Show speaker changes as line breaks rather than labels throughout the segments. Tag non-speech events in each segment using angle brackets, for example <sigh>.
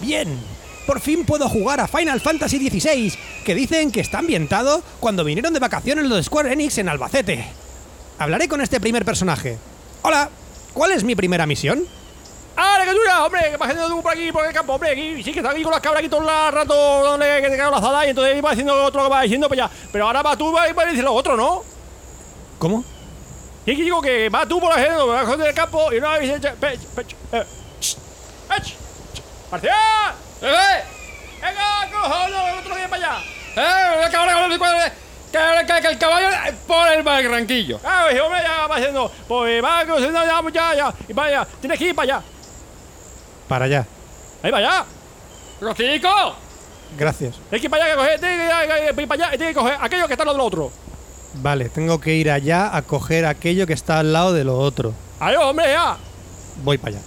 Bien, por fin puedo jugar a Final Fantasy XVI, que dicen que está ambientado cuando vinieron de vacaciones los de Square Enix en Albacete. Hablaré con este primer personaje. Hola, ¿cuál es mi primera misión?
¡Ah, la cachura! Hombre, que pasando tú por aquí, por el campo, hombre, aquí, sí que está aquí con las cabras aquí todo el rato, donde que te cago las alas, y entonces va diciendo otro que va diciendo, pues ya. Pero ahora va tú va- y va a decir lo otro, ¿no?
¿Cómo?
Y que digo que va tú por la gente, por la del campo, y no habéis hecho. pe- pe- eh, ch- eh, ch- ch- ¡Marcial!
¡Eh!
¡Venga, cojones! ¡El otro día para allá!
¡Eh! ¡Que ahora con el cuadro- que ahora- que- que el caballo eh, por el barranquillo!
¡Ah, ese hombre ya va diciendo! Pues va, que no, ya, ya, ya, y para allá, tienes que ir para allá,
Para allá.
ahí para allá.
¡Rocico!
Gracias.
Tienes que ir para allá, que coger, tienes que ir allá, que ir para allá, y tienes que coger aquello que está al lado del otro.
Vale, tengo que ir allá a coger aquello que está al lado de lo otro.
¡Adiós, hombre, ya!
Voy para allá.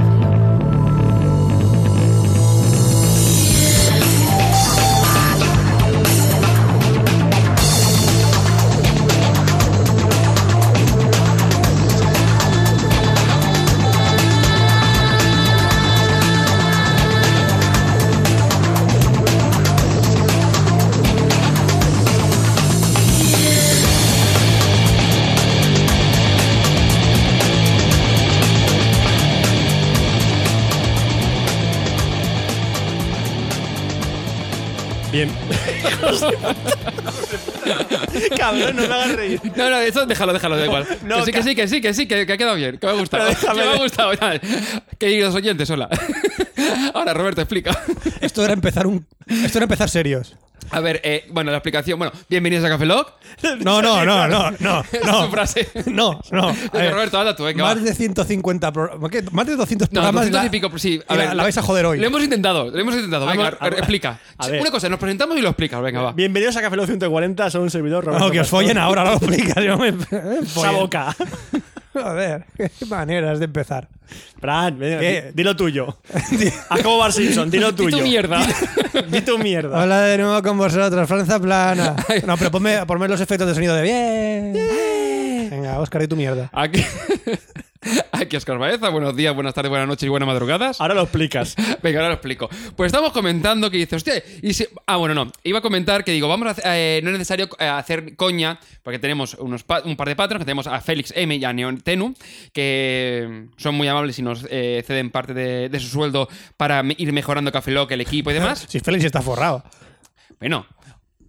Bien.
<laughs> Cabrón, no me hagas reír.
No, no, eso déjalo, déjalo, da igual.
No,
que sí, que
ca-
sí, que sí, que sí, que, que ha quedado bien, que me ha gustado.
Pero déjame
que me ha
ver.
gustado, ya. Queridos oyentes, hola. <laughs> Ahora, Roberto, explica.
Esto era empezar un. Esto era empezar serios.
A ver, eh, bueno, la explicación, bueno, bienvenidos a Café Lock.
No, no, no, no,
<laughs>
no.
Es su
No,
frase.
no. no. A
Venga,
ver,
Roberto, anda tú, venga, va.
Más de 150 programas. Más de 200
No,
programas.
200 y
la-
pico, pues sí. A
la-
ver,
la vais a joder hoy.
Lo hemos intentado, lo hemos intentado. Venga,
Vamos, a-
re- explica.
a ver.
Una cosa, nos presentamos y lo explicas, venga, va.
Bienvenidos a Café Lock 140, soy un servidor Roberto.
No, que os
Pastor.
follen ahora, lo explicas. Yo me... eh,
Esa
Esa <laughs>
<laughs> boca.
Joder, qué maneras de empezar.
<laughs>
Fran, ven,
¿Qué?
di- dilo <laughs> tuyo. a como Bar Simpson, dilo
Di
tuyo.
tu mierda.
Di tu mierda.
Hola de nuevo con vosotros, Franza
<laughs>
Plana. No, pero ponme, ponme los efectos de sonido de bien. Venga, Oscar, y tu mierda.
Aquí, <laughs> aquí Oscar Baeza, buenos días, buenas tardes, buenas noches y buenas madrugadas.
Ahora lo explicas.
<laughs> Venga, ahora lo explico. Pues estamos comentando que dice, hostia, y si... Ah, bueno, no. Iba a comentar que digo, vamos a hacer- eh, no es necesario eh, hacer coña, porque tenemos unos pa- un par de patrones, que tenemos a Félix M y a Neon Tenu, que son muy amables y nos eh, ceden parte de, de su sueldo para me- ir mejorando Café Lock, el equipo
<laughs>
y demás.
Si Félix está forrado.
Bueno,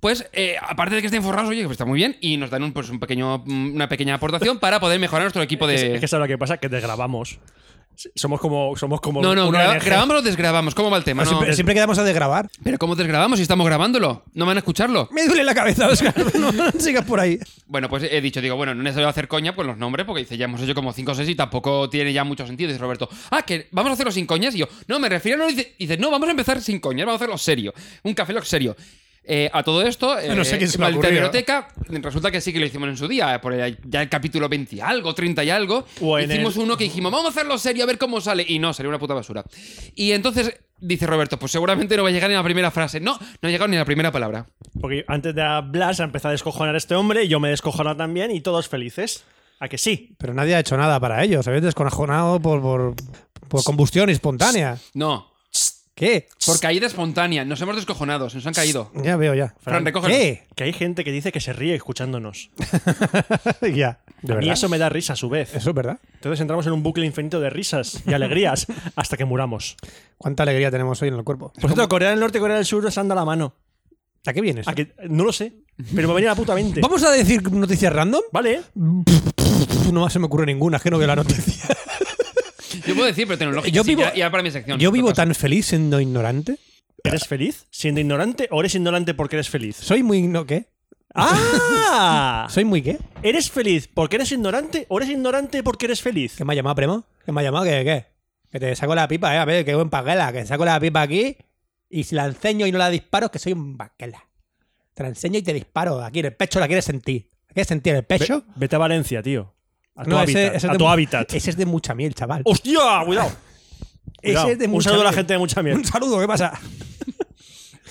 pues eh, aparte de que estén forrados, oye, pues está muy bien y nos dan un, pues, un pequeño, una pequeña aportación para poder mejorar nuestro equipo
Es,
de...
es que sabes lo que pasa, que desgrabamos. Somos como, somos como
no, no,
una
graba-
ONG. Ah,
grabamos o desgrabamos. ¿Cómo va el tema? No.
siempre, siempre quedamos a desgrabar.
Pero ¿cómo desgrabamos si estamos grabándolo? No van a escucharlo.
Me duele la cabeza, Oscar. <laughs> No, no sigas por ahí.
Bueno, pues he dicho, digo, bueno, no es necesario hacer coña con los nombres, porque dice, ya hemos hecho como 5 o 6 y tampoco tiene ya mucho sentido. Dice Roberto, ah, que vamos a hacerlo sin coñas. Y yo, no, me refiero a lo dice, dice, no, vamos a empezar sin coñas, vamos a hacerlo serio. Un café lock serio. Eh, a todo esto, eh,
No sé quién se le ha
Maldita
ocurrido.
biblioteca, resulta que sí que lo hicimos en su día, eh, por el- ya el capítulo 20 y algo, 30 y algo.
O en
hicimos
el-
uno que dijimos, vamos a hacerlo serio, a ver cómo sale. Y no, salió una puta basura. Y entonces dice Roberto, pues seguramente no va a llegar ni a la primera frase. No, no ha llegado ni a la primera palabra.
Porque antes de hablar se ha empezado a descojonar este hombre y yo me descojona también y todos felices. ¿A que sí?
Pero nadie ha hecho nada para ello. Se habéis desconajonado por, por, por combustión espontánea.
No,
¿Qué?
Por caída espontánea, nos hemos descojonado, se nos han caído.
Ya veo, ya.
Fran, recógelo.
<laughs>
¿Qué?
Que hay gente que dice que se ríe escuchándonos.
ya. ¿De
A mí
verdad?
eso me da risa a su vez.
Eso es verdad.
Entonces entramos en un bucle infinito de risas y alegrías hasta que muramos.
¿Cuánta alegría tenemos hoy en el cuerpo?
Por cierto, Corea del Norte y Corea del Sur se han dado la mano.
¿A qué vienes?
¿A que- no lo sé, pero me venía a la puta mente.
¿Vamos a decir noticias random?
Vale,
Pff, No se me ocurre ninguna, es que no veo la
<laughs>
noticia.
Yo puedo decir, pero tecnológico.
Yo
sí,
vivo-
ya, ya para mi sección.
Yo vivo
Tocas.
tan feliz siendo ignorante.
¿eres feliz siendo ignorante o eres ignorante porque eres feliz?
Soy muy igno- ¿Qué?
¡Ah!
¿Soy muy qué?
<laughs> ¿Eres feliz porque eres ignorante o eres ignorante porque eres feliz?
¿Qué me ha llamado, primo? ¿Qué me ha llamado? ¿Qué? qué? Que te saco la pipa, eh. A ver, que buen paguela. Que saco la pipa aquí y si la enseño y no la disparo, que soy un vaquela. Te la enseño y te disparo. Aquí en el pecho la quieres sentir. ¿La quieres sentir en el
Ve-
pecho?
vete a Valencia, tío. A tu
No, ese-
hábitat.
ese es
a
de
tu
mu-
hábitat.
Ese es de mucha miel, chaval.
¡Hostia! Cuidado.
Ese es de
Cuidado. Un
mucha
saludo a la
miel.
gente de
<laughs>
mucha <laughs>
Un
miel.
saludo, ¿qué pasa?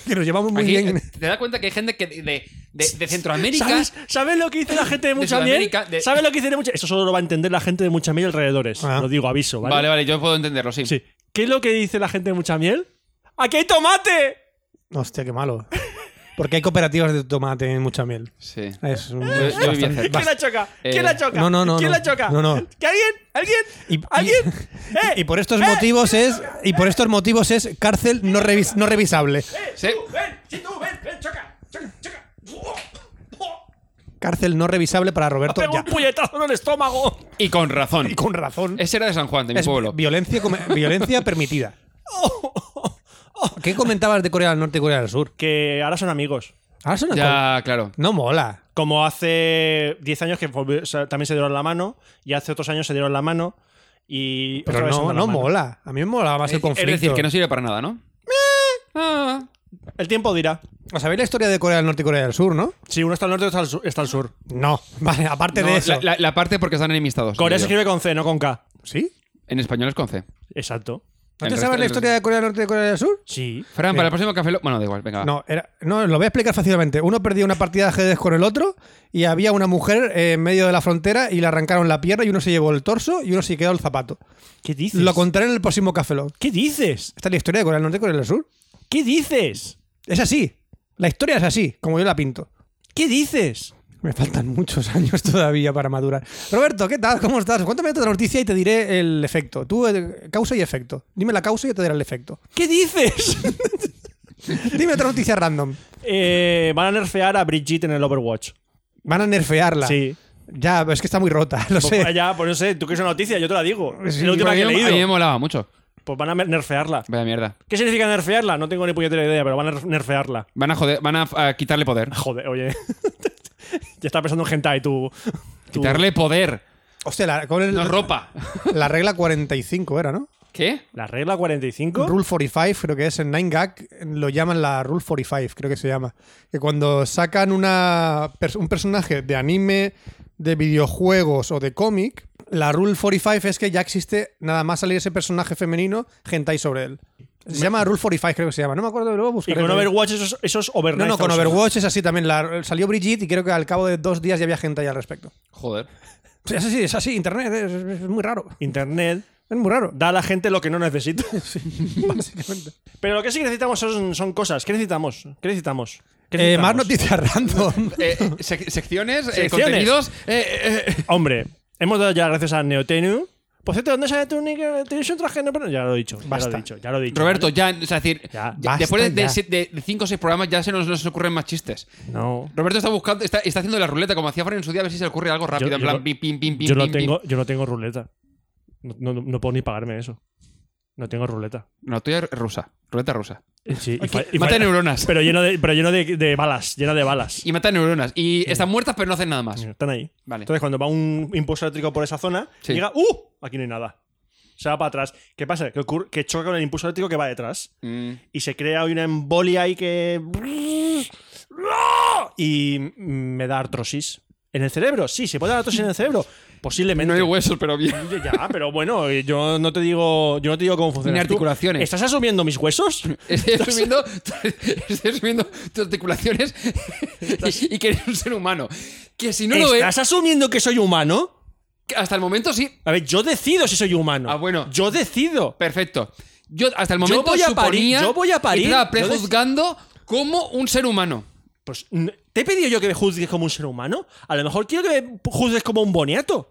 que nos llevamos muy
Aquí,
bien.
eh, te das cuenta que hay gente que de, de- de- de Centroamérica.
¿Sabes, sabes lo que dice la gente de mucha miel?
Sudamérica, de-
¿Sabes lo que dice de mucha Eso solo lo va a entender la gente de mucha miel alrededores.
Ah.
Lo digo, aviso, ¿vale?
Vale, vale, yo puedo entenderlo, sí.
Sí. ¿Qué es lo que dice la gente de mucha miel? ¡Aquí hay tomate!
Hostia, qué malo. Porque hay cooperativas de tomate en mucha miel.
Sí.
Es
<laughs>
un-
Eh,
Yo- yo viví
bastante-
cerca.
¿Quién la choca?
Eh,
¿Quién la choca?
no, no, no,
¿Quién
no.
la choca?
No, no.
¿Que alguien? ¿Alguien?
Y- y-
¿Alguien? ¡Eh!
Y por estos
¡Eh!
motivos es y por estos motivos es cárcel no, revis- no revisable.
Sí.
¡Ven! ¡Sí, tú! ¡Ven! ¡Ven! ¡Choca! ¡Choca! ¡Choca!
Cárcel no revisable para Roberto.
Pega
Ya.
un puñetazo en el estómago.
Y con razón.
Y con razón.
Ese era de San Juan, de mi
Es
pueblo.
violencia, come-
<laughs>
violencia permitida.
Oh.
¿Qué comentabas de Corea del Norte y Corea del Sur?
Que ahora son amigos.
Ahora son
Ya, claro.
No mola.
Como hace 10 años que volvió- o sea, también se dieron la mano y hace otros años se dieron la mano y
Pero
otra vez se
no,
dan la
no
mano.
mola. A mí me molaba más el
Es-
conflicto.
Es decir, que no sirve para nada, ¿no? Ah.
El tiempo dirá.
¿Os sabéis la historia de Corea del Norte y Corea del Sur, no?
Si uno está al norte, otro está al sur. Está al sur.
No. Vale, aparte
No,
de eso.
la, la- la parte porque están enemistados.
Corea se
digo yo.
escribe con C, no con K.
¿Sí?
En español es con C.
Exacto.
¿No
El
te
resto-
sabes la
el
historia de Corea del Norte y Corea del Sur?
Sí.
Fran,
Mira.
para el próximo café. Lo... Bueno, da igual, venga. va.
No, era, no, lo voy a explicar fácilmente. Uno perdía una partida de ajedrez con el otro y había una mujer eh, en medio de la frontera y le arrancaron la pierna y uno se llevó el torso y uno se quedó el zapato.
¿Qué dices?
Lo contaré en el próximo Café Lock.
¿Qué dices?
Esta es la historia de Corea del Norte y Corea del Sur.
¿Qué dices?
Es así. La historia es así, como yo la pinto.
¿Qué dices?
Me faltan muchos <laughs> años todavía para madurar. Roberto, ¿qué tal? ¿Cómo estás? Cuéntame otra noticia y te diré el efecto. Tú, eh, causa y efecto. Dime la causa y yo te diré el efecto.
¿Qué dices?
Dime otra noticia random.
<laughs> Eh, van a nerfear a Brigitte en el Overwatch.
Van a nerfearla.
Sí.
Ya, es que está muy rota, <laughs> lo sé.
Ya, pues no sé, tú quieres una noticia, yo te la digo.
Sí,
es la última
a, mí,
que he
me- a mí me
leído.
molaba mucho.
Pues van a mer- nerfearla.
Vaya mierda.
¿Qué significa nerfearla? No tengo ni puñetera idea, pero van a nerf- nerfearla. Ah,
Van a joder, van a, a quitarle poder.
Joder, oye. <laughs> ya está pensando en hentai tú. tú.
Quitarle poder.
Hostia, la, ¿cuál es
No
la-
ropa.
la regla 45 era, ¿no?
¿Qué?
La regla 45.
Rule 45, creo que es en 9gag, lo llaman la Rule 45, creo que se llama. Que cuando sacan una pers- un personaje de anime, de videojuegos o de cómic, la Rule 45 es que ya existe nada más salir ese personaje femenino, hentai sobre él. Se llama Rule 45, creo que se llama. No me acuerdo, luego
y
buscaré.
con Overwatch esos, esos
No,
overnight
no, con
thousands.
Overwatch es así también. La- salió Brigitte y creo que al cabo de dos días ya había hentai al respecto.
Joder.
O sea, Es así, es así, internet, es- es- es muy raro.
Internet
Es muy raro. <laughs>
da a la gente lo que no necesita. <laughs>
<laughs>
Básicamente.
pero lo que sí que necesitamos son, son cosas. ¿Qué necesitamos? ¿Qué necesitamos? ¿Qué
Eh, más
necesitamos?
noticias
<laughs>
random.
Eh, sec- secciones, eh,
Secciones.
contenidos. eh, eh, eh.
Hombre, hemos dado ya gracias a Neotenu. Por cierto, ¿dónde sale tu nick- tienes un traje? No, pero ya lo he dicho. Ya lo
Basta.
he dicho. Ya lo he dicho.
Roberto, ya, o sea, decir,
Ya,
ya-
basta
después de-
ya.
de, si- de, 5 o 6 programas ya se nos, nos ocurren más chistes.
No.
Roberto está buscando, está, está haciendo la ruleta como hacía Fran en su día, a ver si se le ocurre algo rápido.
Yo-
en
yo
plan,
no-
pim, pim, pim, pim,
Yo no
pim, pim.
tengo, yo no tengo ruleta. No, no- no puedo ni pagarme eso. No tengo ruleta.
No, tuya es rusa. Ruleta rusa.
Eh, sí, y fa- y
Mata
fa-
neuronas.
Pero lleno de, pero lleno de, de balas, lleno de balas.
Y mata neuronas. Y están muertas, pero no hacen nada más.
Están ahí.
Vale.
Entonces, cuando va un impulso eléctrico por esa zona,
Sí.
llega, ¡uh! Aquí no hay nada. Se va para atrás. ¿Qué pasa? Que, ocurre- que choca con el impulso eléctrico que va detrás.
Mm.
Y se crea una embolia ahí que. Y me da artrosis. ¿En el cerebro? Sí, se puede dar artrosis en el cerebro. Posiblemente.
No hay huesos, pero bien.
Ya, pero bueno, yo no te digo, yo no te digo cómo funciona.
Ni articulaciones.
¿Estás asumiendo mis huesos?
Estoy asumiendo, <laughs> estoy asumiendo tus articulaciones y, y que eres un ser humano. Que si no lo
¿Estás
es,
asumiendo que soy humano?
que hasta el momento sí,
A ver, yo decido si soy humano.
Ah, bueno.
Yo decido.
perfecto. Yo hasta el momento
voy a
suponía
parir, yo voy a parir,
que te estaba
yo des-
prejuzgando como un ser humano.
Pues, n- ¿te he pedido yo que me juzgues como un ser humano? A lo mejor quiero que me juzgues como un boniato.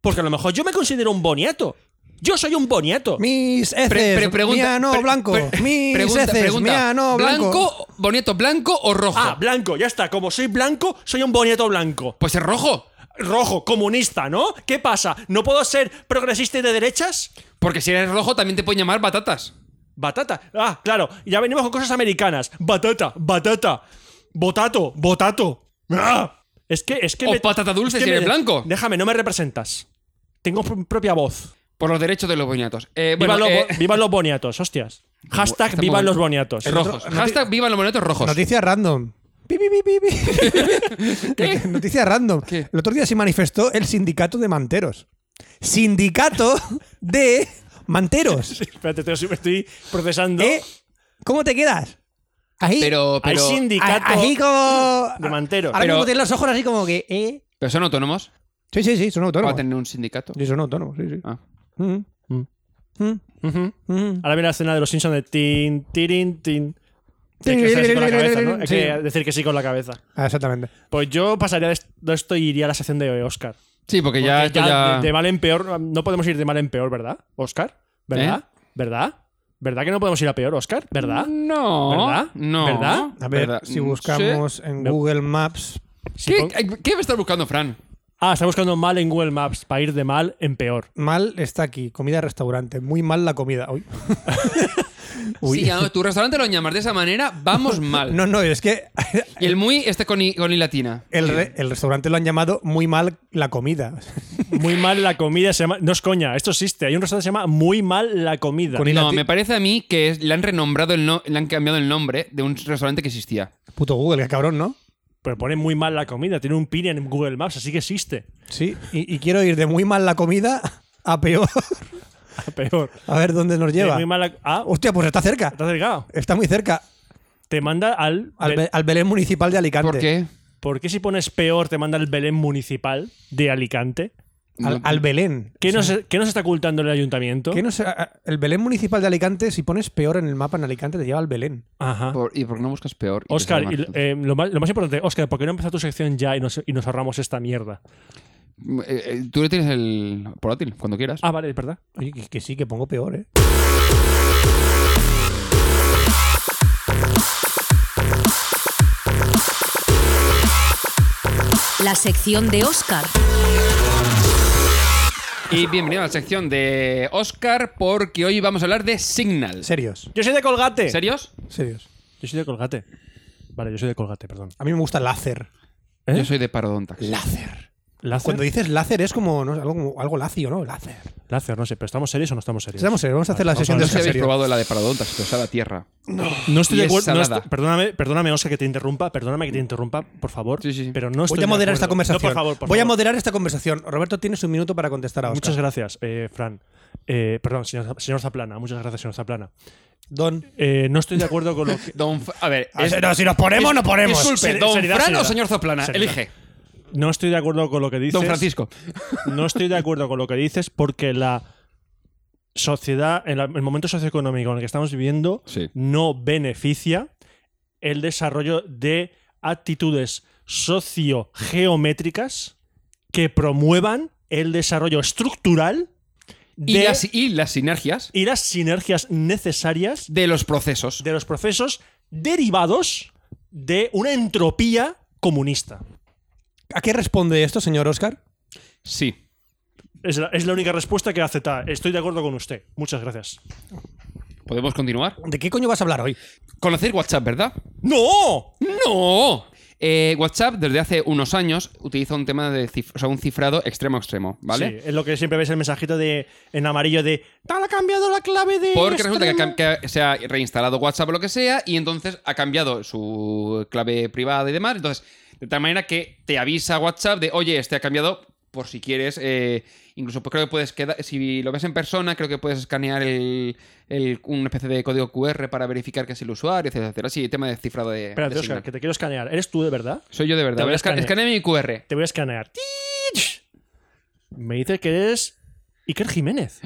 Porque a lo mejor yo me considero un boniato. Yo soy un boniato.
Mis heces,
Pre- pre- pregunta-
mía no,
pre-
blanco.
pre-
mis
pregunta-
heces,
pregunta,
mía no, blanco.
blanco. Bonito, blanco o rojo.
Ah, blanco, ya está. Como soy blanco, soy un boniato blanco.
pues es rojo.
Rojo, comunista, ¿no? ¿Qué pasa? ¿No puedo ser progresista y de derechas?
Porque si eres rojo también te pueden llamar batatas.
Batata. Ah, claro. Ya venimos con cosas americanas. Batata, batata. Botato, botato. ¡Ah! Es que, es que
O patata dulce si
me-
eres blanco.
Déjame, no me representas. Tengo pr- propia voz.
Por los derechos de los boniatos. Eh, bueno,
Vivan, los,
eh,
bo- vivan los boniatos, hostias. Hashtag
está
vivan
muy
los
bueno.
boniatos.
rojos. Hashtag viva los boniatos rojos.
Noticia random. Pi, pi, pi, pi, pi.
<laughs> ¿Qué?
<laughs> Noticia random.
¿Qué?
El otro día se manifestó el sindicato de manteros. Sindicato de manteros.
<laughs>
Espérate, estoy, me estoy procesando.
¿Eh? ¿Cómo te quedas? Ahí,
Pero,
Hay
pero,
sindicato
a- ahí como...
de manteros.
Ahora mismo
Pero-
tienes los ojos así como que... ¿eh?
pero son autónomos.
Sí, sí, sí, son
¿Va a
autónomos.
tener un sindicato?
Sí, son autónomos, sí, sí.
Ah.
Mm, mm, mm,
Ujú.
mm.
Ahora viene la escena de los Simpsons de tin, tirin, tin. Hay que hacer así con la cabeza, ¿no? Hay
Sí.
que decir que sí con la cabeza.
Ah, Exactamente.
Pues yo pasaría de est- de esto y iría a la sección de Oscar.
Sí, porque ya,
Porque
esto
ya
ya-
De, de mal en peor, no podemos ir de mal en peor, ¿verdad, Oscar? ¿Verdad?
¿Eh?
¿Verdad? ¿Verdad que no podemos ir a peor, Oscar? ¿Verdad?
No.
¿Verdad?
No.
¿Verdad?
A ver,
¿Verdad?
si
Mm,
buscamos en
Me-
Google Maps...
sí.
Si pon-
¿Qué, ¿Qué me estás buscando, Fran?
Ah, está buscando mal en Google Maps para ir de mal en peor.
Mal está aquí, comida de restaurante. Muy mal la comida. Uy. <laughs> Uy.
Si a tu restaurante lo llamas de esa manera, vamos
<laughs>
mal.
No, eh, no, es que <laughs>
Y el muy este con i, con i latina.
el, re- el restaurante lo han llamado muy mal la comida. <laughs>
Muy mal la comida se llama. No es coña, esto existe. Hay un restaurante que se llama Muy mal la comida.
Con i-
No,
lati-
me parece a mí que es- le han renombrado el no- le han cambiado el nombre de un restaurante que existía.
Puto Google, qué cabrón, ¿no?
Pero pone muy mal la comida. Tiene un pin en Google Maps, así que existe.
Sí, y, y quiero ir de muy mal la comida a peor. <laughs>
A peor.
A ver dónde nos
De
lleva.
muy mal la- Ah,
Hostia, pues está cerca.
está delgado.
Está muy cerca.
Te manda al.
Al,
Bel-
Be- al Belén Municipal de Alicante.
¿Por qué?
¿Por qué si pones peor te manda al Belén Municipal de Alicante?
Al, al Belén.
¿Qué, nos, qué nos está ocultando el ayuntamiento?
¿Qué no sé? A- a- el Belén Municipal de Alicante, si pones peor en el mapa en Alicante, te lleva al Belén.
Ajá.
Por- ¿Y por qué no buscas peor? Y te
Oscar,
sale
y,
mal.
eh, lo, más, lo más importante, Oscar, ¿por qué no empieza tu sección ya y nos, y nos ahorramos esta mierda?
Eh, eh, Tú le tienes el portátil cuando quieras.
Ah, vale, ¿verdad?
Oye, que, que sí, que pongo peor, ¿eh?
La sección de Oscar.
Y bienvenido a la sección de Oscar, porque hoy vamos a hablar de Signal.
Serios,
Yo soy de Colgate.
¿Serios?
serios.
Yo soy de Colgate. Vale, yo soy de Colgate, perdón.
A mí me gusta láser.
¿Eh?
Yo soy de Parodontax.
Láser.
¿Láser?
Cuando dices láser es como, no, algo, como- algo lacio, ¿no? Láser.
Láser, no sé, pero ¿estamos serios o no estamos
Pues
serios?
Estamos serios, vamos a hacer la
Vamos
sesión
a
de
No sé si
Oscar
habéis
serio.
probado la de Parodontax, pero es a la tierra.
No estoy
Y
de
es
acuerdo. no
salada.
estoy- perdóname, perdóname, Oscar, que te interrumpa. Perdóname que te interrumpa, por favor.
Sí, sí, sí.
Pero no estoy
Voy a
de
moderar
acuerdo.
esta conversación.
No, por favor, por
Voy a
favor.
moderar esta conversación. Roberto, tienes un minuto para contestar a Oscar.
Muchas gracias, eh, Fran. Eh, perdón, señor, señor Zaplana. Muchas gracias, señor Zaplana.
Don.
Eh, no estoy de acuerdo con
<laughs>
lo que.
Don F- a ver, es-
si nos ponemos, nos ponemos.
disculpe,
Ser-
¿Don
seriedad,
Fran o
seriedad.
señor Zaplana?
Seriedad.
Elige.
No estoy de acuerdo con lo que dices.
Don Francisco.
No estoy de acuerdo con lo que dices porque la sociedad, en la- el momento socioeconómico en el que estamos viviendo,
Sí.
no beneficia el desarrollo de actitudes sociogeométricas que promuevan el desarrollo estructural de,
Y las, y las sinergias
y las sinergias necesarias
de los procesos.
de los procesos derivados de una entropía comunista.
¿A qué responde esto, señor Oscar?
Sí.
Es la, es la única respuesta que acepta. Estoy de acuerdo con usted. Muchas gracias.
¿Podemos continuar?
¿De qué coño vas a hablar hoy?
Conocéis WhatsApp, ¿verdad?
¡No!
¡No! Eh, WhatsApp desde hace unos años utiliza un tema de cif- o sea, un cifrado extremo a extremo, ¿vale?
Sí, es lo que siempre ves el mensajito de en amarillo de tal ha cambiado la clave de este
Porque resulta que,
extremo".
cam- que se ha reinstalado WhatsApp o lo que sea y entonces ha cambiado su clave privada y demás. Entonces, de tal manera que te avisa WhatsApp de, oye, este ha cambiado por si quieres. eh, incluso pues, creo que puedes quedar, si lo ves en persona, creo que puedes escanear el, el- una especie de código QR para verificar que es el usuario, etcétera, etcétera. Sí, tema de cifrado de...
Espérate,
de
Oscar,
señal.
que te quiero escanear. ¿Eres tú de verdad?
Soy yo de
Te
verdad.
voy a
Esca-
escanear.
Escanea mi QR.
Te voy a escanear. Me dice que eres Iker Jiménez.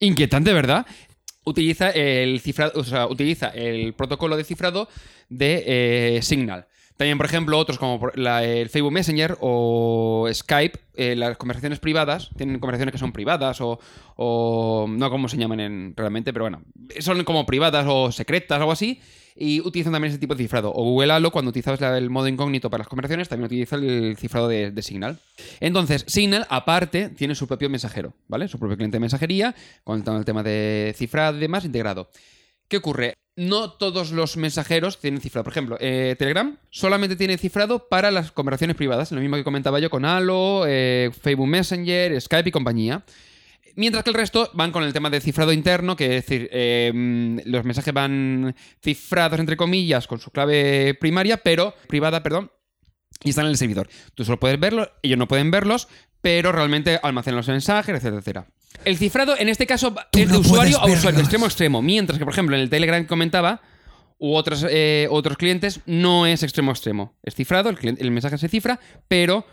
Inquietante, ¿verdad? Utiliza el cifrado, o sea, utiliza el protocolo de cifrado de eh, Signal. También, por ejemplo, otros como por- la- el Facebook Messenger o Skype, eh, las conversaciones privadas, tienen conversaciones que son privadas o, o no cómo se llaman en- realmente, pero bueno, son como privadas o secretas, algo así, y utilizan también ese tipo de cifrado. O Google Halo, cuando utilizas la- el modo incógnito para las conversaciones, también utiliza el cifrado de- de Signal. Entonces, Signal, aparte, tiene su propio mensajero, ¿vale? Su propio cliente de mensajería, con todo el tema de cifrado y demás integrado. ¿Qué ocurre? No todos los mensajeros tienen cifrado. Por ejemplo, eh, Telegram solamente tiene cifrado para las conversaciones privadas, lo mismo que comentaba yo con Halo, eh, Facebook Messenger, Skype y compañía. Mientras que el resto van con el tema de cifrado interno, que es decir, eh, mm, los mensajes van cifrados, entre comillas, con su clave primaria, pero privada, perdón, y están en el servidor. Tú solo puedes verlos, ellos no pueden verlos, pero realmente almacenan los mensajes, etcétera, etcétera. El cifrado en este caso es de
no
usuario
puedes
a usuario, de
verlos.
extremo a extremo. Mientras que, por ejemplo, en el Telegram que comentaba, u otras, eh, otros clientes, no es extremo a extremo. Es cifrado, el, cliente- el mensaje se cifra, pero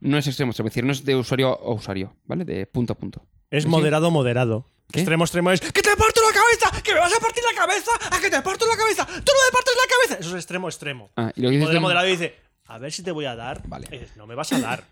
no es extremo a extremo. Es decir, no es de usuario a usuario, ¿vale? De punto a punto.
Es
Sí.
moderado, moderado.
¿Qué?
Extremo, extremo es ¡Que te parto la cabeza! ¡Que me vas a partir la cabeza! ¡A que te parto la cabeza! ¡Tú no me partes la cabeza! Eso es extremo, extremo.
Ah, y lo que dices
Moderado,
tú-
moderado dice a ver si te voy a dar.
Vale.
Eh, no me vas a dar.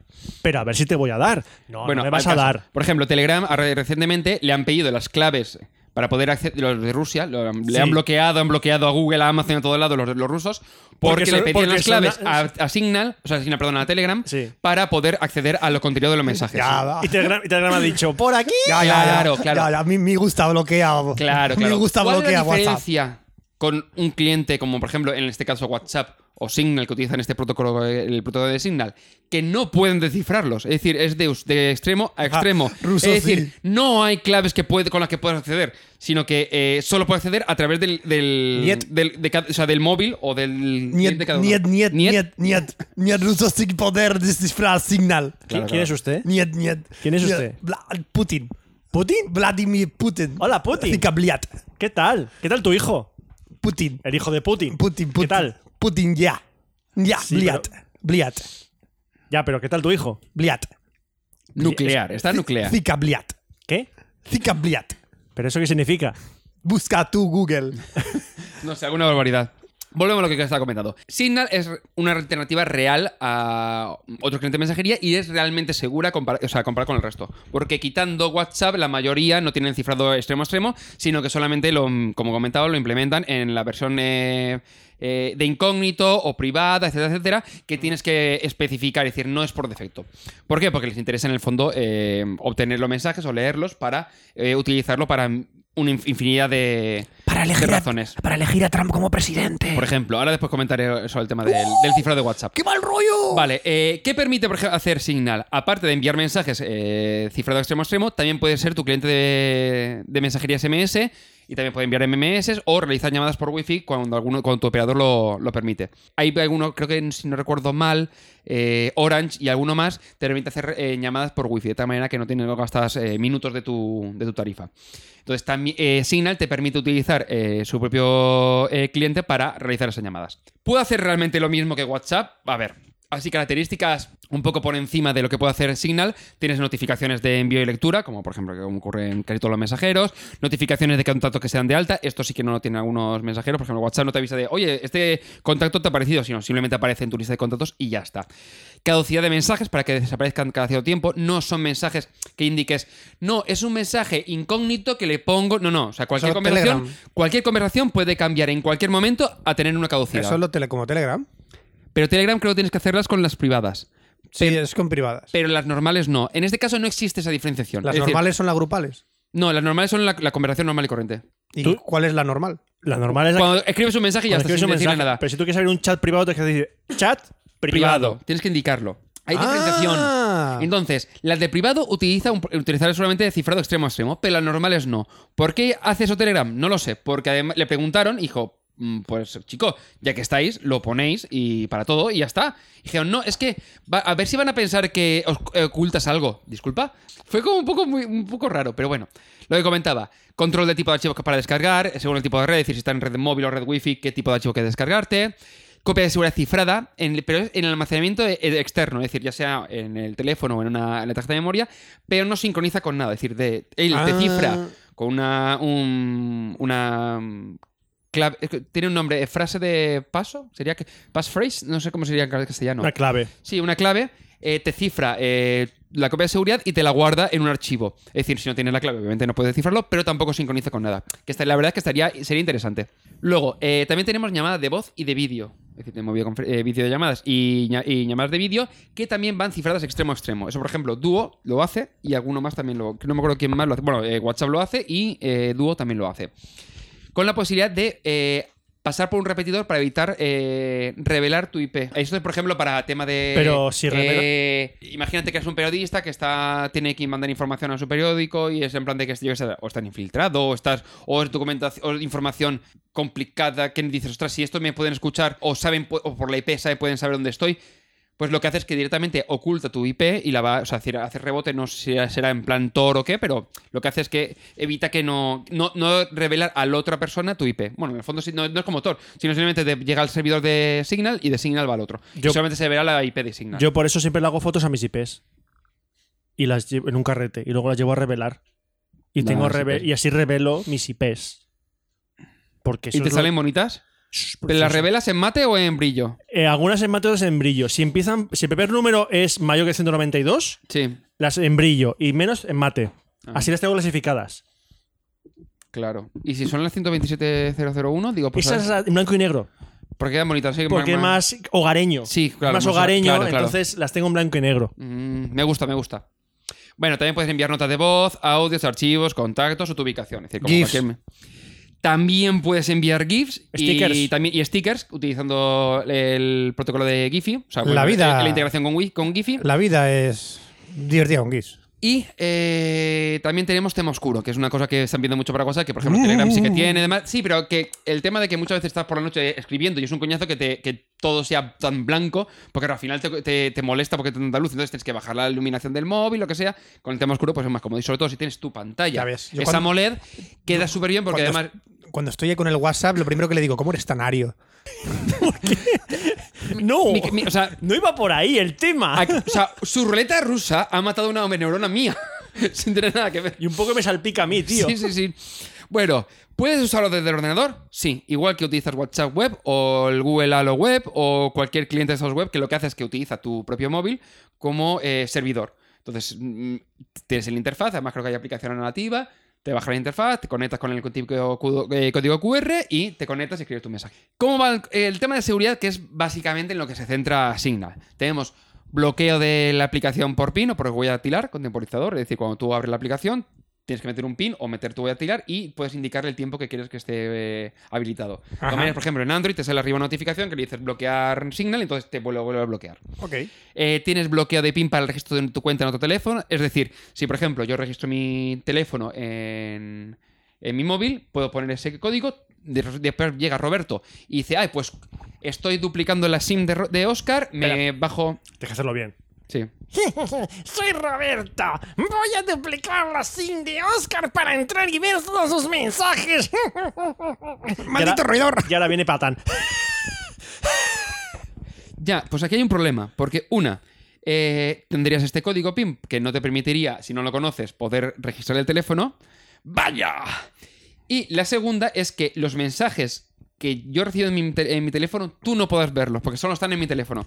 Pero a ver si te voy a dar. No, no me vas
al
a
caso.
dar.
Por ejemplo, Telegram ahora recientemente le han pedido las claves para poder acceder. Los de Rusia lo han- le
Sí.
han bloqueado, han bloqueado a Google, a Amazon, a todos lados los, los rusos, porque,
Porque
le
son-
pedían
porque
las
son
claves
la-
a, a Signal, o sea, a Signal, perdón, a Telegram,
Sí.
para poder acceder a los contenidos de los mensajes.
Ya, va.
Y Telegram, y Telegram ha
<laughs>
dicho,
Por aquí. Ya, ya,
Claro,
ya.
claro.
Ya, ya. Mi, mi gusta bloquea. <laughs>
Claro, claro.
Mi gusta
¿Cuál es la
bloquea WhatsApp.
diferencia con un cliente como, por ejemplo, en este caso WhatsApp o Signal, que utilizan este protocolo, eh, el protocolo de Signal, que no pueden descifrarlos. Es decir, es de, us- de extremo a extremo.
ruso
es decir,
sí.
no hay claves que puede, con las que puedas acceder, sino que eh, solo puedes acceder a través del, del,
Niet.
del- de cada- o sea, del móvil o del
Niet,
de cada uno.
niet, niet, niet, niet. Niet ruso sin poder descifrar signal.
¿Qui- ¿quién es usted?
Niet, niet.
¿Quién es
Niet.
usted?
Bla- Putin. ¿Putin? Vladimir Putin.
Hola, Putin.
Zikabliat.
¿qué tal? ¿Qué tal tu hijo?
Putin.
El hijo de Putin.
Putin, Putin.
¿Qué tal?
Putin, ya. Ya,
Sí,
bliat. Bliat.
Ya, pero ¿qué tal tu hijo?
Bliat.
Nuclear, está nuclear.
Zika bliat.
¿Qué?
Zika bliat.
¿Pero eso qué significa?
Busca tú Google.
No sé, alguna barbaridad. Volvemos a lo que estaba comentando. Signal es una alternativa real a otro cliente de mensajería y es realmente segura compar- o sea, comparar con el resto. Porque quitando WhatsApp, la mayoría no tienen cifrado extremo a extremo, sino que solamente, lo, como comentaba, lo implementan en la versión eh, eh, de incógnito o privada, etcétera, etcétera, que tienes que especificar, es decir, no es por defecto. ¿Por qué? Porque les interesa en el fondo eh, obtener los mensajes o leerlos para eh, utilizarlo para una inf- infinidad de, de razones.
para elegir a Trump como presidente.
Por ejemplo, ahora después comentaré sobre el tema del, del cifrado de WhatsApp.
¡Qué mal rollo!
Vale, eh, ¿qué permite por ejemplo, hacer Signal? Aparte de enviar mensajes eh, cifrado extremo a extremo, también puede ser tu cliente de, de mensajería SMS y también puede enviar MMS o realizar llamadas por Wi-Fi cuando, alguno, cuando tu operador lo, lo permite. Hay alguno, creo que si no recuerdo mal, eh, Orange y alguno más te permite hacer eh, llamadas por Wi-Fi, de tal manera que no tienes no gastas eh, minutos de tu, de tu tarifa. Entonces, también, eh, Signal te permite utilizar eh, su propio eh, cliente para realizar esas llamadas. ¿Puedo hacer realmente lo mismo que WhatsApp? A ver, Así características un poco por encima de lo que puede hacer Signal. Tienes notificaciones de envío y lectura, como por ejemplo que ocurre en casi todos los mensajeros. Notificaciones de contactos que se dan de alta. Esto sí que no lo tienen algunos mensajeros. Por ejemplo, WhatsApp no te avisa de, oye, este contacto te ha aparecido, sino simplemente aparece en tu lista de contactos y ya está. Caducidad de mensajes para que desaparezcan cada cierto tiempo. No son mensajes que indiques, no, es un mensaje incógnito que le pongo. No, no. O sea, cualquier
Solo
conversación,
Telegram.
cualquier conversación puede cambiar en cualquier momento a tener una caducidad.
Eso es lo tele, como Telegram.
Pero Telegram creo que tienes que hacerlas con las privadas.
Sí, es con privadas.
Pero las normales no. En este caso no existe esa diferenciación.
Las
Es decir,
normales son las grupales.
no, las normales son la, la conversación normal y corriente.
¿Y
¿Tú?
cuál es la normal?
La normal es la
Cuando escribes un mensaje y ya
cuando
está, sin
escribes un
decirle
mensaje,
nada.
Pero si tú quieres abrir un chat privado, tienes que decir chat privado.
Privado. Tienes que indicarlo. Hay
Ah.
diferenciación. Entonces, las de privado utiliza un- utilizar solamente cifrado extremo a extremo, pero las normales no. ¿Por qué hace eso Telegram? No lo sé. Porque además le preguntaron, hijo, pues chico, ya que estáis, lo ponéis y para todo y ya está. Y dijeron, no, es que va- a ver si van a pensar que os eh, ocultas algo. Disculpa. Fue como un poco, muy- un poco raro, pero bueno. Lo que comentaba, control de tipo de archivos que para descargar, según el tipo de red, es decir, si está en red móvil o red wifi, qué tipo de archivo que descargarte copia de seguridad cifrada, en el- pero es en el almacenamiento e- e- externo, es decir, ya sea en el teléfono o en, una, en la tarjeta de memoria, pero no sincroniza con nada. Es decir, de, él te
Ah.
cifra con una. un- una. mm, clave- es que tiene un nombre, eh, frase de paso, sería que. Passphrase, no sé cómo sería en castellano.
Una clave.
Sí, una clave eh, te cifra eh, la copia de seguridad y te la guarda en un archivo. Es decir, si no tienes la clave, obviamente no puedes cifrarlo, pero tampoco sincroniza con nada. Que esta- la verdad es que estaría, sería interesante. Luego, eh, también tenemos llamadas de voz y de vídeo. Es decir, tenemos videoconfer- eh, videollamadas y, ña- y llamadas de vídeo que también van cifradas extremo a extremo. Eso, por ejemplo, Duo lo hace y alguno más también lo... No me acuerdo quién más lo hace. Bueno, eh, WhatsApp lo hace y eh, Duo también lo hace con la posibilidad de eh, pasar por un repetidor para evitar eh, revelar tu IP. Esto es, por ejemplo, para tema de...
Pero si
eh,
revela-
Imagínate que eres un periodista que está tiene que mandar información a su periódico y es en plan de que yo qué sé, o estás infiltrado o estás o es documentación o información complicada que dices, ostras, si esto me pueden escuchar o saben po- o por la IP saben, pueden saber dónde estoy. pues lo que hace es que directamente oculta tu IP y la va, o sea, hacer, hacer rebote, no sé si será- será en plan Tor o qué, pero lo que hace es que evita que no, no, no revelar a la otra persona tu IP. Bueno, en el fondo sí, no, no es como Tor, sino simplemente te llega al servidor de Signal y de Signal va al otro.
Yo-
y solamente se verá la IP de Signal.
Yo por eso siempre le hago fotos a mis IPs. Y las llevo en un carrete. Y luego las llevo a revelar. Y,
No,
tengo
las
reve-
IPs.
y así revelo mis IPs. Porque
¿Y
eso Pues
te
es lo-
salen bonitas?
Shh,
¿Te las
precioso.
revelas en mate o en brillo?
Eh, algunas en mateos en brillo. Si empiezan, si el primer número es mayor que 192,
Sí,
las en brillo y menos en mate.
Ah.
Así las tengo clasificadas.
claro. Y si son las 127001, digo, pues.
Esas
¿sabes?
en blanco y negro.
¿Por qué bonitas? Sí,
Porque es más hogareño.
Sí, claro,
Más
más-
hogareño,
claro, claro.
entonces las tengo en blanco y negro. <laughs>
Mm, me gusta, me gusta. Bueno, también puedes enviar notas de voz, audios, archivos, contactos o tu ubicación. Es decir, como
GIFs.
cualquier- También puedes enviar GIFs y,
Stickers.
también, y stickers utilizando el protocolo de Giphy. O sea,
La vida.
La integración con, Wi- con Giphy.
La vida es divertida con GIS.
Y eh, también tenemos tema oscuro, que es una cosa que están viendo mucho para WhatsApp, que por ejemplo Telegram sí que
Mm.
tiene, demás. Sí, pero que el tema de que muchas veces estás por la noche escribiendo y es un coñazo que, te- que todo sea tan blanco, porque al final te, te- te molesta porque te da luz, entonces tienes que bajar la iluminación del móvil, lo que sea. Con el tema oscuro, pues es más cómodo. Y sobre todo si tienes tu pantalla,
Ya ves, yo
esa
cuando-
AMOLED queda súper bien porque
cuando,
además.
cuando estoy ahí con el WhatsApp, lo primero que le digo, ¿cómo eres tan ario? ¡Oh!
No,
mi- mi- o sea,
no iba por ahí el tema.
aquí- o sea, su ruleta rusa ha matado una neurona mía, <laughs> sin tener nada que ver.
Y un poco me salpica a mí, tío.
Sí, sí, sí. Bueno, ¿puedes usarlo desde el ordenador? Sí, igual que utilizas WhatsApp Web o el Google Halo Web o cualquier cliente de esos web que lo que hace es que utiliza tu propio móvil como eh, servidor. Entonces, mm, tienes la interfaz, además creo que hay aplicación nativa, te bajas la interfaz, te conectas con el típico cu- eh, código QR y te conectas y escribes tu mensaje. ¿Cómo va el, el tema de seguridad? Que es básicamente en lo que se centra Signal. Tenemos bloqueo de la aplicación por pin o por huella dactilar con temporizador, es decir, cuando tú abres la aplicación tienes que meter un pin o meter tu huella dactilar y puedes indicarle el tiempo que quieres que esté eh, habilitado. De todas maneras, por ejemplo, en Android te sale arriba una notificación que le dices bloquear Signal y entonces te vuelve, vuelve a bloquear.
Ok.
Eh, tienes bloqueo de PIN para el registro de tu cuenta en otro teléfono. Es decir, si por ejemplo yo registro mi teléfono en, en mi móvil, puedo poner ese código. de- Después llega Roberto y dice: Ay, pues estoy duplicando la SIM de, Ro- de Oscar, me bajo.
Deja hacerlo bien.
Sí.
<laughs> Soy Roberto. Voy a duplicar la SIM de Oscar para entrar y ver todos sus mensajes.
¡Maldito roedor!
Y ahora viene Patán.
Ya, pues aquí hay un problema, porque una, eh, tendrías este código PIN que no te permitiría, si no lo conoces, poder registrar el teléfono. ¡Vaya! Y la segunda es que los mensajes que yo recibo en mi, te- en mi teléfono, tú no podrás verlos, porque solo están en mi teléfono.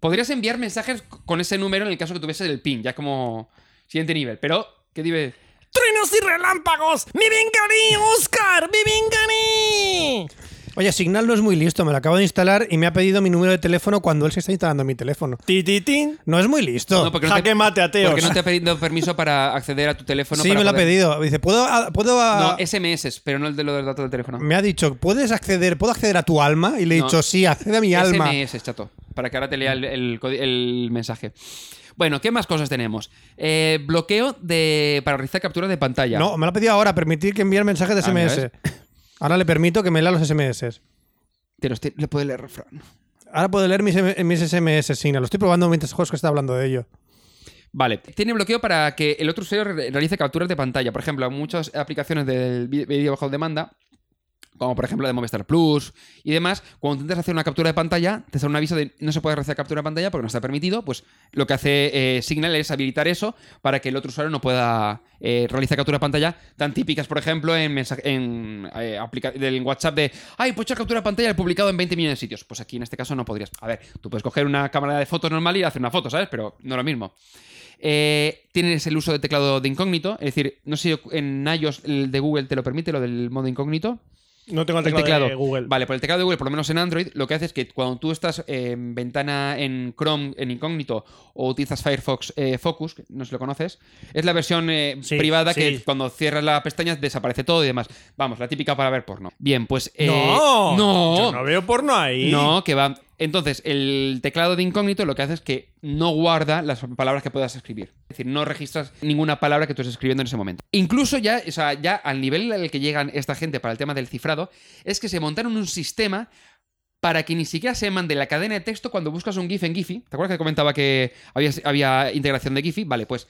Podrías enviar mensajes con ese número en el caso que tuviese el PIN, ya como siguiente nivel, pero, ¿qué dices?
<laughs> ¡Truenos y relámpagos! ¡Me vengaré, Oscar! ¡Me vengaré!
Oye, Signal no es muy listo, me lo acabo de instalar y me ha pedido mi número de teléfono cuando él se está instalando mi teléfono.
Ti, ti, tin.
No es muy listo.
No, pues, porque no te-
Jaque mate, ateos.
Porque no te ha pedido permiso para acceder a tu teléfono.
sí,
para
me lo ha
poder-
pedido. Dice, ¿puedo...? a- puedo a-
No, SMS, pero no el de los datos del teléfono.
Me ha dicho, ¿puedes acceder, ¿puedo acceder a tu alma? Y le he
No.
dicho, sí, accede a mi alma.
SMS, chato. Para que ahora te lea el, el codi- el mensaje. Bueno, ¿qué más cosas tenemos? Eh, bloqueo de para realizar captura de pantalla.
No, me lo ha pedido ahora, permitir que envíe mensajes de
Ah, mira,
SMS.
<laughs>
ahora le permito que me lea los SMS.
Te los te- le puedes leer refrán.
Ahora puedo leer mis, M- mis SMS, Signal. Lo estoy probando mientras Josco está hablando de ello.
Vale. Tiene bloqueo para que el otro usuario re- realice capturas de pantalla. Por ejemplo, muchas aplicaciones del vi- vídeo bajo demanda, como por ejemplo la de Movistar Plus y demás, cuando intentas hacer una captura de pantalla, te sale un aviso de no se puede realizar captura de pantalla porque no está permitido. Pues lo que hace eh, Signal es habilitar eso para que el otro usuario no pueda eh, realizar captura de pantalla tan típicas, por ejemplo, en, mensaje, en eh, aplica- del WhatsApp de ay, pues he hecho captura de pantalla y la he publicado en 20 millones de sitios. Pues aquí en este caso no podrías. A ver, tú puedes coger una cámara de fotos normal y hacer una foto, ¿sabes? Pero no lo mismo. Eh, tienes el uso de teclado de incógnito, es decir, no sé si en iOS el de Google te lo permite, lo del modo incógnito.
No tengo el
El
teclado,
teclado.
de Google.
Vale, por el teclado de Google, por lo menos en Android, lo que hace es que cuando tú estás en ventana en Chrome, en incógnito, o utilizas Firefox eh, Focus, que no sé si lo conoces, es la versión eh,
Sí,
privada
sí.
que cuando cierras la pestaña desaparece todo y demás. Vamos, la típica para ver porno. Bien, pues. eh,
no,
¡No!
Yo no veo porno ahí.
No, que va. Entonces, el teclado de incógnito lo que hace es que no guarda las palabras que puedas escribir. Es decir, no registras ninguna palabra que tú estés escribiendo en ese momento. Incluso ya, o sea, ya al nivel al que llegan esta gente para el tema del cifrado, es que se montaron un sistema para que ni siquiera se mande la cadena de texto cuando buscas un GIF en Giphy. ¿Te acuerdas que comentaba que había, había integración de Giphy? Vale, pues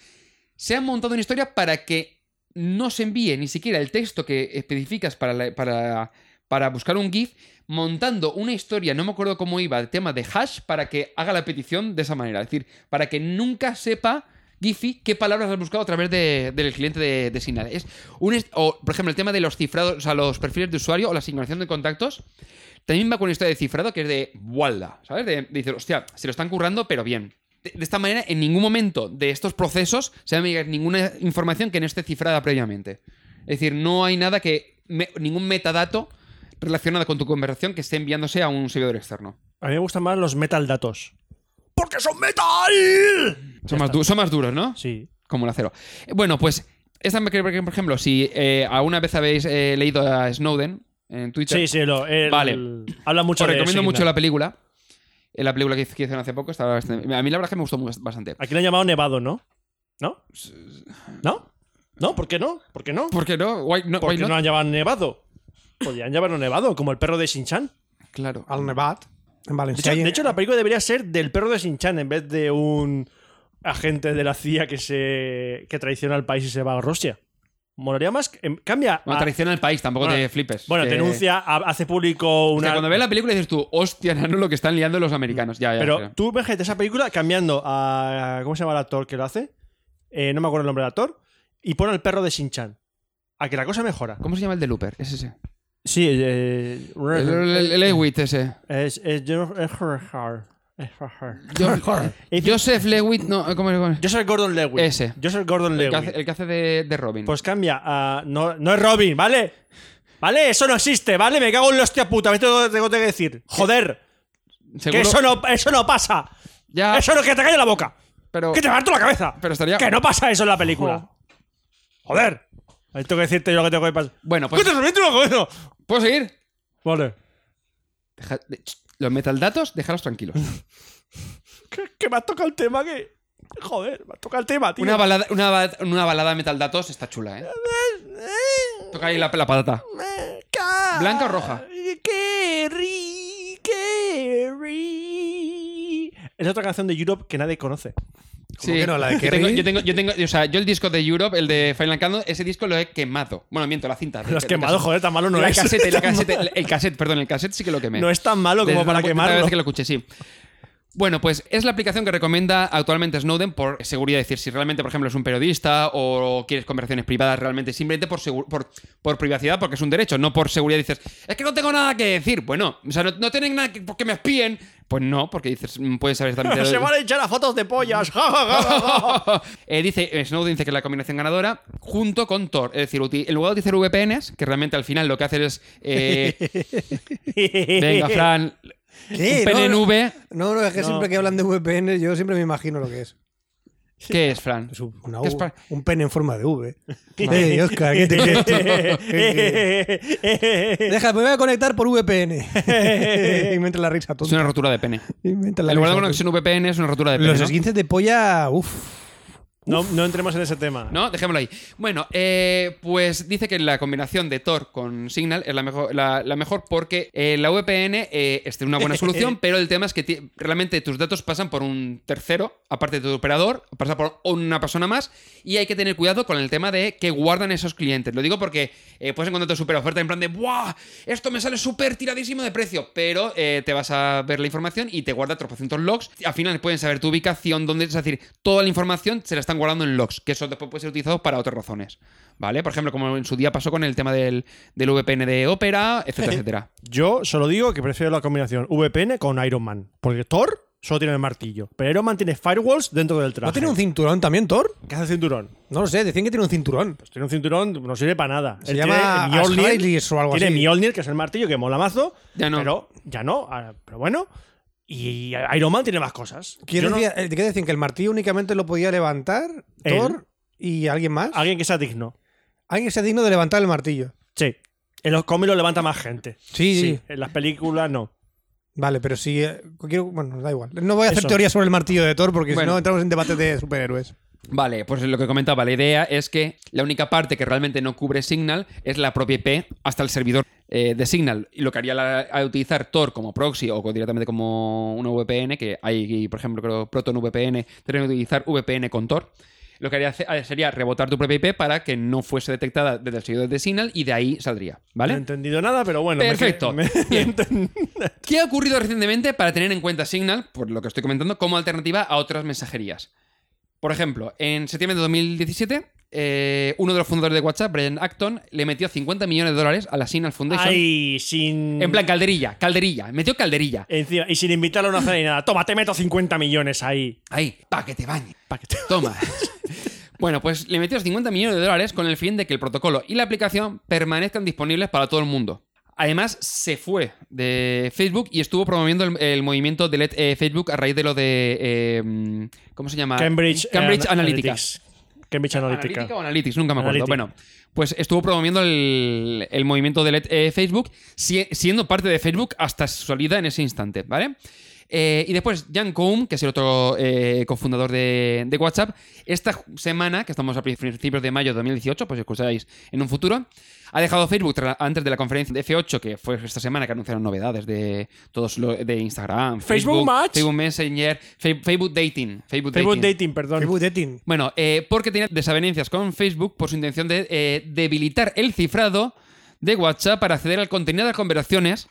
se han montado una historia para que no se envíe ni siquiera el texto que especificas para, la- para, para buscar un GIF, montando una historia, no me acuerdo cómo iba, el tema de hash, para que haga la petición de esa manera. Es decir, para que nunca sepa Giphy qué palabras has buscado a través de- del cliente de, de Signal. Es un est- o, por ejemplo, el tema de los cifrados, o sea, los perfiles de usuario o la sincronización de contactos. También va con una historia de cifrado que es de Walda, ¿sabes? De, de decir, hostia, se lo están currando, pero bien. De, de esta manera, en ningún momento de estos procesos se va a llegar ninguna información que no esté cifrada previamente. Es decir, no hay nada que. me- ningún metadato relacionado con tu conversación que esté enviándose a un servidor externo.
A mí me gustan más los metal datos.
¡Porque son metal!
Son más, du- son más duros, ¿no?
Sí.
Como el acero. Eh, Bueno, pues, esta, me- por ejemplo, si eh, alguna vez habéis eh, leído a Snowden en Twitter,
Sí, sí, lo, el-
Vale.
Habla mucho
os
de
recomiendo
Signal.
mucho la película. Eh, La película que hiz- que hicieron hace poco estaba bastante- A mí la verdad es que me gustó mu- bastante.
Aquí lo han llamado Nevado, ¿no? ¿No? ¿No? ¿No? ¿Por qué no? ¿Por qué no?
¿Por qué no? Pues, Why not?
¿Por
Why
qué no
not?
han llamado Nevado? Podrían llamarlo Nevado, como el perro de Shinchan.
Claro.
Al Nevat, en
De
Valencia.
hecho, de hecho, la película debería ser del perro de Shinchan en vez de un agente de la CIA que se que traiciona al país y se va a Rusia. Molaría más. que- em, Cambia.
Bueno,
a-
traiciona al país, tampoco
Bueno,
te flipes.
bueno,
Que-
denuncia, a- hace público
O sea,
una.
cuando ves la película dices tú, hostia, no lo que están liando los americanos. Ya, ya.
Pero
ya.
tú imagínate esa película cambiando a. ¿Cómo se llama el actor que lo hace? Eh, no me acuerdo el nombre del actor. Y pone al perro de Shinchan. A que la cosa mejora.
¿Cómo se llama el de Looper? Es ese.
Sí, eh,
El, el, el- el
<laughs>
Lewitt ese.
es, es Joseph
Jo- eh, Joseph Lewitt, no, eh, ¿cómo se llama?
Gordon Lewitt.
Ese.
Joseph Gordon
El que hace,
Lewitt.
el que hace de, de Robin.
Pues cambia a. No, no es Robin, ¿vale? ¿Vale? Eso no existe, ¿vale? Me cago en la hostia puta. Me tengo, tengo que decir. Joder, que
Seguro-
eso no, eso no pasa.
Ya,
Eso no, que te calle la boca.
pero,
Que te parto la cabeza.
pero estaría...
Que no pasa eso en la película. Joder. Ahí tengo que decirte yo lo que tengo que pasar.
Bueno, pues...
¡Que te reviento la cabeza!
¿Puedo seguir?
Vale.
Deja- de- ch- los metaldatos, déjalos tranquilos.
Que, que me has tocado el tema que. Joder, me has tocado el tema, <laughs> tío.
Una balada, una, ba- una balada de metaldatos está chula, ¿eh? Toca ahí la, la patata. ¿Blanca o roja?
Kerry, Kerry. Es otra canción de Europe que nadie conoce.
¿Cómo que no? La de
yo tengo,
Kerry.
yo tengo, yo tengo- o sea, yo el disco de Europe, el de Final Countdown, ese disco lo he quemado. Bueno, miento, la cinta.
Lo has quemado, joder, tan malo no
la
es.
casete, la
<laughs> Tan
casete, el- el cassette, perdón, el cassette sí que lo quemé.
No es tan malo como
Desde
para
la primera
quemarlo.
vez que lo escuché, sí. Bueno, pues es la aplicación que recomienda actualmente Snowden por seguridad. Es decir, si realmente, por ejemplo, es un periodista o quieres conversaciones privadas, realmente simplemente por, segu- por, por privacidad, porque es un derecho, no por seguridad. Dices, es que no tengo nada que decir. Bueno, o sea, no, no tienen nada que, porque me espíen. Pues no, porque dices, mm, puedes saber
<laughs>
también.
Se van a echar a fotos de pollas. Ja, ja, ja, ja, ja.
<laughs> Eh, dice, eh, Snowden dice que es la combinación ganadora junto con Tor. Es decir, uti- en lugar de utilizar VPNs, que realmente al final lo que hacen es.
<laughs>
eh, venga, Fran.
¿Qué?
Un PNV.
No, no, es que siempre que hablan de VPN yo siempre me imagino lo que es.
¿Qué es, Fran?
Es un, una
¿Qué es
V,
para-
un pene en forma de V.
<laughs>
<laughs>
Ey, Oscar, ¿qué te crees tú? ¿Qué- qué? Deja, me voy a conectar por VPN.
<laughs>
y me entra la risa
Es
tonta.
una rotura de pene.
Y me entra la
En lugar
risa
de una conexión VPN, es una rotura de
tonta.
pene.
Los
¿no?
esguinces de polla, uff.
<laughs> No, no entremos en ese tema.
¿No? Dejémoslo ahí. Bueno, eh, pues dice que la combinación de Tor con Signal es la mejor, la, la mejor porque eh, la VPN eh, es una buena solución, pero el tema es que ti- realmente tus datos pasan por un tercero, aparte de tu operador, pasa por una persona más, y hay que tener cuidado con el tema de que guardan esos clientes. Lo digo porque eh, puedes encontrar tu super oferta en plan de ¡buah! Esto me sale súper tiradísimo de precio, pero eh, te vas a ver la información y te guarda 300 logs. Al final pueden saber tu ubicación, dónde, es decir, toda la información se la están guardando en logs, que eso después puede ser utilizado para otras razones. ¿Vale? Por ejemplo, como en su día pasó con el tema del, del VPN de Opera, etcétera, etcétera.
Yo solo digo que prefiero la combinación VPN con Iron Man. Porque Thor solo tiene el martillo. Pero Iron Man tiene firewalls dentro del traje.
¿No tiene un cinturón también, Thor?
¿Qué hace el cinturón?
No lo sé, decían que tiene un cinturón.
Pues tiene un cinturón, no sirve para nada.
Se
Él
llama
tiene Mjolnir,
Astralis o algo
tiene
así.
Mjolnir, que es el martillo que mola mazo.
Ya no.
Pero ya no. ah, Pero bueno. Y Iron Man tiene más cosas.
Quiero
Yo no-
decir, eh, ¿Qué decían? ¿Que el martillo únicamente lo podía levantar
Él.
Thor y alguien más?
Alguien que sea digno.
Alguien que sea digno de levantar el martillo.
Sí. En los cómics lo levanta más gente.
Sí, sí.
En las películas no.
Vale, pero si. eh, quiero- bueno, da igual. No voy a hacer
Eso.
teoría sobre el martillo de Thor porque si
Bueno.
no entramos en debates de superhéroes.
Vale, pues lo que comentaba, la idea es que la única parte que realmente no cubre Signal es la propia IP hasta el servidor. eh, de Signal y lo que haría la- a utilizar Tor como proxy o co- directamente como una VPN, que hay, por ejemplo, creo Proton VPN, tendría que utilizar VPN con Tor. Lo que haría hace- eh, sería rebotar tu propia IP para que no fuese detectada desde el servidor de Signal y de ahí saldría,
No he
¿vale?
entendido nada, pero bueno. me-
Perfecto.
me- <laughs>
Bien. ¿Qué ha ocurrido recientemente para tener en cuenta Signal, por lo que estoy comentando, como alternativa a otras mensajerías? Por ejemplo, en septiembre de 2017, eh, uno de los fundadores de WhatsApp, Brian Acton, le metió 50 millones de dólares a la Signal <laughs> Foundation.
Ay, sin.
En plan, calderilla, calderilla. Metió calderilla.
Encima, y sin invitarlo a una cena ni nada. Toma, te meto 50 millones ahí.
Ahí, pa' que te bañe. <laughs> Toma. bueno, pues le metió 50 millones de dólares con el fin de que el protocolo y la aplicación permanezcan disponibles para todo el mundo. Además, se fue de Facebook y estuvo promoviendo el, el movimiento de Let eh, Facebook a raíz de lo de. eh, mm, ¿Cómo se llama?
Cambridge,
Cambridge
Ana-
Analytica.
Cambridge Analytica.
Analytica o Analytics, nunca me acuerdo.
Analytica.
Bueno, pues estuvo promoviendo el, el movimiento de Let- eh, Facebook, si- siendo parte de Facebook hasta su salida en ese instante, ¿vale? Eh, y después Jan Koum, que es el otro eh, cofundador de, de WhatsApp, esta ju- semana, que estamos a principios de mayo de 2018, pues escucháis en un futuro, ha dejado Facebook tra- antes de la conferencia de F8, que fue esta semana que anunciaron novedades de todos los de Instagram,
Facebook Match.
Facebook Messenger, Fe- Facebook Dating, Facebook,
Facebook
Dating.
Dating, perdón.
Facebook Dating.
Bueno, eh, porque tenía desavenencias con Facebook por su intención de eh, debilitar el cifrado de WhatsApp para acceder al contenido de las conversaciones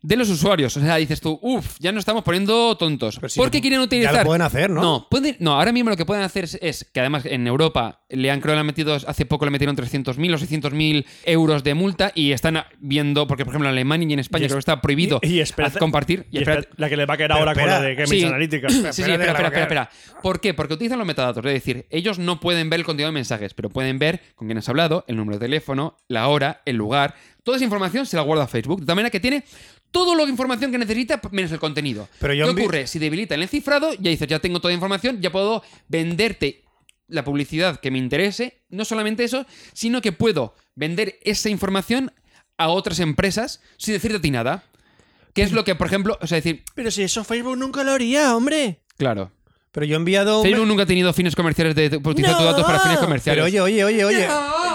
de los usuarios. O sea, dices tú, uff, ya nos estamos poniendo tontos.
Pero si
¿Por
lo-
qué quieren
ya lo
utilizar?
pueden hacer, ¿no?
No, pueden- no, ahora mismo lo que pueden hacer es, es que además en Europa le han, creo, le han metido, hace poco le metieron 300.000 o 600.000 euros de multa y están viendo, porque por ejemplo en Alemania y en España
es-
creo que está prohibido
y- y espérate-
compartir.
Y espera- la que le va a quedar
Pero
ahora con la
espera.
de Cambridge
Sí. <clears throat>
Analytica.
Sí, sí, espera, espera, espera, espera. ¿Por qué? Porque utilizan los metadatos. Es decir, ellos no pueden ver el contenido de mensajes, pero pueden ver con quién has hablado, el número de teléfono, la hora, el lugar. Toda esa información se la guarda Facebook. De tal manera que tiene toda la información que necesita menos el contenido.
Pero yo
¿Qué
en vi-
ocurre? Si debilitan el cifrado, ya dices, ya tengo toda la información, ya puedo venderte la publicidad que me interese. No solamente eso, sino que puedo vender esa información a otras empresas sin decirte a ti nada. Que es lo que, por ejemplo, o sea, decir,
Pero si eso Facebook nunca lo haría, hombre.
claro.
Pero yo he enviado. un
Facebook
me-
nunca ha tenido fines comerciales de, de utilizar tus datos para fines comerciales.
Pero oye, oye, oye, oye.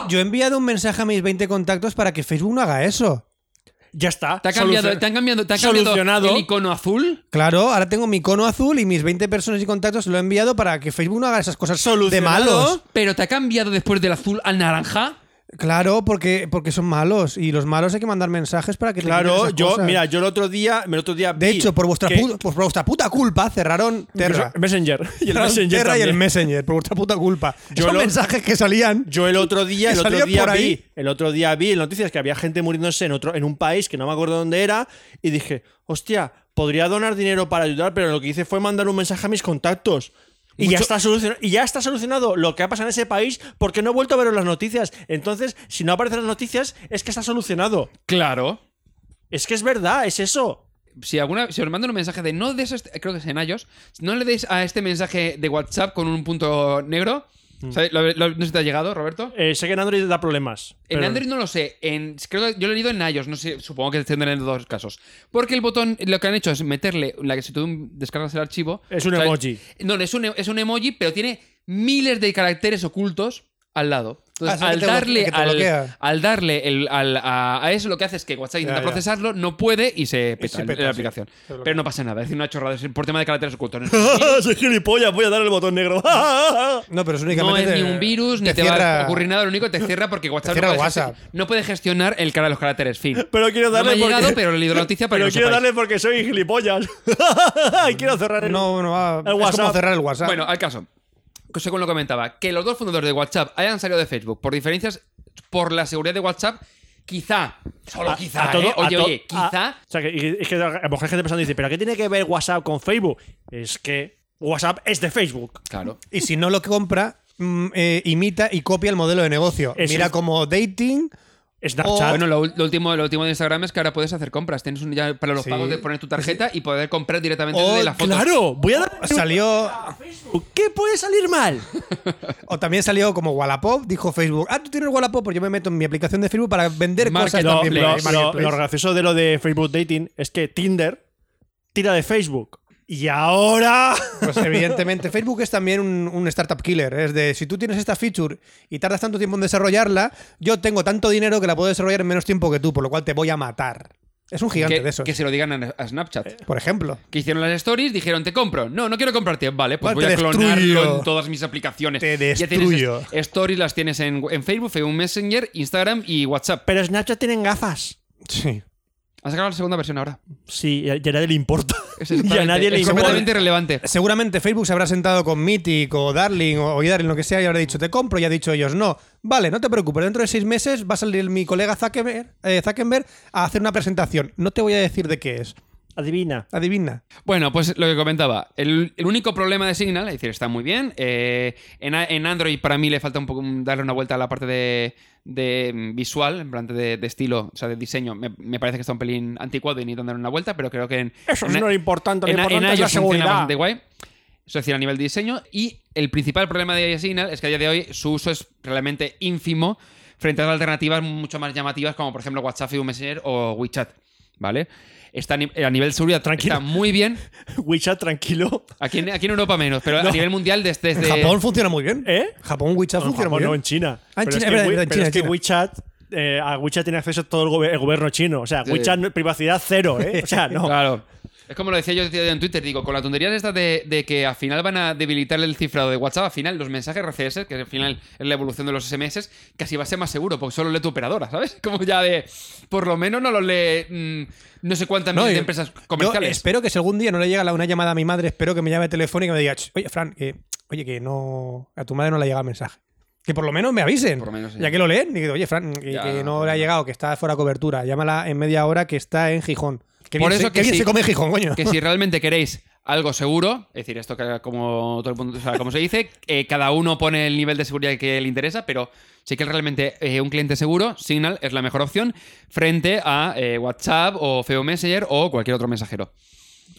Yo he enviado un mensaje a mis 20 contactos para que Facebook no haga eso.
Ya está.
te ha cambiado,
solucion-
te han cambiado, te ha cambiado
solucionado.
el icono azul.
Claro, ahora tengo mi cono azul y mis 20 personas y contactos lo he enviado para que Facebook no haga esas cosas de
Solucionado.
malos.
Pero te ha cambiado después del azul al naranja.
Claro, porque, porque son malos. Y los malos hay que mandar mensajes para que te quiten
Claro,
esas
yo,
cosas.
mira, yo el otro día, el otro día
De
vi
hecho, por vuestra,
que-
pu- por vuestra puta culpa cerraron Terra.
Messenger. <laughs> Y el
Cerraron
Messenger
Terra y el
también.
Messenger, por vuestra puta culpa.
Yo
Son
lo-
mensajes que salían.
Yo el otro día,
Que
el otro
salían
día
por
vi,
ahí.
el otro día vi en noticias que había gente muriéndose en otro, en un país que no me acuerdo dónde era, y dije, hostia, podría donar dinero para ayudar, pero lo que hice fue mandar un mensaje a mis contactos. Y ya,
Mucho-
está solucionado, y ya está solucionado lo que ha pasado en ese país porque no he vuelto a ver las noticias. Entonces, si no aparecen las noticias, es que está solucionado.
Claro.
Es que es verdad, es eso.
Si alguna si os mandan un mensaje de no des este- creo que es en iOS, no le deis a este mensaje de WhatsApp con un punto negro. ¿Sabes? Lo- lo- no sé si te ha llegado, Roberto.
Eh, sé que en Android da problemas.
En
pero- <laughs>
Android no lo sé. En, creo que yo lo he leído en iOS. No sé, supongo que tendrán en dos casos. Porque el botón, lo que han hecho es meterle, la que si tú descargas el archivo.
Es un emoji.
No, no, es un, e- es un emoji, pero tiene miles de caracteres ocultos al lado. Entonces,
Ah, sí,
al,
que te blo-
darle
que te
al,
bloquea.
al darle el- al- a, a eso, lo que hace es que WhatsApp intenta
Ya, ya.
procesarlo, no puede y se peta,
peta,
la
sí.
aplicación. Pero no pasa nada, es decir, una chorrada, es por tema de caracteres ocultos.
<laughs>
Soy gilipollas, voy a dar el botón negro. <laughs>
No, pero es
No
únicamente.
es ni
te-
un virus, ni te, va a ocurrir nada. Lo único que te cierra porque WhatsApp,
cierra
no, puede
WhatsApp.
gesti- no puede gestionar el cara de los caracteres. Fin.
<laughs> Pero quiero
No me
darle
ha llegado,
porque-
pero he leído la noticia para
<laughs> pero
que lo
quiero
sepáis.
darle porque soy gilipollas. <laughs> y quiero cerrar el.
No, no va.
El
Es como
WhatsApp.
cerrar el WhatsApp.
Bueno, al caso. Según lo comentaba, que los dos fundadores de WhatsApp hayan salido de Facebook por diferencias por la seguridad de WhatsApp, quizá, solo
A-
quizá,
a todo-
¿eh?
a
oye,
to-
oye,
a-
quizá
o sea, que, y- es que a lo mejor hay gente pensando y dice, ¿pero qué tiene que ver WhatsApp con Facebook? Es que WhatsApp es de Facebook.
Claro.
Y si no lo compra, mm, eh, imita y copia el modelo de negocio.
Eso
Mira
es.
como dating.
Snapchat.
Oh, Bueno, lo, ul- lo último, lo último de Instagram es que ahora puedes hacer compras. Tienes un, ya para los
Sí.
pagos de poner tu tarjeta y poder comprar directamente
Oh,
desde la foto. Oh,
claro, voy a dar.
Salió.
¿Qué puede salir
<laughs>
mal?
O también salió como Wallapop, dijo Facebook. Ah, tú tienes Wallapop, pues yo me meto en mi aplicación de Facebook para vender
Market-
cosas
lo,
también.
lo-
por ahí,
lo-
Marketplace.
lo gracioso de lo de Facebook Dating es que Tinder tira de Facebook. Y ahora.
Pues evidentemente, Facebook es también un, un startup killer. ¿eh? Es de, si tú tienes esta feature y tardas tanto tiempo en desarrollarla, yo tengo tanto dinero que la puedo desarrollar en menos tiempo que tú, por lo cual te voy a matar. Es un gigante
Que,
de esos.
que se lo digan a, a Snapchat.
Por ejemplo.
Que hicieron las stories, dijeron, te compro. No, no quiero comprarte. Vale, pues
Vale,
voy a
te
clonarlo
destruyo.
en todas mis aplicaciones.
Te
Ya tienes
destruyo.
est- stories las tienes en, en Facebook, Facebook Messenger, Instagram y WhatsApp.
<laughs> Pero Snapchat tienen gafas.
Sí.
Has sacado la segunda versión ahora.
Sí, ya, ya nadie le importa. <laughs>
Es
ya a nadie le
es
importa.
completamente irrelevante.
Seguramente Facebook se habrá sentado con Mythic o Darling o, o Darling, lo que sea, y habrá dicho, te compro, y ha dicho ellos, no. Vale, no te preocupes, dentro de seis meses va a salir mi colega Zuckerberg, eh, Zuckerberg a hacer una presentación. No te voy a decir de qué es.
Adivina.
Adivina.
Bueno, pues lo que comentaba, el, el único problema de Signal, es decir, está muy bien. eh, en, a- en Android para mí le falta un poco un- darle una vuelta a la parte de, de, mm, visual, en plan de, de estilo, o sea, de diseño. Me, me parece que está un pelín anticuado y necesitan darle una vuelta, pero creo que en...
Eso
en-
no es importante, lo
en,
importante
en
es la
iOS funciona
seguridad.
bastante guay. Es decir, a nivel de diseño. Y el principal problema de Signal es que a día de hoy su uso es realmente ínfimo frente a las alternativas mucho más llamativas como por ejemplo WhatsApp, Facebook Messenger o WeChat. ¿Vale? Está a ni- a nivel de seguridad
Tranquilo.
está muy bien.
WeChat, tranquilo.
Aquí en, aquí en Europa menos,
<laughs>
pero a nivel mundial desde...
En
desde-
Japón funciona muy bien.
¿Eh?
Japón WeChat
Bueno,
funciona
Japón
muy
no,
bien.
en China.
Ah, en China,
Pero
es
es que,
verdad,
Wi-
en
pero
China,
es que
China.
WeChat, eh, a WeChat tiene acceso todo el, gobe- el gobierno chino. O sea,
Sí.
WeChat, no- privacidad cero, ¿eh?
<laughs>
O sea, <laughs> no.
Claro. Es como lo decía yo en Twitter, digo, con la tontería esta de, de que al final van a debilitar el cifrado de WhatsApp, al final los mensajes RCS, que al final es la evolución de los SMS, casi va a ser más seguro, porque solo lee tu operadora, ¿sabes? <laughs> Como ya de, por lo menos no lo lee mm, no sé cuántas
No,
miles
y-
de empresas
Yo
comerciales.
espero que si algún día no le llega la- una llamada a mi madre, espero que me llame telefónica y me diga, "Ch, oye, Fran, que, oye, que no. A tu madre no le ha llegado el mensaje. Que por lo menos me avisen.
Por lo menos, sí.
Ya que lo leen, digo, oye, Fran, que,
Ya,
que no
por
le ha
lo
llegado, que está fuera de cobertura. Llámala en media hora que está en Gijón. Que
Por
bien,
eso
se,
que
bien
sí.
se come en Gijón, coño.
Que si realmente queréis algo seguro, es decir, esto que como todo el mundo, o sea, como se dice, eh, cada uno pone el nivel de seguridad que le interesa, pero si quieres realmente eh, un cliente seguro, Signal es la mejor opción frente a eh, WhatsApp o Feo Messenger o cualquier otro mensajero.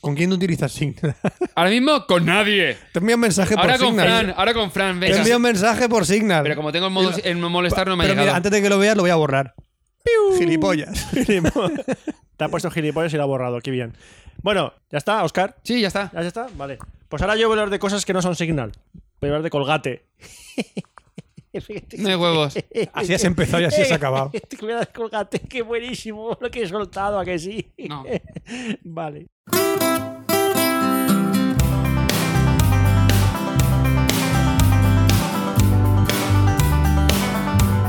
¿Con quién utilizas Signal? <laughs>
Ahora mismo con nadie.
Te envío un mensaje
Ahora
por
con
Signal.
Fran, ahora con Fran,
Te
venga.
envío un mensaje por Signal.
Pero como tengo en, modo, en molestar no me ha
Pero
llegado.
mira, antes de que lo veas, lo voy a borrar. <laughs> Gilipollas.
Te ha puesto gilipollas y lo ha borrado. Qué bien. Bueno, ya está, Oscar.
Sí, ya está.
¿Ya ya está? Vale. Pues ahora yo voy a hablar de cosas que no son Signal. Voy a hablar de Colgate.
No hay huevos.
Así has empezado y así has <laughs> acabado.
Te voy a hablar de Colgate. Qué buenísimo lo que he soltado, ¿a que sí?
<laughs>
<laughs> No.
Vale.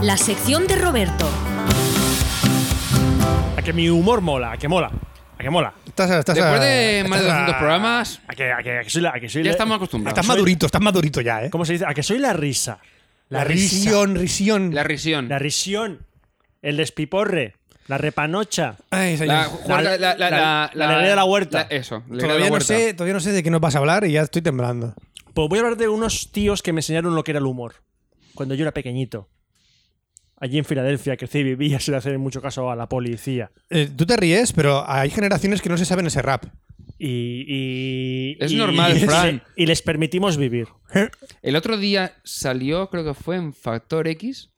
La sección de Roberto.
A que mi humor mola, a que mola, a que mola.
Estás, a- estás a-
Después de
estás
más de
a-
200 programas,
A que, a que, a que soy la... A que soy
ya
la-
estamos acostumbrados.
Estás madurito, estás madurito ya, ¿eh?
¿Cómo se dice? A que soy la risa. La, risa.
risión, risión.
La risión.
La risión. El despiporre. La repanocha.
Ay, señor.
La- jugar- la- la- la-
la-
la-
la alegría de la huerta.
eso, la alegría de
todavía,
la
no
huerta.
sé, todavía no sé de qué nos vas a hablar y ya estoy temblando.
Pues voy a hablar de unos tíos que me enseñaron lo que era el humor. Cuando yo era pequeñito. Allí en Filadelfia, crecí y vivía <laughs> sin hacer mucho caso a la policía.
Eh, tú te ríes, pero hay generaciones que no se saben ese rap.
Y. y-
Es
y- <laughs>
normal,
y-
Fran.
Y les permitimos vivir.
El otro día salió, creo que fue en Factor X,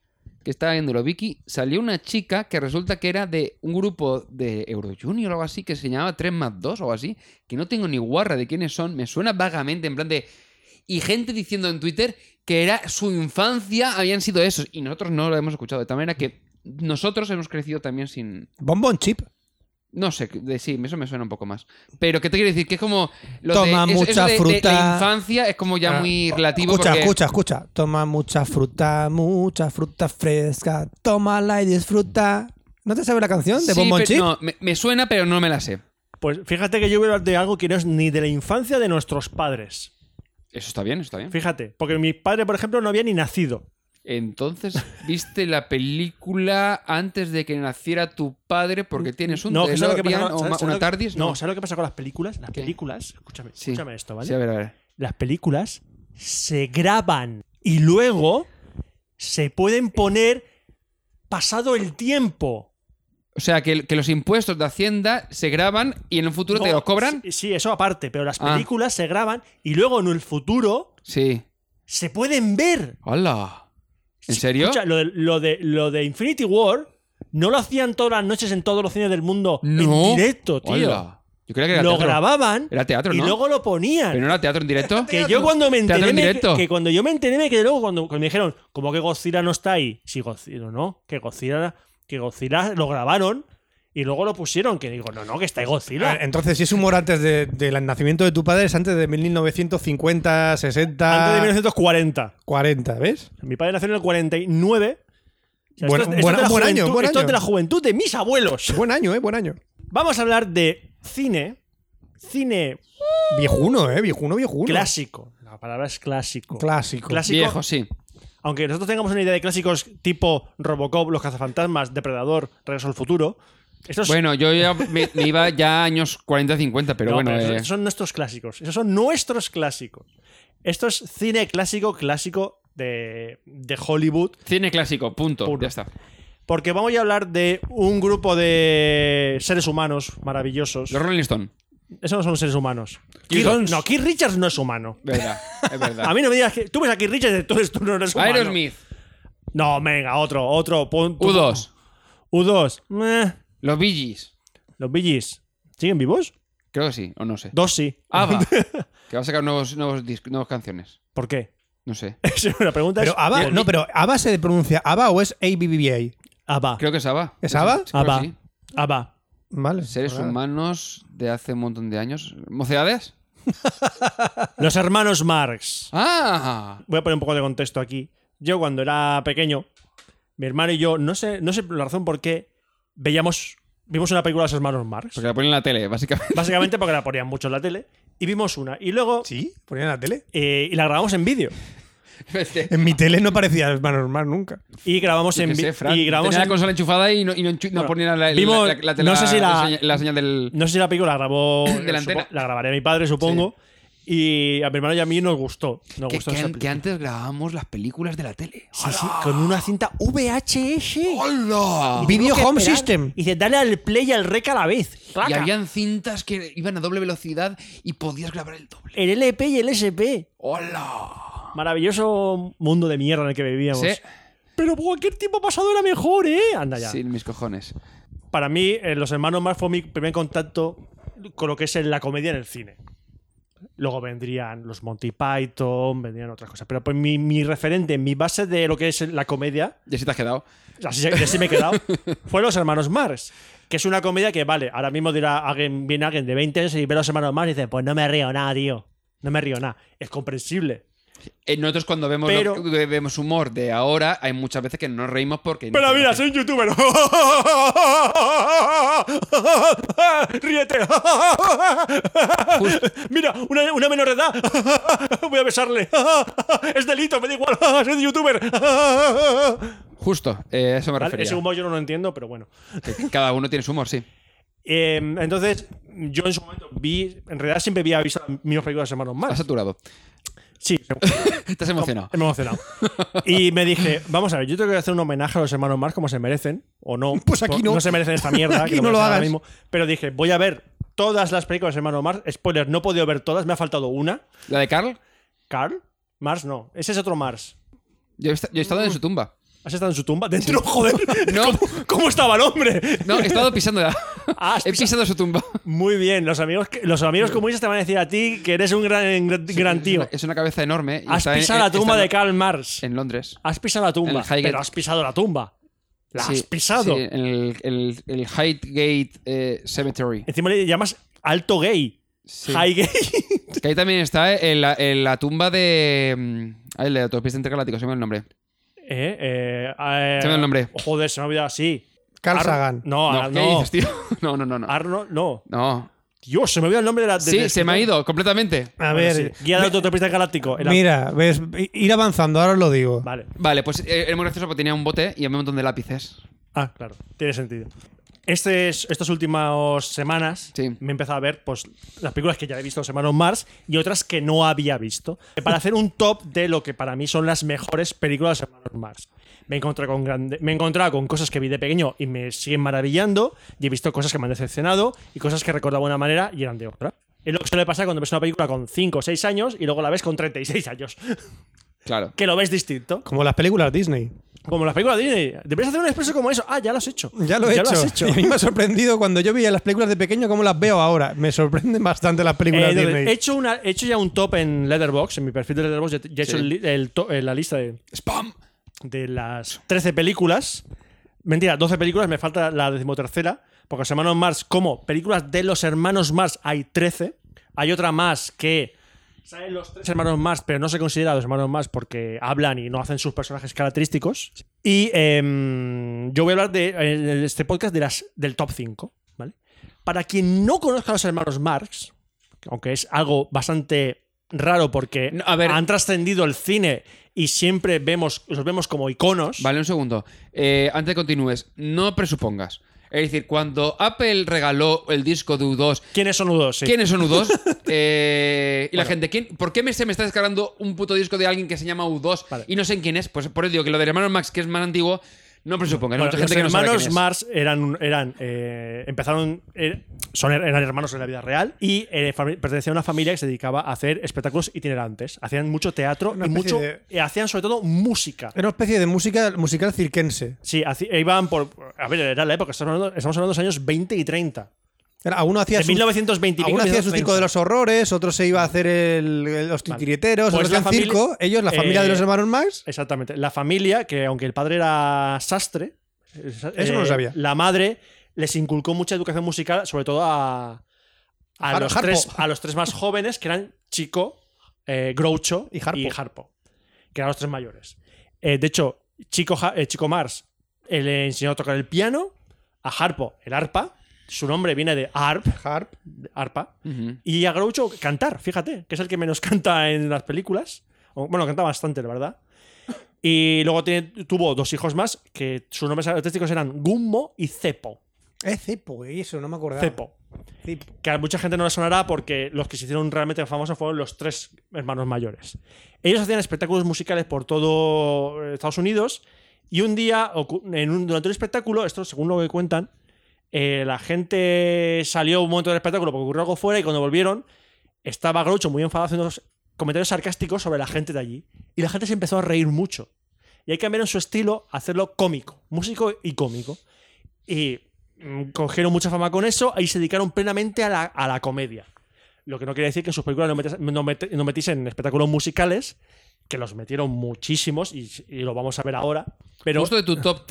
que estaba viendo Vicky, salió una chica que resulta que era de un grupo de Euro Junior o algo así, que se llamaba 3 más 2 o algo así, que no tengo ni guarra de quiénes son, me suena vagamente en plan de... Y gente diciendo en Twitter que era su infancia habían sido esos, y nosotros no lo hemos escuchado, de tal manera que nosotros hemos crecido también sin...
Bombón chip.
No sé, de, sí, eso me suena un poco más. Pero ¿qué te quiero decir? Que es como... Lo
Toma
de, es-
mucha
eso de- de- de
fruta.
infancia es como ya
Ah.
oh,
muy relativo
Escucha,
porque-
escucha, escucha. Toma mucha fruta, mucha fruta fresca. Tómala y disfruta. ¿No te sabes la canción de
Sí,
Bombón
pero-
Chip?
No, me, me suena, pero no me la sé.
Pues fíjate que yo voy a hablar de algo que no es ni de la infancia de nuestros padres.
Eso está bien, eso está bien.
Fíjate, porque mi padre, por ejemplo, no había ni nacido.
Entonces, ¿viste la película antes de que naciera tu padre porque tienes un
que ¿sabes lo que pasa
DeLorean
con-
o
¿sabes-
ma-
sabes
una
lo que-
TARDIS?
No, ¿sabes lo que pasa con las películas? Las
¿Qué?
películas, escúchame,
Sí.
escúchame esto, ¿vale?
Sí, a ver, a ver.
Las películas se graban y luego se pueden poner pasado el tiempo.
O sea, que, que los impuestos de Hacienda se graban y en un futuro te
No,
los cobran.
Sí, sí, eso aparte, pero las
Ah.
películas se graban y luego en el futuro
Sí.
se pueden ver.
¡Hala! ¿En serio?
Escucha, lo de, lo de, lo de Infinity War no lo hacían todas las noches en todos los cines del mundo
No.
en directo, tío.
¡Hala! Yo creía que era
lo
teatro.
grababan
Era teatro,
y
¿no?
luego lo ponían.
Pero no era teatro en directo.
que yo cuando me
Teatro
enteré
en
me-
directo.
que cuando yo me enteré me quedé luego cuando, cuando me dijeron como que Godzilla no está ahí si Godzilla no que Godzilla que Godzilla lo grabaron y luego lo pusieron que digo no no que está ahí
A
Godzilla
ver, Entonces, si es humor antes de- del nacimiento de tu padre, es antes de 1950, 60,
antes de 1940
40, ¿ves?
mi padre nació en el 49 O sea,
Buen-
esto, es- esto
buen-
es de la
buen año,
juventud-
buen
esto es
año.
de la juventud de mis abuelos
Buen año, ¿eh? Buen año.
vamos a hablar de cine cine
Viejuno, ¿eh? Viejuno, viejuno.
clásico la palabra es clásico
Clásico.
Clásico.
Viejo, sí.
aunque nosotros tengamos una idea de clásicos tipo Robocop, Los Cazafantasmas, Depredador, Regreso al Futuro, estos,
Bueno, yo ya me, me iba ya a años 40-50, pero
no,
bueno.
pero
eh,
esos son nuestros clásicos. Esos son nuestros clásicos. Esto es cine clásico, clásico de, de Hollywood.
Cine clásico, punto.
Puro.
Ya está.
Porque vamos ya a hablar de un grupo de seres humanos maravillosos.
Los Rolling Stone.
Esos no son seres humanos.
Keith-
Keith- no, Keith Richards no es humano.
Verdad,
<laughs>
es
A
verdad.
mí no me digas que. Tú ves a Keith Richards y tú, tú no eres humano.
Aerosmith,
No, venga, otro, otro. pon- tú-
U2,
U2. Meh.
los Bee Gees.
Los Bee Gees, ¿siguen vivos?
Creo que sí, o no sé.
Dos sí. <laughs>
ABBA, que va a sacar nuevos, nuevos, disc- nuevas canciones.
¿Por qué? <laughs>
No sé.
Esa es una pregunta.
Pero
es-
ABBA, no, pero ABBA se pronuncia ABBA o es ABBVA.
ABBA.
Creo que
<laughs>
es ABBA.
¿Es ABBA?
Sí, creo que
ABBA.
sí.
ABBA.
Vale.
Seres
Pues, ah.
Vale.
humanos de hace un montón de años. ¿Mocedades?
Los hermanos Marx.
¡Ah!
Voy a poner un poco de contexto aquí. Yo cuando era pequeño, mi hermano y yo, no sé, no sé la razón por qué veíamos, vimos una película de los hermanos Marx.
Porque la ponen en la tele,
<laughs>
básicamente.
Básicamente porque la ponían mucho en la tele. Y vimos una. Y luego...
¿Sí? ¿Ponían en la tele?
eh, y la grabamos en vídeo.
Este,
En mi tele no parecía normal nunca.
Y grabamos
yo qué
en
sé,
vídeo.
Fran,
Y grabamos
Tenía
en-
la consola enchufada y no, y no enchu- no
Bueno,
ponían la, la-
vimos-
la- la- la-
no sé si la-
señal- señal del...
No sé si la película la
<coughs>
grabó.
De la
supo-
antena.
la grabaría mi padre, supongo. Y a mi hermano y a mí nos gustó. Nos
Que,
gustó
que
esa
an- que
película.
antes grabábamos las películas de la tele.
Sí, sí, con una cinta VHS.
¡Hola!
Video
Tengo que
Home
esperar.
System.
Y dice, dale al play y al rec a la vez.
Y
Claca.
habían cintas que iban a doble velocidad y podías grabar el doble.
El LP y el SP.
¡Hola!
Maravilloso mundo de mierda en el que vivíamos.
Sí.
Pero cualquier tiempo pasado era mejor, ¿eh? Anda ya.
Sin mis cojones.
Para mí, eh, Los Hermanos Marx fue mi primer contacto con lo que es la comedia en el cine. Luego vendrían los Monty Python, vendrían otras cosas. Pero pues mi, mi referente, mi base de lo que es la comedia
Y así te has quedado.
así, así me he quedado, fue Los Hermanos Marx, que es una comedia que, vale, ahora mismo dirá alguien, viene alguien de 20 años y ve a Los Hermanos Marx y dice, pues no me río nada, tío, no me río nada. Es comprensible.
Eh, Nosotros cuando vemos,
Pero-
lo- que vemos humor de ahora, hay muchas veces que nos reímos porque...
Pero
no
mira, soy un youtuber. <laughs> Ríete. Mira, una, una menor de edad. Voy a besarle. Es delito, me da igual. Soy youtuber.
Justo, eh, a eso me
Vale,
refería.
Ese humor yo no lo entiendo, pero bueno.
Que Cada uno tiene su humor, sí.
Eh, entonces, yo en su momento vi, en realidad siempre había visto las mismas películas de hermanos
Has
más.
saturado.
Sí, <laughs>
Estás emocionado.
me he emocionado. Y me dije, vamos a ver, yo tengo que hacer un homenaje a los hermanos Marx como se merecen, o no.
Pues aquí
Por-
no.
No se merecen esta mierda.
Aquí
que
no lo
merecen ahora
hagas.
mismo. Pero dije, voy a ver todas las películas de los hermanos Marx. Spoiler, no he podido ver todas, me ha faltado una.
¿La de Carl?
¿Carl? Mars no. Ese es otro Mars.
Yo he, esta- yo he estado en su tumba.
¿Has estado en su tumba? ¡Dentro, joder!
<laughs> No.
¿Cómo, cómo estaba el hombre?
No, he estado pisando la...
Ah, has
he
pisado-
pisado su tumba.
Muy bien, los amigos, que- los amigos comunistas te van a decir a ti que eres un gran, gran tío.
Es una, es una cabeza enorme. y
Has
está en-
pisado
en-
la tumba
está
de
en-
Karl Marx.
En Londres.
Has pisado la tumba.
el Highgate.
Pero has pisado la tumba. La
Sí,
has pisado.
sí, en el, el, el Highgate eh, Cemetery.
Encima le llamas alto gay.
Sí.
High gay.
Que ahí también está el- la- el- la tumba de. mm, Ay, el de Autopista Intergaláctico, se me va el nombre.
<laughs> Eh, eh, eh,
Se me da el nombre.
Joder, se me ha olvidado así.
Carl
Ar-
Sagan.
Ah, No,
no,
Ar-
¿qué
no.
dices, tío? <laughs> No, no, no. No.
Arno- no.
no.
Dios, se me olvidó el nombre de la. de-
Sí,
de-
se me ha ido completamente.
A
Bueno,
ver,
sí. Guía de autopista galáctico. Era-
mira, ves, ir avanzando, ahora os lo digo.
Vale.
Vale, pues eh, era muy gracioso porque tenía un bote y había un montón de lápices.
Ah, claro. Tiene sentido. Este es- estas últimas semanas
Sí.
me he empezado a ver pues, las películas que ya he visto los hermanos Mars y otras que no había visto. Para hacer un top de lo que para mí son las mejores películas de los hermanos Mars. Me he, encontrado con grande- me he encontrado con cosas que vi de pequeño y me siguen maravillando. Y he visto cosas que me han decepcionado y cosas que recordaba de una manera y eran de otra. Es lo que suele pasar cuando ves una película con 5 o 6 años <laughs> y luego la ves con 36 años.
Claro.
que lo ves distinto.
Como las películas Disney.
Como las películas de Disney. Deberías hacer un expreso como eso. Ah, ya lo has hecho.
Ya lo he hecho.
has
<laughs>
hecho.
Y a mí me ha sorprendido cuando yo veía las películas de pequeño como las veo ahora. Me sorprenden bastante las películas
Eh,
de
entonces, he,
Disney.
hecho una, he hecho ya un top en Letterboxd, en mi perfil de Letterboxd. Ya, ya he hecho
Sí.
el li- el to- eh, la lista de,
¡Spam!
de las 13 películas. Mentira, 12 películas, me falta la decimotercera. Porque los hermanos Mars, como películas de los hermanos Mars, hay 13. Hay otra más que. Salen los tres hermanos Mars, pero no se considera los hermanos Mars porque hablan y no hacen sus personajes característicos. Y em, yo voy a hablar de, en este podcast de las, del top 5. ¿vale? Para quien no conozca a los hermanos Marx, aunque es algo bastante raro porque
No, a ver.
han trascendido el cine y siempre vemos, los vemos como iconos.
Vale, un segundo. Eh, antes de continúes, no presupongas. Es decir, cuando Apple regaló el disco de U2,
¿Quiénes son U2? Sí.
¿quiénes son
<laughs>
U2? Eh, y la gente, ¿quién, ¿por qué me, se me está descargando un puto disco de alguien que se llama U2
Vale.
y no sé en quién es? Pues por eso digo que lo del hermano Max, que es más antiguo, no presupongas. Hay
Bueno,
mucha
los
gente que no sabe
hermanos
quién es.
Mars eran, un- eran eh, empezaron er- son er- eran hermanos en la vida real y eh, fami- pertenecían a una familia que se dedicaba a hacer espectáculos itinerantes. Hacían mucho teatro
Una
y
especie
mucho
de-
y hacían sobre todo música.
Era una especie de música musical cirquense.
Sí, haci- e iban por a ver, era la época, estamos hablando, estamos hablando de los años 20 y 30.
Era, uno hacía
De
su,
1920 y
alguno hacía su
1930.
circo de los horrores, otro se iba a hacer el- el- los
Vale.
titiriteros,
Pues
otro
la
hacían
familia-
circo. Ellos, la familia de los
eh,
hermanos Max,
Exactamente. La familia, que aunque el padre era sastre, eso
Eso no lo sabía.
La madre les inculcó mucha educación musical, sobre todo a, a,
Har-
los,
Harpo.
tres, a los tres más jóvenes, que eran Chico, eh, Groucho
Y Harpo.
que eran los tres mayores. Eh, de hecho, Chico, Ja- eh, Chico Mars eh, le enseñó a tocar el piano, a Harpo el arpa, su nombre viene de Arp,
Harp,
arpa,
Ujú.
y a Groucho cantar, fíjate, que es el que menos <laughs> canta en las películas. O, Bueno, canta bastante, la verdad. Y luego tiene- tuvo dos hijos más, que sus nombres artísticos eran Gummo y Cepo.
Es Eh, Cepo, eso, no me acordaba.
Cepo.
Cepo.
Que a mucha gente no le sonará porque los que se hicieron realmente famosos fueron los tres hermanos mayores. Ellos hacían espectáculos musicales por todo eh, Estados Unidos y un día, ocu- en un- durante un espectáculo, esto según lo que cuentan, eh, la gente salió un momento del espectáculo porque ocurrió algo fuera y cuando volvieron estaba Groucho muy enfadado haciendo unos comentarios sarcásticos sobre la gente de allí. Y la gente se empezó a reír mucho. Y ahí cambiaron su estilo a hacerlo cómico, músico y cómico. Y mm, cogieron mucha fama con eso y se dedicaron plenamente a la, a la comedia. Lo que no quiere decir que en sus películas no, metas- no met- no metiesen espectáculos musicales, que los metieron muchísimos y, y lo vamos a ver ahora. Pero
Justo de tu top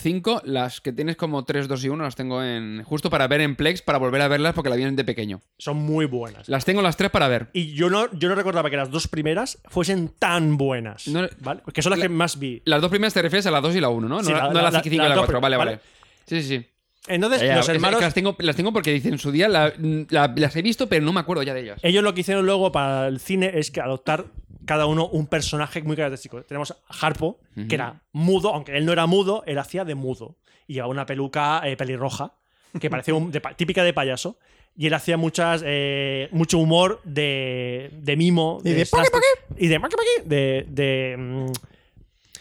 5, las que tienes como 3, 2 y 1 las tengo en. Justo para ver en Plex, para volver a verlas porque la vienen de pequeño.
son muy buenas.
Las tengo las tres para ver.
Y yo no, yo no recordaba que las dos primeras fuesen tan buenas.
No-
¿vale? Que son las
la-
que más vi.
Las dos primeras te refieres a las 2 y la 1, ¿no? No,
Sí, la-
no
la-
a
la-
las 5 y la
las dos
4. Vale,
primeras,
vale. Sí, sí, sí.
Entonces,
Ya, ya,
los
es- es que
hermanos.
las, tengo, las tengo porque dice, en su día la- la- las he visto, pero no me acuerdo ya de ellas.
Ellos lo que hicieron luego para el cine es que adoptar cada uno un personaje muy característico. Tenemos a Harpo, que era mudo, aunque él no era mudo, él hacía de mudo. Y llevaba una peluca eh, pelirroja, que parecía un- de pa- típica de payaso. Y él hacía muchas, eh, mucho humor de, de mimo.
Y de
slasher-
"Poqui,
Y de "Poqui, poqui", De, de, mm,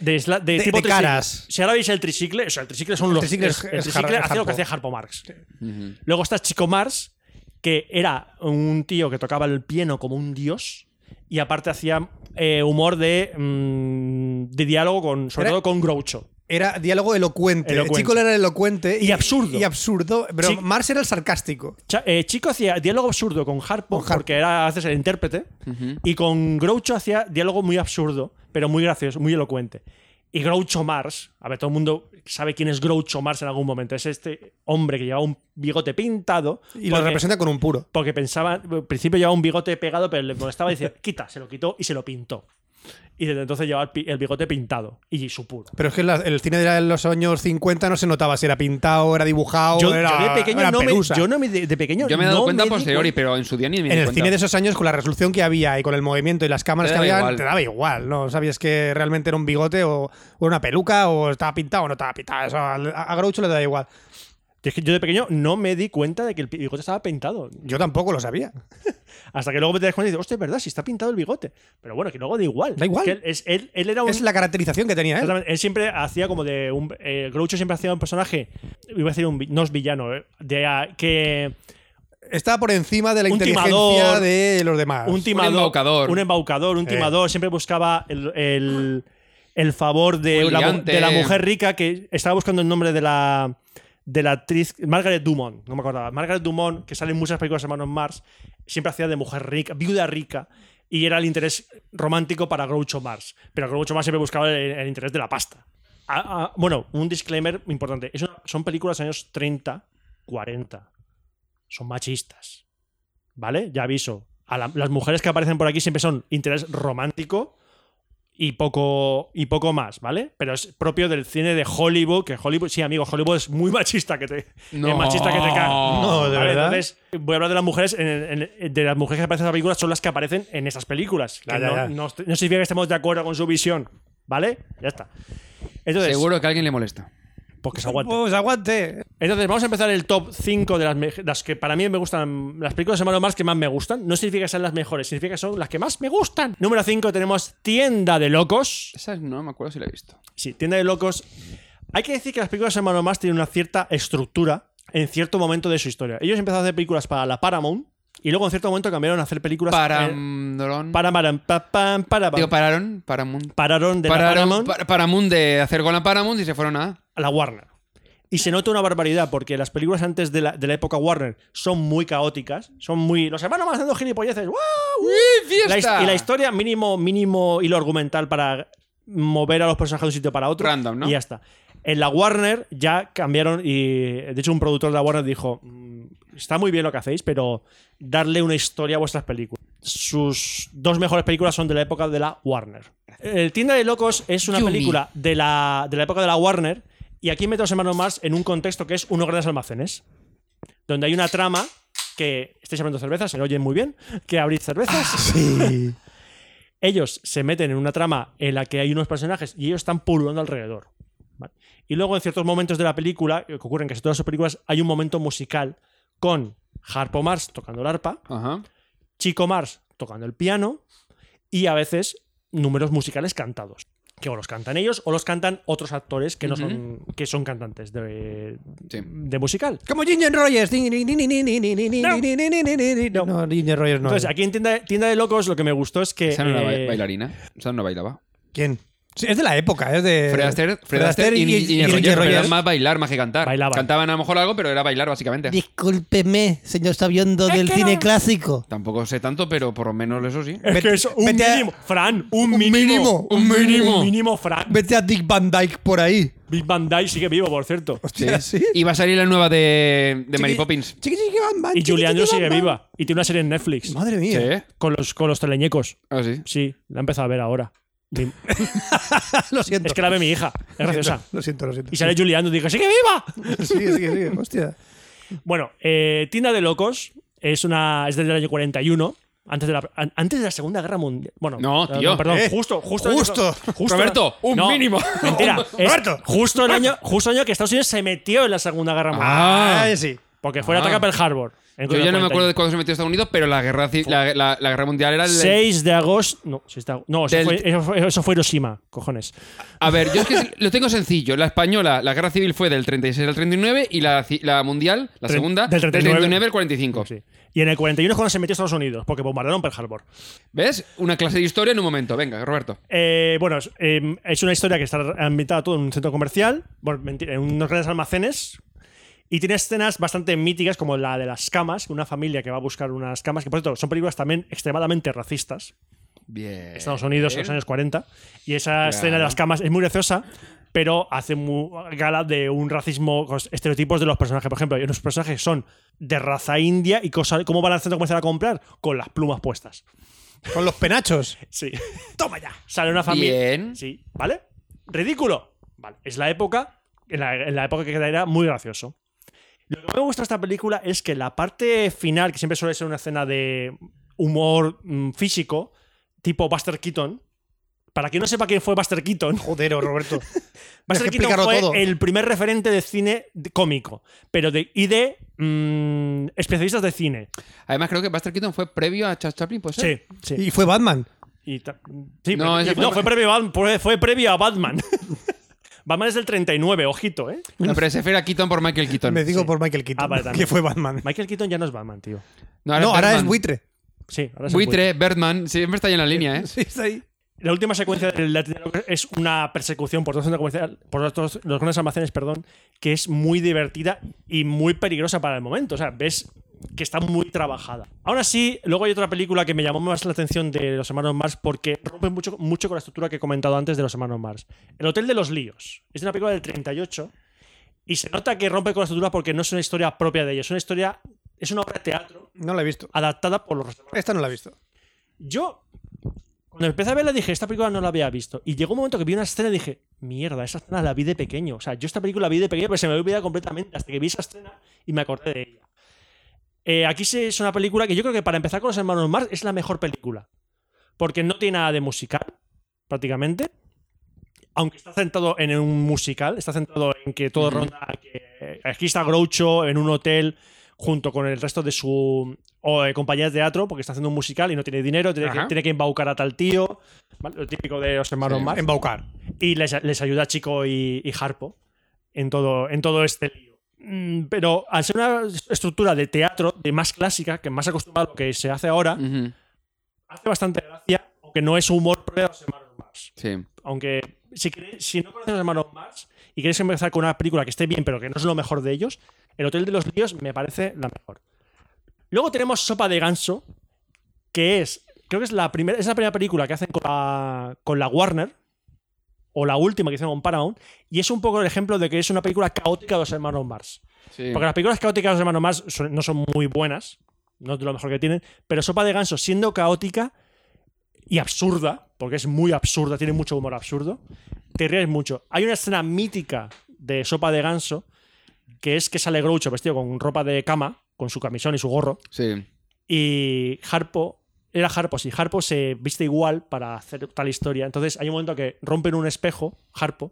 de sla- de
De-
tipo
de
tricicle.
caras.
Si ahora veis el tricicle, o sea, el tricicle son
El
los.
tricicle es-
el
es
tricicle
Har-
hacía lo que
Harpo.
hacía Harpo Marx.
Ujú.
Luego está Chico Mars, que era un tío que tocaba el piano como un dios y aparte hacía eh, humor de, mm, de diálogo con, sobre
Era-
todo con Groucho.
Era diálogo elocuente.
Elocuente.
El chico era elocuente
Y absurdo.
Y absurdo. Pero
Sí.
Mars era el sarcástico.
Cha- eh, Chico hacía diálogo absurdo con Harpo,
Con Harpo.
porque era haces el intérprete, y con Groucho hacía diálogo muy absurdo, pero muy gracioso, muy elocuente. Y Groucho Mars, a ver, todo el mundo sabe quién es Groucho Mars en algún momento. Es este hombre que llevaba un bigote pintado.
Y lo
porque-
representa con un puro.
Porque pensaba, al principio llevaba un bigote pegado, pero le molestaba y
<laughs>
decía, quita, se lo quitó y se lo pintó. Y desde entonces llevaba el, pi- el bigote pintado y su puro.
Pero es que la- el cine de los años 50 no se notaba si era pintado, era dibujado,
Yo,
Oh, era,
yo de pequeño
era
no me,
pelusa.
yo no me- de, de pequeño
Yo me he dado
no
cuenta
di
posteriori,
cuenta.
pero en su día ni me
en
di
el
cuenta.
cine de esos años, con la resolución que había y con el movimiento y las cámaras
Te
que había,
daba igual.
te daba igual. No sabías que realmente era un bigote o, o una peluca o estaba pintado o no estaba pintado. Eso a, a Groucho le da igual.
Es que yo de pequeño no me di cuenta de que el pi- bigote estaba pintado.
Yo tampoco lo sabía.
Hasta que luego te das cuenta y dices, hostia, es verdad, si está pintado el bigote. Pero bueno, que luego da igual.
Da igual.
Es que él, es- él- él era un.
Es la caracterización que tenía ¿eh? él.
Exactamente. Él siempre hacía como de un. eh, Groucho siempre hacía un personaje. Iba a decir un. vi- No es villano, eh, de ah, que.
Estaba por encima de la
Un
inteligencia
timador.
de los demás.
un timador,
embaucador.
un embaucador, un
Eh.
timador, siempre buscaba el, el- el favor de,
Muy
la, mu-
liante.
de la mujer rica que estaba buscando el nombre de la de la actriz Margaret Dumont, no me acordaba. Margaret Dumont, que sale en muchas películas de Hermanos Mars, siempre hacía de mujer rica, viuda rica, y era el interés romántico para Groucho Mars. Pero Groucho Mars siempre buscaba el, el interés de la pasta. Ah, ah, bueno, un disclaimer importante. Es una- son películas de años 30, 40. Son machistas. ¿Vale? Ya aviso. A la- las mujeres que aparecen por aquí siempre son interés romántico y poco, y poco más, ¿vale? Pero es propio del cine de Hollywood, que Hollywood, sí, amigo, Hollywood es muy machista que te,
No.
es machista que te caga.
No, de
Vale,
verdad.
Entonces, voy a hablar de las mujeres, en- en- en- de las mujeres que aparecen en las películas son las que aparecen en esas películas. que
Ya, ya,
no,
ya.
no- no significa que estemos de acuerdo con su visión, ¿vale? Ya está. Entonces,
Seguro que a alguien le molesta.
Pues que se aguante.
Pues aguante.
Entonces, vamos a empezar el top 5 de las, me- las que para mí me gustan, las películas de Mario Mars que más me gustan. No significa que sean las mejores, significa que son las que más me gustan. Número 5 tenemos Tienda de Locos.
Esa no me acuerdo si la he visto.
Sí, Tienda de Locos. Hay que decir que las películas de Hermano Más tienen una cierta estructura en cierto momento de su historia. Ellos empezaron a hacer películas para la Paramount y luego en cierto momento cambiaron a hacer películas
Para.
eh,
Dolón.
para Maran- pa- pam, para,
Digo, pararon. Paramount.
pararon de la
Pararon.
Paramount
Pa- Paramount de hacer con la Paramount y se fueron a.
a la Warner. Y se nota una barbaridad porque las películas antes de la, de la época Warner son muy caóticas, son muy los hermanos más haciendo gilipolleces. ¡guau!
¡Uy,
La his-
fiesta!
y la historia mínimo mínimo hilo argumental para mover a los personajes de un sitio para otro
Random, ¿no?
y ya está en la Warner ya cambiaron y de hecho un productor de la Warner dijo "Mm, está muy bien lo que hacéis pero darle una historia a vuestras películas sus dos mejores películas son de la época de la Warner el Tienda de Locos es una
Yumi.
película de la, de la época de la Warner y aquí meto a los hermanos Mars en un contexto que es unos grandes almacenes donde hay una trama que estáis abriendo cervezas, se lo oyen muy bien, que abrís cervezas. <laughs> ellos se meten en una trama en la que hay unos personajes y ellos están pululando alrededor. ¿vale? Y luego en ciertos momentos de la película, que ocurren casi todas sus películas, hay un momento musical con Harpo Mars tocando el arpa,
Ajá.
Chico Mars tocando el piano y a veces números musicales cantados. Que o los cantan ellos o los cantan otros actores que no son, que son cantantes de,
Sí.
de musical.
Como Ginger Rogers. Ni, ni, ni, ni, ni, ni, ni, ni, ni,
No.
ni, ni, ni, ni, ni, ni. No, Ginger Rogers no.
Entonces, aquí en tienda, Tienda de Locos lo que me gustó es que.
Esa no era ba-
eh,
bailarina. Esa no bailaba.
¿Quién? Sí, es de la época, es de.
Fred Astaire, Fred Astaire y, y,
Ginger
Roger, pero era
Rogers.
más bailar más que cantar.
Bailaban.
Cantaban a lo mejor algo, pero era bailar básicamente.
Discúlpeme, señor sabiendo del cine clásico.
Tampoco sé tanto, pero por lo menos eso sí.
Es que eso, un
vete a-
mínimo. Fran, un,
un
mínimo,
mínimo, un mínimo.
Un mínimo, Fran.
Vete a Dick Van Dyke por ahí.
Big Bandai sigue vivo, por cierto.
Hostia, ¿sí?
Y va a salir la nueva de, de Mary
Chiqui-
Poppins.
Chiqui, chiqui, Van Van,
Y
chiqui,
Julie
chiqui,
Andrews
Van
sigue
Van.
viva. Y tiene una serie en Netflix.
Madre mía.
¿Sí?
Con los, con los teleñecos.
Ah, sí.
Sí, la he empezado a ver ahora.
<laughs>
Mi-
<laughs> lo siento.
Es que la ve mi hija.
<laughs>
Es graciosa.
Lo siento, lo siento.
Y sale Julie Andrews y digo, ¡sigue viva!
<laughs> Sí, sí, sí, hostia.
Bueno, eh, Tienda de Locos es una es del año 41. Antes de, la, an- antes de la Segunda Guerra Mundial. Bueno,
No,
eh,
tío.
perdón,
Eh,
justo, justo.
justo.
Roberto, un mínimo. <laughs>
Mentira.
Un-
es
Roberto.
Justo el, año, justo el año que Estados Unidos se metió en la Segunda Guerra Mundial.
Ah.
Ah, sí.
Porque fue el
Ah.
ataque a Pearl Harbor. en
Yo ya no
41.
me acuerdo de cuándo se metió Estados Unidos, pero la guerra, ci- la, la- la guerra mundial era el.
6 de agosto. No, 6 de agosto. No, eso,
Del-
fue, eso, fue, eso fue Hiroshima, cojones.
A ver, yo es que sí, lo tengo sencillo. La española, la guerra civil fue del 36 al 39 y la, ci- la mundial, la
Tre-
segunda,
del
del
39.
39, al 45.
Sí. Y en el 41 es cuando se metió Estados Unidos, porque bombardearon Pearl Harbor.
¿Ves? Una clase de historia en un momento. Venga, Roberto.
Eh, bueno, es, eh, es una historia que está ambientada todo en un centro comercial, bueno, mentira, en unos grandes almacenes. Y tiene escenas bastante míticas, como la de las camas, una familia que va a buscar unas camas, que por cierto son películas también extremadamente racistas.
Eh, Bien.
Estados Unidos en los años 40. Y esa
Claro.
escena de las camas es muy graciosa, pero hace mu- gala de un racismo, con estereotipos de los personajes. Por ejemplo, hay unos personajes que son de raza india y cosa- cómo van al centro comercial a comprar con las plumas puestas.
Con los penachos.
Sí. Toma ya. Sale una familia.
Bien.
Sí. ¿Vale? Ridículo. Vale. Es la época. En la, en la época que era muy gracioso. Lo que me gusta de esta película es que la parte final, que siempre suele ser una escena de humor mm, físico, tipo Buster Keaton. Para quien no sepa quién fue Buster Keaton,
Joder,
<laughs>
Roberto.
Buster
que
Keaton
explicarlo
fue
todo.
el primer referente de cine de- cómico, pero de, y de mm, especialistas de cine.
Además, creo que Buster Keaton fue previo a Charles Chaplin, ¿puede ser?
Sí, sí.
Y fue Batman.
Y ta- sí,
No,
pre-
ese
y-
fue-
no, fue, previo a, Bat- fue- fue previo a Batman. <laughs> Batman es del 39, ojito, ¿eh?
No, pero ese fue a Keaton por Michael Keaton.
Me digo por Michael Keaton,
Ah, vale, también.
que fue Batman.
Michael Keaton ya no es Batman, tío.
No,
no, ahora es
Birdman.
buitre.
Sí, ahora es el <laughs>
Buitre, Birdman, siempre está ahí en la línea,
<laughs>
¿eh?
Sí, está ahí.
La última secuencia del latinero es una persecución por todos los centros comercial- por todos los grandes almacenes, perdón, que es muy divertida y muy peligrosa para el momento. O sea, ves que está muy trabajada. Aún así, luego hay otra película que me llamó más la atención de los hermanos Mars porque rompe mucho, mucho con la estructura que he comentado antes de los hermanos Mars. El Hotel de los Líos. Es una película del 38 y se nota que rompe con la estructura porque no es una historia propia de ellos, es una historia, es una obra de teatro
No la he visto.
adaptada por los
Esta no la he visto.
yo, cuando empecé a verla, dije, esta película no la había visto. Y llegó un momento que vi una escena y dije, mierda, esa escena la vi de pequeño. O sea, yo esta película la vi de pequeño, pero se me había olvidado completamente hasta que vi esa escena y me acordé de ella. Eh, aquí sí es una película que yo creo que para empezar con los hermanos Mars es la mejor película. Porque no tiene nada de musical, prácticamente. Aunque está centrado en un musical, está centrado en que todo ronda. Que, eh, aquí está Groucho en un hotel junto con el resto de su o, eh, compañía de teatro, porque está haciendo un musical y no tiene dinero, tiene, que,
Ajá.
tiene que embaucar a tal tío, ¿vale? lo típico de los hermanos
Sí.
Mars.
Embaucar.
Y les, les ayuda Chico y, y Harpo en todo, en todo este lío. Mm, Pero al ser una estructura de teatro de más clásica, que más acostumbrada a lo que se hace ahora,
Ujú,
hace bastante gracia, aunque no es humor propio de los hermanos Mars.
Sí.
Aunque si, queréis- si no conoces a los hermanos Mars y queréis empezar con una película que esté bien, pero que no es lo mejor de ellos, El Hotel de los Líos me parece la mejor. Luego tenemos Sopa de Ganso, que es, creo que es la primera, es la primera película que hacen con la, con la Warner, o la última que hicieron con Paramount, y es un poco el ejemplo de que es una película caótica de los hermanos Mars.
sí.
Porque las películas caóticas de los hermanos Mars son- no son muy buenas, no es de lo mejor que tienen, pero Sopa de Ganso, siendo caótica y absurda, porque es muy absurda, tiene mucho humor absurdo, te ríes mucho. Hay una escena mítica de Sopa de Ganso, que es que sale Groucho vestido con ropa de cama, con su camisón y su gorro,
Sí.
y Harpo era Harpo, sí, Harpo se viste igual para hacer tal historia. Entonces hay un momento que rompen un espejo, Harpo,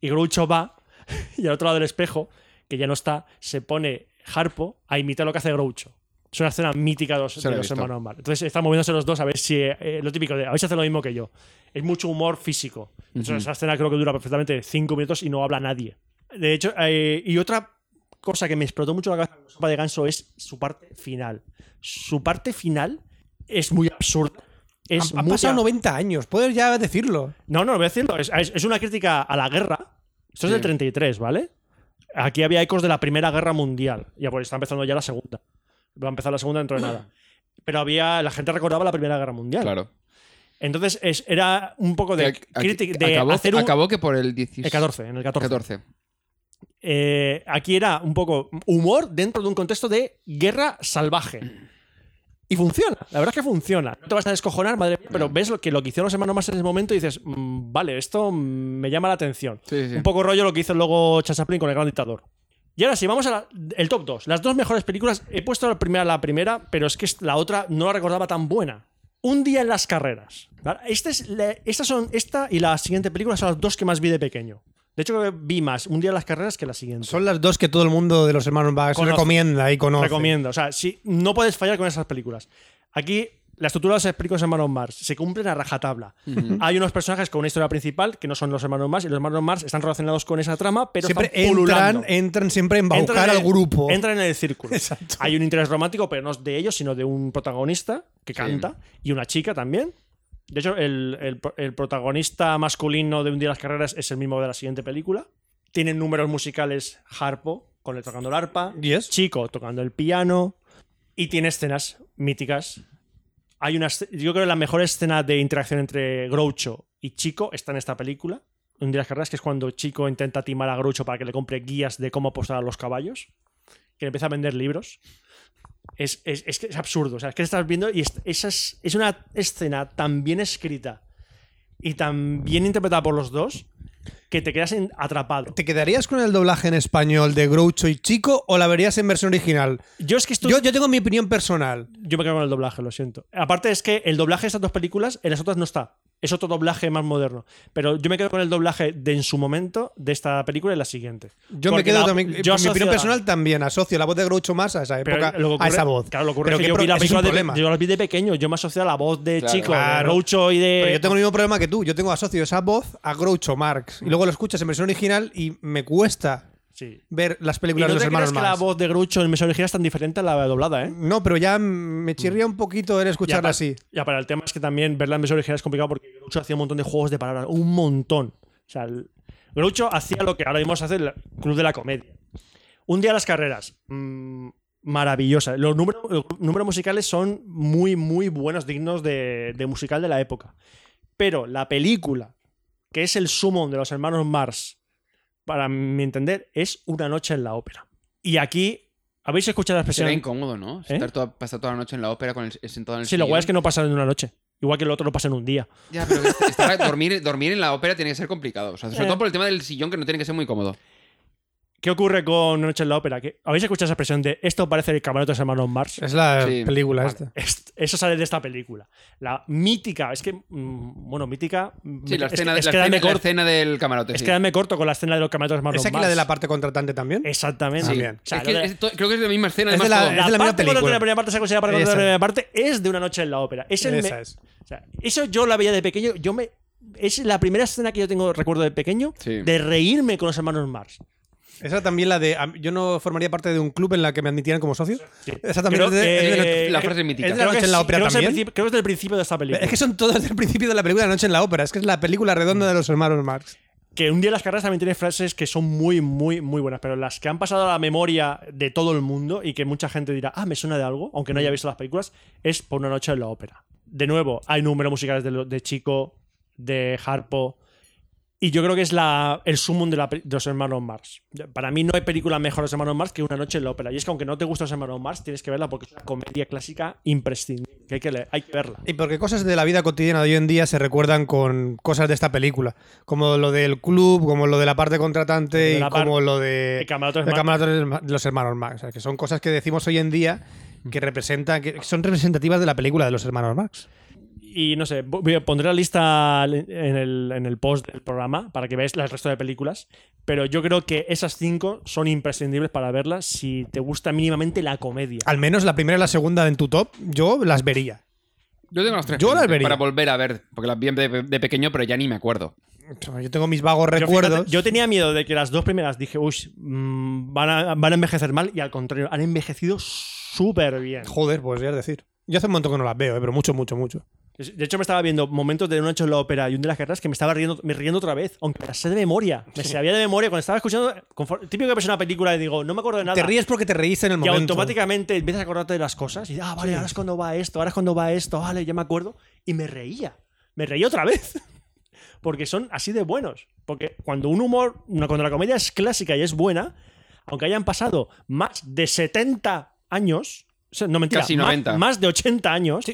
y Groucho va, <laughs> y al otro lado del espejo, que ya no está, se pone Harpo a imitar lo que hace Groucho. Es una escena mítica de los,
Se
de
lo he
los
visto.
hermanos Mar. Entonces están moviéndose los dos a ver si eh, eh, lo típico de a ver si hace lo mismo que yo. Es mucho humor físico. Entonces,
Ujú.
Esa escena creo que dura perfectamente cinco minutos y no habla nadie. De hecho, eh, y otra cosa que me explotó mucho la cabeza con Sopa de Ganso es su parte final. Su parte final es muy absurda. Es
han
Ah,
han
muy
pasado
ab-
90 años, puedes ya decirlo.
No, no, voy a decirlo. Es, es- es una crítica a la guerra. Esto es
Sí.
del 33, ¿vale? Aquí había ecos de la Primera Guerra Mundial. Ya pues está empezando ya la Segunda. Va a empezar la Segunda dentro de nada. Pero había la gente recordaba la Primera Guerra Mundial.
Claro.
Entonces es- era un poco de,
Ac- ac-
crítica- de
acabó,
hacer un,
acabó que por el 16.
el 14, en el 14.
14.
Eh, aquí era un poco humor dentro de un contexto de guerra salvaje. Y funciona, la verdad es que funciona. No te vas a descojonar, madre mía, pero
No.
ves lo que, lo que hicieron los hermanos más en ese momento y dices, "Mm, vale, esto mm, me llama la atención.
Sí, sí.
Un poco rollo lo que hizo luego Chachaplin con el gran dictador. Y ahora sí, vamos al top 2. Las dos mejores películas. He puesto la primera, la primera, pero es que la otra no la recordaba tan buena. Un día en las carreras. ¿vale? Esta, es la- estas son, esta y la siguiente película son las dos que más vi de pequeño. De hecho, creo que vi más Un día en las carreras que la siguiente.
Son las dos que todo el mundo de los hermanos Bass
Conoce.
recomienda y conoce.
Recomiendo. O sea, sí, no puedes fallar con esas películas. Aquí, la estructura de las películas de hermanos Mars se cumplen a rajatabla. Hay unos personajes con una historia principal que no son los hermanos Mars y los hermanos Mars están relacionados con esa trama, pero
Siempre
están pululando.
entran, entran siempre en
Entran
embaucar
en
al
el-
grupo.
Entran en el círculo.
<laughs> Exacto.
Hay un interés romántico, pero no es de ellos, sino de un protagonista que canta y una chica también. De hecho, el, el- el protagonista masculino de Un día de las carreras es el mismo de la siguiente película. Tienen números musicales Harpo, con él tocando el arpa,
Yes.
Chico tocando el piano y tiene escenas míticas. Hay una, esce- yo creo que la mejor escena de interacción entre Groucho y Chico está en esta película. Un día de las carreras, que es cuando Chico intenta timar a Groucho para que le compre guías de cómo apostar a los caballos, que le empieza a vender libros. Es, es- es que es absurdo. O sea, es que estás viendo y es, esa es, es una escena tan bien escrita y tan bien interpretada por los dos que te quedas en- atrapado.
¿Te quedarías con el doblaje en español de Groucho y Chico o la verías en versión original?
Yo es que estoy
Yo, yo tengo mi opinión personal.
Yo me quedo con el doblaje, lo siento. Aparte es que el doblaje de estas dos películas en las otras no está. Es otro doblaje más moderno. Pero yo me quedo con el doblaje de en su momento de esta película y la siguiente.
Yo me
Porque
quedo
la-
también.
yo
mi
asocio
opinión
la-
personal también. Asocio la voz de Groucho más a esa
pero
época,
lo que ocurre-
a esa voz.
Claro, lo que ocurre
Pero
es que
qué
yo
pro-
vi la
ese es un
película
problema.
de, yo la vi de pequeño. Yo me asocio a la voz de
Claro.
Chico, de
Claro.
Groucho y de. Ah.
Pero yo tengo el mismo problema que tú. Yo tengo asocio esa voz a Groucho Marx. Y luego lo escuchas en versión original y me cuesta.
Sí.
ver las
Y
películas
no
de
te
los hermanos
creas que la
Mars.
voz de Grucho en misión original es tan diferente a la doblada, ¿eh?
No, pero ya me chirría un poquito el
Ya
escucharla
para-
así.
Ya, para el tema es que también verla en versión original es complicado porque Groucho hacía un montón de juegos de palabras, un montón. O sea, el- Groucho hacía lo que ahora mismo se hace el Club de la Comedia. Un día las carreras. mm, maravillosa. Los números, los números musicales son muy, muy buenos, dignos de, de musical de la época. Pero la película, que es el sumo de los hermanos Mars, para mi entender, es Una noche en la ópera. Y aquí, ¿habéis escuchado la expresión?
Será incómodo, ¿no?
¿Eh?
Estar toda, pasar toda la noche en la ópera con el, sentado en el
Sí, lo
sillón.
guay es que no pasa en una noche. Igual que el otro lo pasa en un día.
Ya, pero est- estar- dormir, dormir en la ópera tiene que ser complicado. O sea, sobre
Eh.
todo por el tema del sillón que no tiene que ser muy cómodo.
¿Qué ocurre con Una Noche en la Ópera? ¿Que- ¿Habéis escuchado esa expresión de esto parece el camarote de los hermanos Mars?
Es la
Sí.
película
Vale,
esta.
es- eso sale de esta película. La mítica, es que, mm, bueno, mítica.
Sí, la
es-
escena,
es
la
quedarme
escena- la
corto,
escena del camarote.
es
sí.
quedarme corto con la escena de los camarotes de los hermanos
¿Es aquí
Mars.
la de la parte contratante también?
Exactamente.
Sí.
O sea,
Es
lo
que
de-
es to- creo que es de la misma escena.
Es de
además,
la-
todo.
es
la
de misma
parte cuando
película.
la primera parte se considera para contar la
Esa.
primera parte es de una noche en la ópera. Es el me-
Esa es.
o sea, eso yo la veía de pequeño. Yo me es la primera escena que yo tengo recuerdo de pequeño
Sí.
de reírme con los hermanos Mars.
Esa también la de. am- Yo no formaría parte de un club en la que me admitieran como socio. Esa también
Creo
es de. es de
que-
noche-
la frase mítica.
¿Es de
Creo
la
que
noche en la
sí,
ópera
creo que es el
también?
principio- creo que es del principio de esta película.
Es que son todos del principio de la película La Noche en la Ópera. Es que es la película redonda de los hermanos Marx.
que un día las carreras también tiene frases que son muy, muy, muy buenas, pero las que han pasado a la memoria de todo el mundo y que mucha gente dirá, ah, me suena de algo, aunque
Mm.
no haya visto las películas, es por una noche en la ópera. De nuevo, hay números musicales de, lo- de Chico, de Harpo, y yo creo que es la, el sumum de, la pe- de los hermanos Mars. Para mí no hay película mejor de los hermanos Mars que Una noche en la ópera. Y es que aunque no te guste los hermanos Mars, tienes que verla porque es una comedia clásica imprescindible, que hay que, leer- hay que verla.
Y porque cosas de la vida cotidiana de hoy en día se recuerdan con cosas de esta película. Como lo del club, como lo de la parte contratante
De
y
la par-
como lo de.
el camarote de
de
Mar-
camarote de ma- de los hermanos Marx. O sea, que son cosas que decimos hoy en día
Mm.
que representan. que son representativas de la película de los hermanos Marx.
Y no sé, voy a- pondré la lista en el, en el post del programa para que veáis el resto de películas. Pero yo creo que esas cinco son imprescindibles para verlas si te gusta mínimamente la comedia.
Al menos la primera y la segunda en tu top, yo las vería.
Yo tengo las tres
Yo las
pendientes
vería.
para volver a ver, porque las vi de, de pequeño, pero ya ni me acuerdo.
Yo tengo mis vagos
Yo, fíjate,
recuerdos.
yo tenía miedo de que las dos primeras dije, uy, mm, van, a, van a envejecer mal. Y al contrario, han envejecido súper bien.
Joder, pues ya es decir. Yo hace un montón que no las veo, eh, pero mucho, mucho, mucho.
De hecho, me estaba viendo momentos de una noche en la ópera y un de las carreras que me estaba riendo, me riendo otra vez, aunque me las sé de memoria. Me sabía de memoria. Cuando estaba escuchando, conforme- típico que ves una película y digo, no me acuerdo de nada.
Te ríes porque te reíste en el
Y
momento.
automáticamente empiezas a acordarte de las cosas y ah, vale, ahora es cuando va esto, ahora es cuando va esto, ah, vale, ya me acuerdo. Y me reía, me reía otra vez. <laughs> Porque son así de buenos. Porque cuando un humor, no, cuando la comedia es clásica y es buena, aunque hayan pasado más de 70 años, o sea, no mentira,
Casi
más-
90.
Más, de 80 años,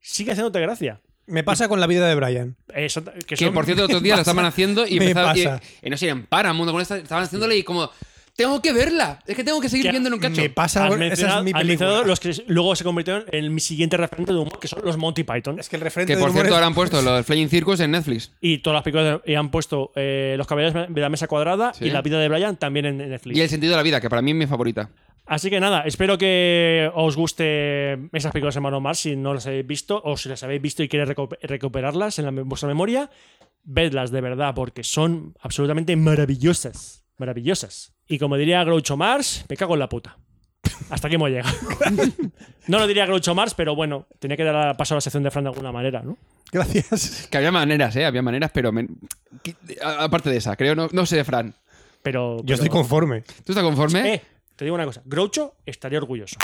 sigue haciéndote gracia.
Me pasa con la vida de Brian.
Eso- que
Que
son-
<laughs>
por cierto, otros días la estaban haciendo y
me
empezaron. Y,
pasa.
y no sé, en Paramount con esta, estaban haciéndole y como. Tengo que verla. Es que tengo que seguir
Que
viendo en un cacho.
Me pasa.
has
con- Esa
mencionado-
es mi
has mencionado
película.
los que luego se convirtieron en mi siguiente referente de humor, que son los Monty Python.
Es que el referente
Que
del
por
humor
cierto,
es-
ahora han puesto los Flying Circus en Netflix.
Y todas las películas de- y han puesto eh, Los Caballeros de la Mesa Cuadrada
Sí.
y La Vida de Brian también en en Netflix.
Y El sentido de la vida, que para mí es mi favorita.
Así que nada, espero que os guste esas películas de Hermano Mars si no las habéis visto o si las habéis visto y queréis recu- recuperarlas en la me- vuestra memoria. Vedlas de verdad porque son absolutamente maravillosas. Maravillosas. Y como diría Groucho Mars, me cago en la puta. Hasta aquí hemos
<laughs>
llegado. no lo diría Groucho Mars, pero bueno, tenía que dar paso a la sección de Fran de alguna manera, ¿no?
<laughs> Gracias.
Que había maneras, ¿eh? Había maneras, pero. me- que- a- Aparte de esa, creo. No, no sé, Fran.
Pero,
Yo estoy
pero-
conforme.
¿Tú estás conforme?
Eh, te digo una cosa, Groucho estaría orgulloso.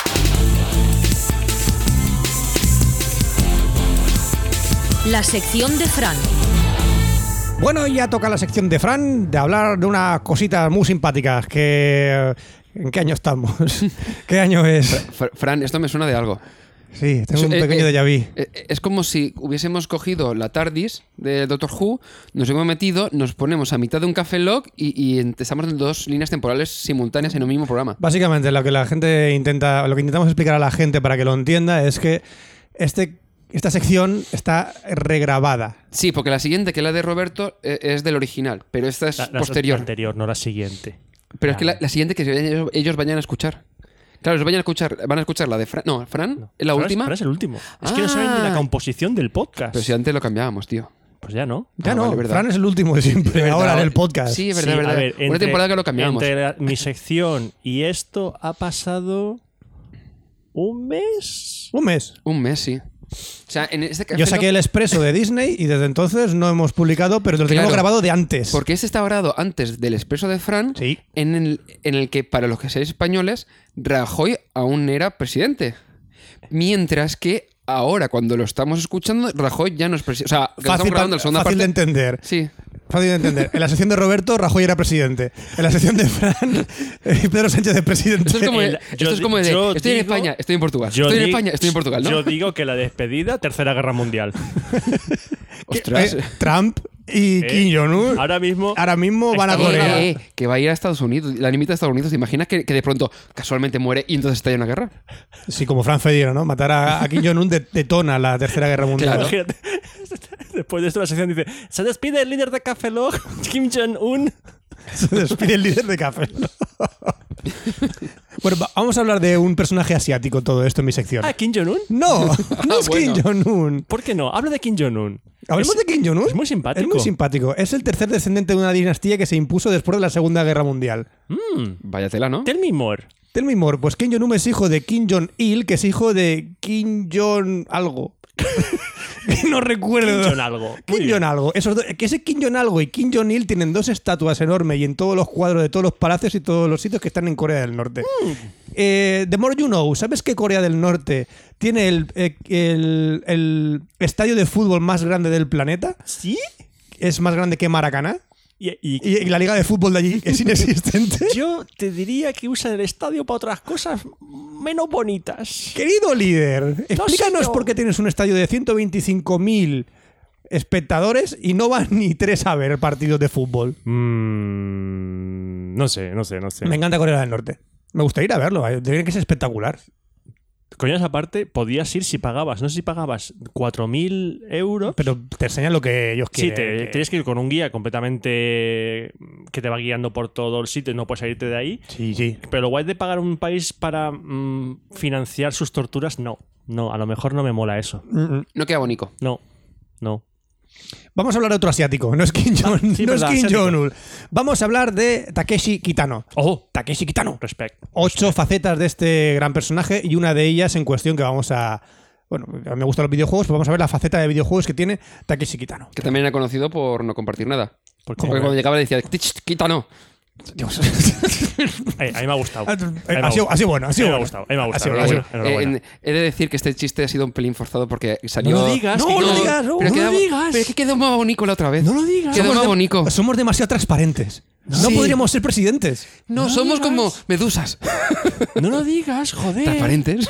La sección de Fran.
Bueno, ya toca la sección de Fran de hablar de unas cositas muy simpáticas. Que. ¿En qué año
<laughs>
estamos? ¿Qué año es?
Fr- Fran, esto me suena de algo.
Sí, tengo un
Eh,
pequeño
eh,
déjà vu.
eh, eh, Es como si hubiésemos cogido la TARDIS de Doctor Who, nos hemos metido, nos ponemos a mitad de un café log y, y empezamos en dos líneas temporales simultáneas en un mismo programa.
Básicamente, lo que la gente intenta, lo que intentamos explicar a la gente para que lo entienda es que este, esta sección está regrabada.
Sí, porque la siguiente, que es la de Roberto, eh, es del original, pero esta es
La- Ah. la
posterior.
anterior, no la siguiente.
Pero es que la, la siguiente que ellos, ellos vayan a escuchar. Claro, ellos vayan a escuchar, van a escuchar la de Fran. No, Fran, ¿es la
Ahora es-
última.
ahora es el último. Es que no
Ah.
saben ni la composición del podcast.
Pero si antes lo cambiábamos, tío.
Pues ya no.
Ya
Ah,
no,
vale, verdad.
Fran es el último de siempre,
De verdad,
ahora en
eh,
el podcast.
Sí, es verdad,
Sí,
es verdad.
a ver,
Una
entre-
temporada que lo cambiamos.
Entre la- mi sección y esto ha pasado un mes.
Un mes.
Un mes, sí. O sea, en este
Yo
café
saqué
no-
el expreso de Disney y desde entonces no hemos publicado, pero lo teníamos
Claro.
grabado de antes.
Porque este está grabado antes del expreso de Fran,
Sí.
en, el, en el que, para los que seáis españoles, Rajoy aún era presidente. Mientras que ahora, cuando lo estamos escuchando, Rajoy ya no es presidente. O sea, que lo estamos
fácil,
grabando
pa-
la segunda
fácil de
parte.
entender. <laughs>
Sí.
Fácil de entender. En la sección de Roberto, Rajoy era presidente. En la sección de Fran, <laughs> eh, Pedro Sánchez es presidente.
Esto es como,
El-
esto
yo
es como de,
di- yo
estoy en
digo-
España, estoy en Portugal. Estoy en
di-
España, estoy en Portugal, ¿no?
Yo digo que la despedida, Tercera Guerra Mundial.
<laughs> Ostras.
Eh, Trump y Kim Jong-un
Eh, Ahora mismo.
ahora mismo van a
Estamos
Corea.
grabando.
Eh, eh, que va a ir a Estados Unidos, la limita a Estados Unidos. ¿Te imaginas que, que de pronto casualmente muere y entonces estalla una guerra?
Sí, como Fran Federo, ¿no? Matar a, a Kim Jong-un de- detona la Tercera Guerra Mundial.
Claro.
Imagínate. <laughs> Después de esto, la sección dice: Se despide el líder de Café Log, <laughs> Kim Jong-un.
<laughs> Se despide el líder de café. <laughs> bueno, va- vamos a hablar de un personaje asiático en todo esto en mi sección.
Ah, Kim Jong-un.
No,
<laughs> Ah,
no es
bueno.
Kim Jong-un.
¿Por qué no? Hablo de Kim Jong-un.
Hablemos
Es-
de Kim Jong-un.
es muy simpático.
Es muy simpático. Es el tercer descendiente de una dinastía que se impuso después de la Segunda Guerra Mundial.
Mm.
Vaya tela, ¿no?
Tell me more.
Tell me more. Pues Kim Jong-un es hijo de Kim Jong-il, que es hijo de Kim Jong <laughs> algo. no recuerdo.
Kim Jong algo. Muy
Kim
bien.
Jong algo. Esos dos- que ese Kim Jong algo y Kim Jong Il tienen dos estatuas enormes y en todos los cuadros de todos los palacios y todos los sitios que están en Corea del Norte.
Mm.
Eh, the more you know, ¿sabes que Corea del Norte tiene el, eh, el- el estadio de fútbol más grande del planeta?
¿Sí?
Es más grande que Maracaná.
Y, y-
Y, y la liga de fútbol de allí
<laughs>
es inexistente.
yo te diría que usan el estadio para otras cosas menos bonitas.
Querido líder, explícanos
señor.
por qué tienes un estadio de 125.000 espectadores y no van ni tres a ver partidos de fútbol.
Mm, no sé, no sé, no sé.
Me encanta Corea del Norte. Me gustaría ir a verlo, eh, diría que es espectacular.
Con esa parte podías ir si pagabas. No sé si pagabas 4.000 euros.
Pero te enseñan lo que ellos
Sí,
quieren.
te-
que-
tienes que ir con un guía completamente mm, que te va guiando por todo el sitio y no puedes salirte de ahí.
Sí, sí.
Pero lo guay de pagar un país para mm, financiar sus torturas, no. No, a lo mejor no me mola eso.
Mm, mm.
No queda bonito.
No, no.
Vamos a hablar de otro asiático, no es Kim Jong,
Ah, sí,
no es
verdad,
Kim
asiático.
Jong-un. Vamos a hablar de Takeshi Kitano.
¡Oh!
Takeshi Kitano.
Respect.
Ocho facetas de este gran personaje y una de ellas en cuestión que vamos a... Bueno, a mí me gustan los videojuegos, pero vamos a ver la faceta de videojuegos que tiene Takeshi Kitano.
Que también era conocido por no compartir nada.
Pues
Porque,
Porque cuando llegaba le decía, "Tich, quita no.
Eh, a mí me ha gustado.
Ah,
A mí me
eh,
ha
Ha sido,
gustado.
ha sido bueno, ha sido
me ha
bueno.
gustado, me ha gustado,
sido
lo
ha sido-
bueno. Enhorabuena.
Eh, en- he de decir que este chiste ha sido un pelín forzado porque salió.
No lo digas,
No,
que
no lo digas, no,
pero
no lo
queda-
digas.
Pero es que quedó más bonito la otra vez.
No lo digas.
Quedó más
de-
bonito.
somos demasiado transparentes. No
Sí.
podríamos ser presidentes.
No, somos como medusas.
Eh.
No lo digas,
<laughs>
joder.
Transparentes.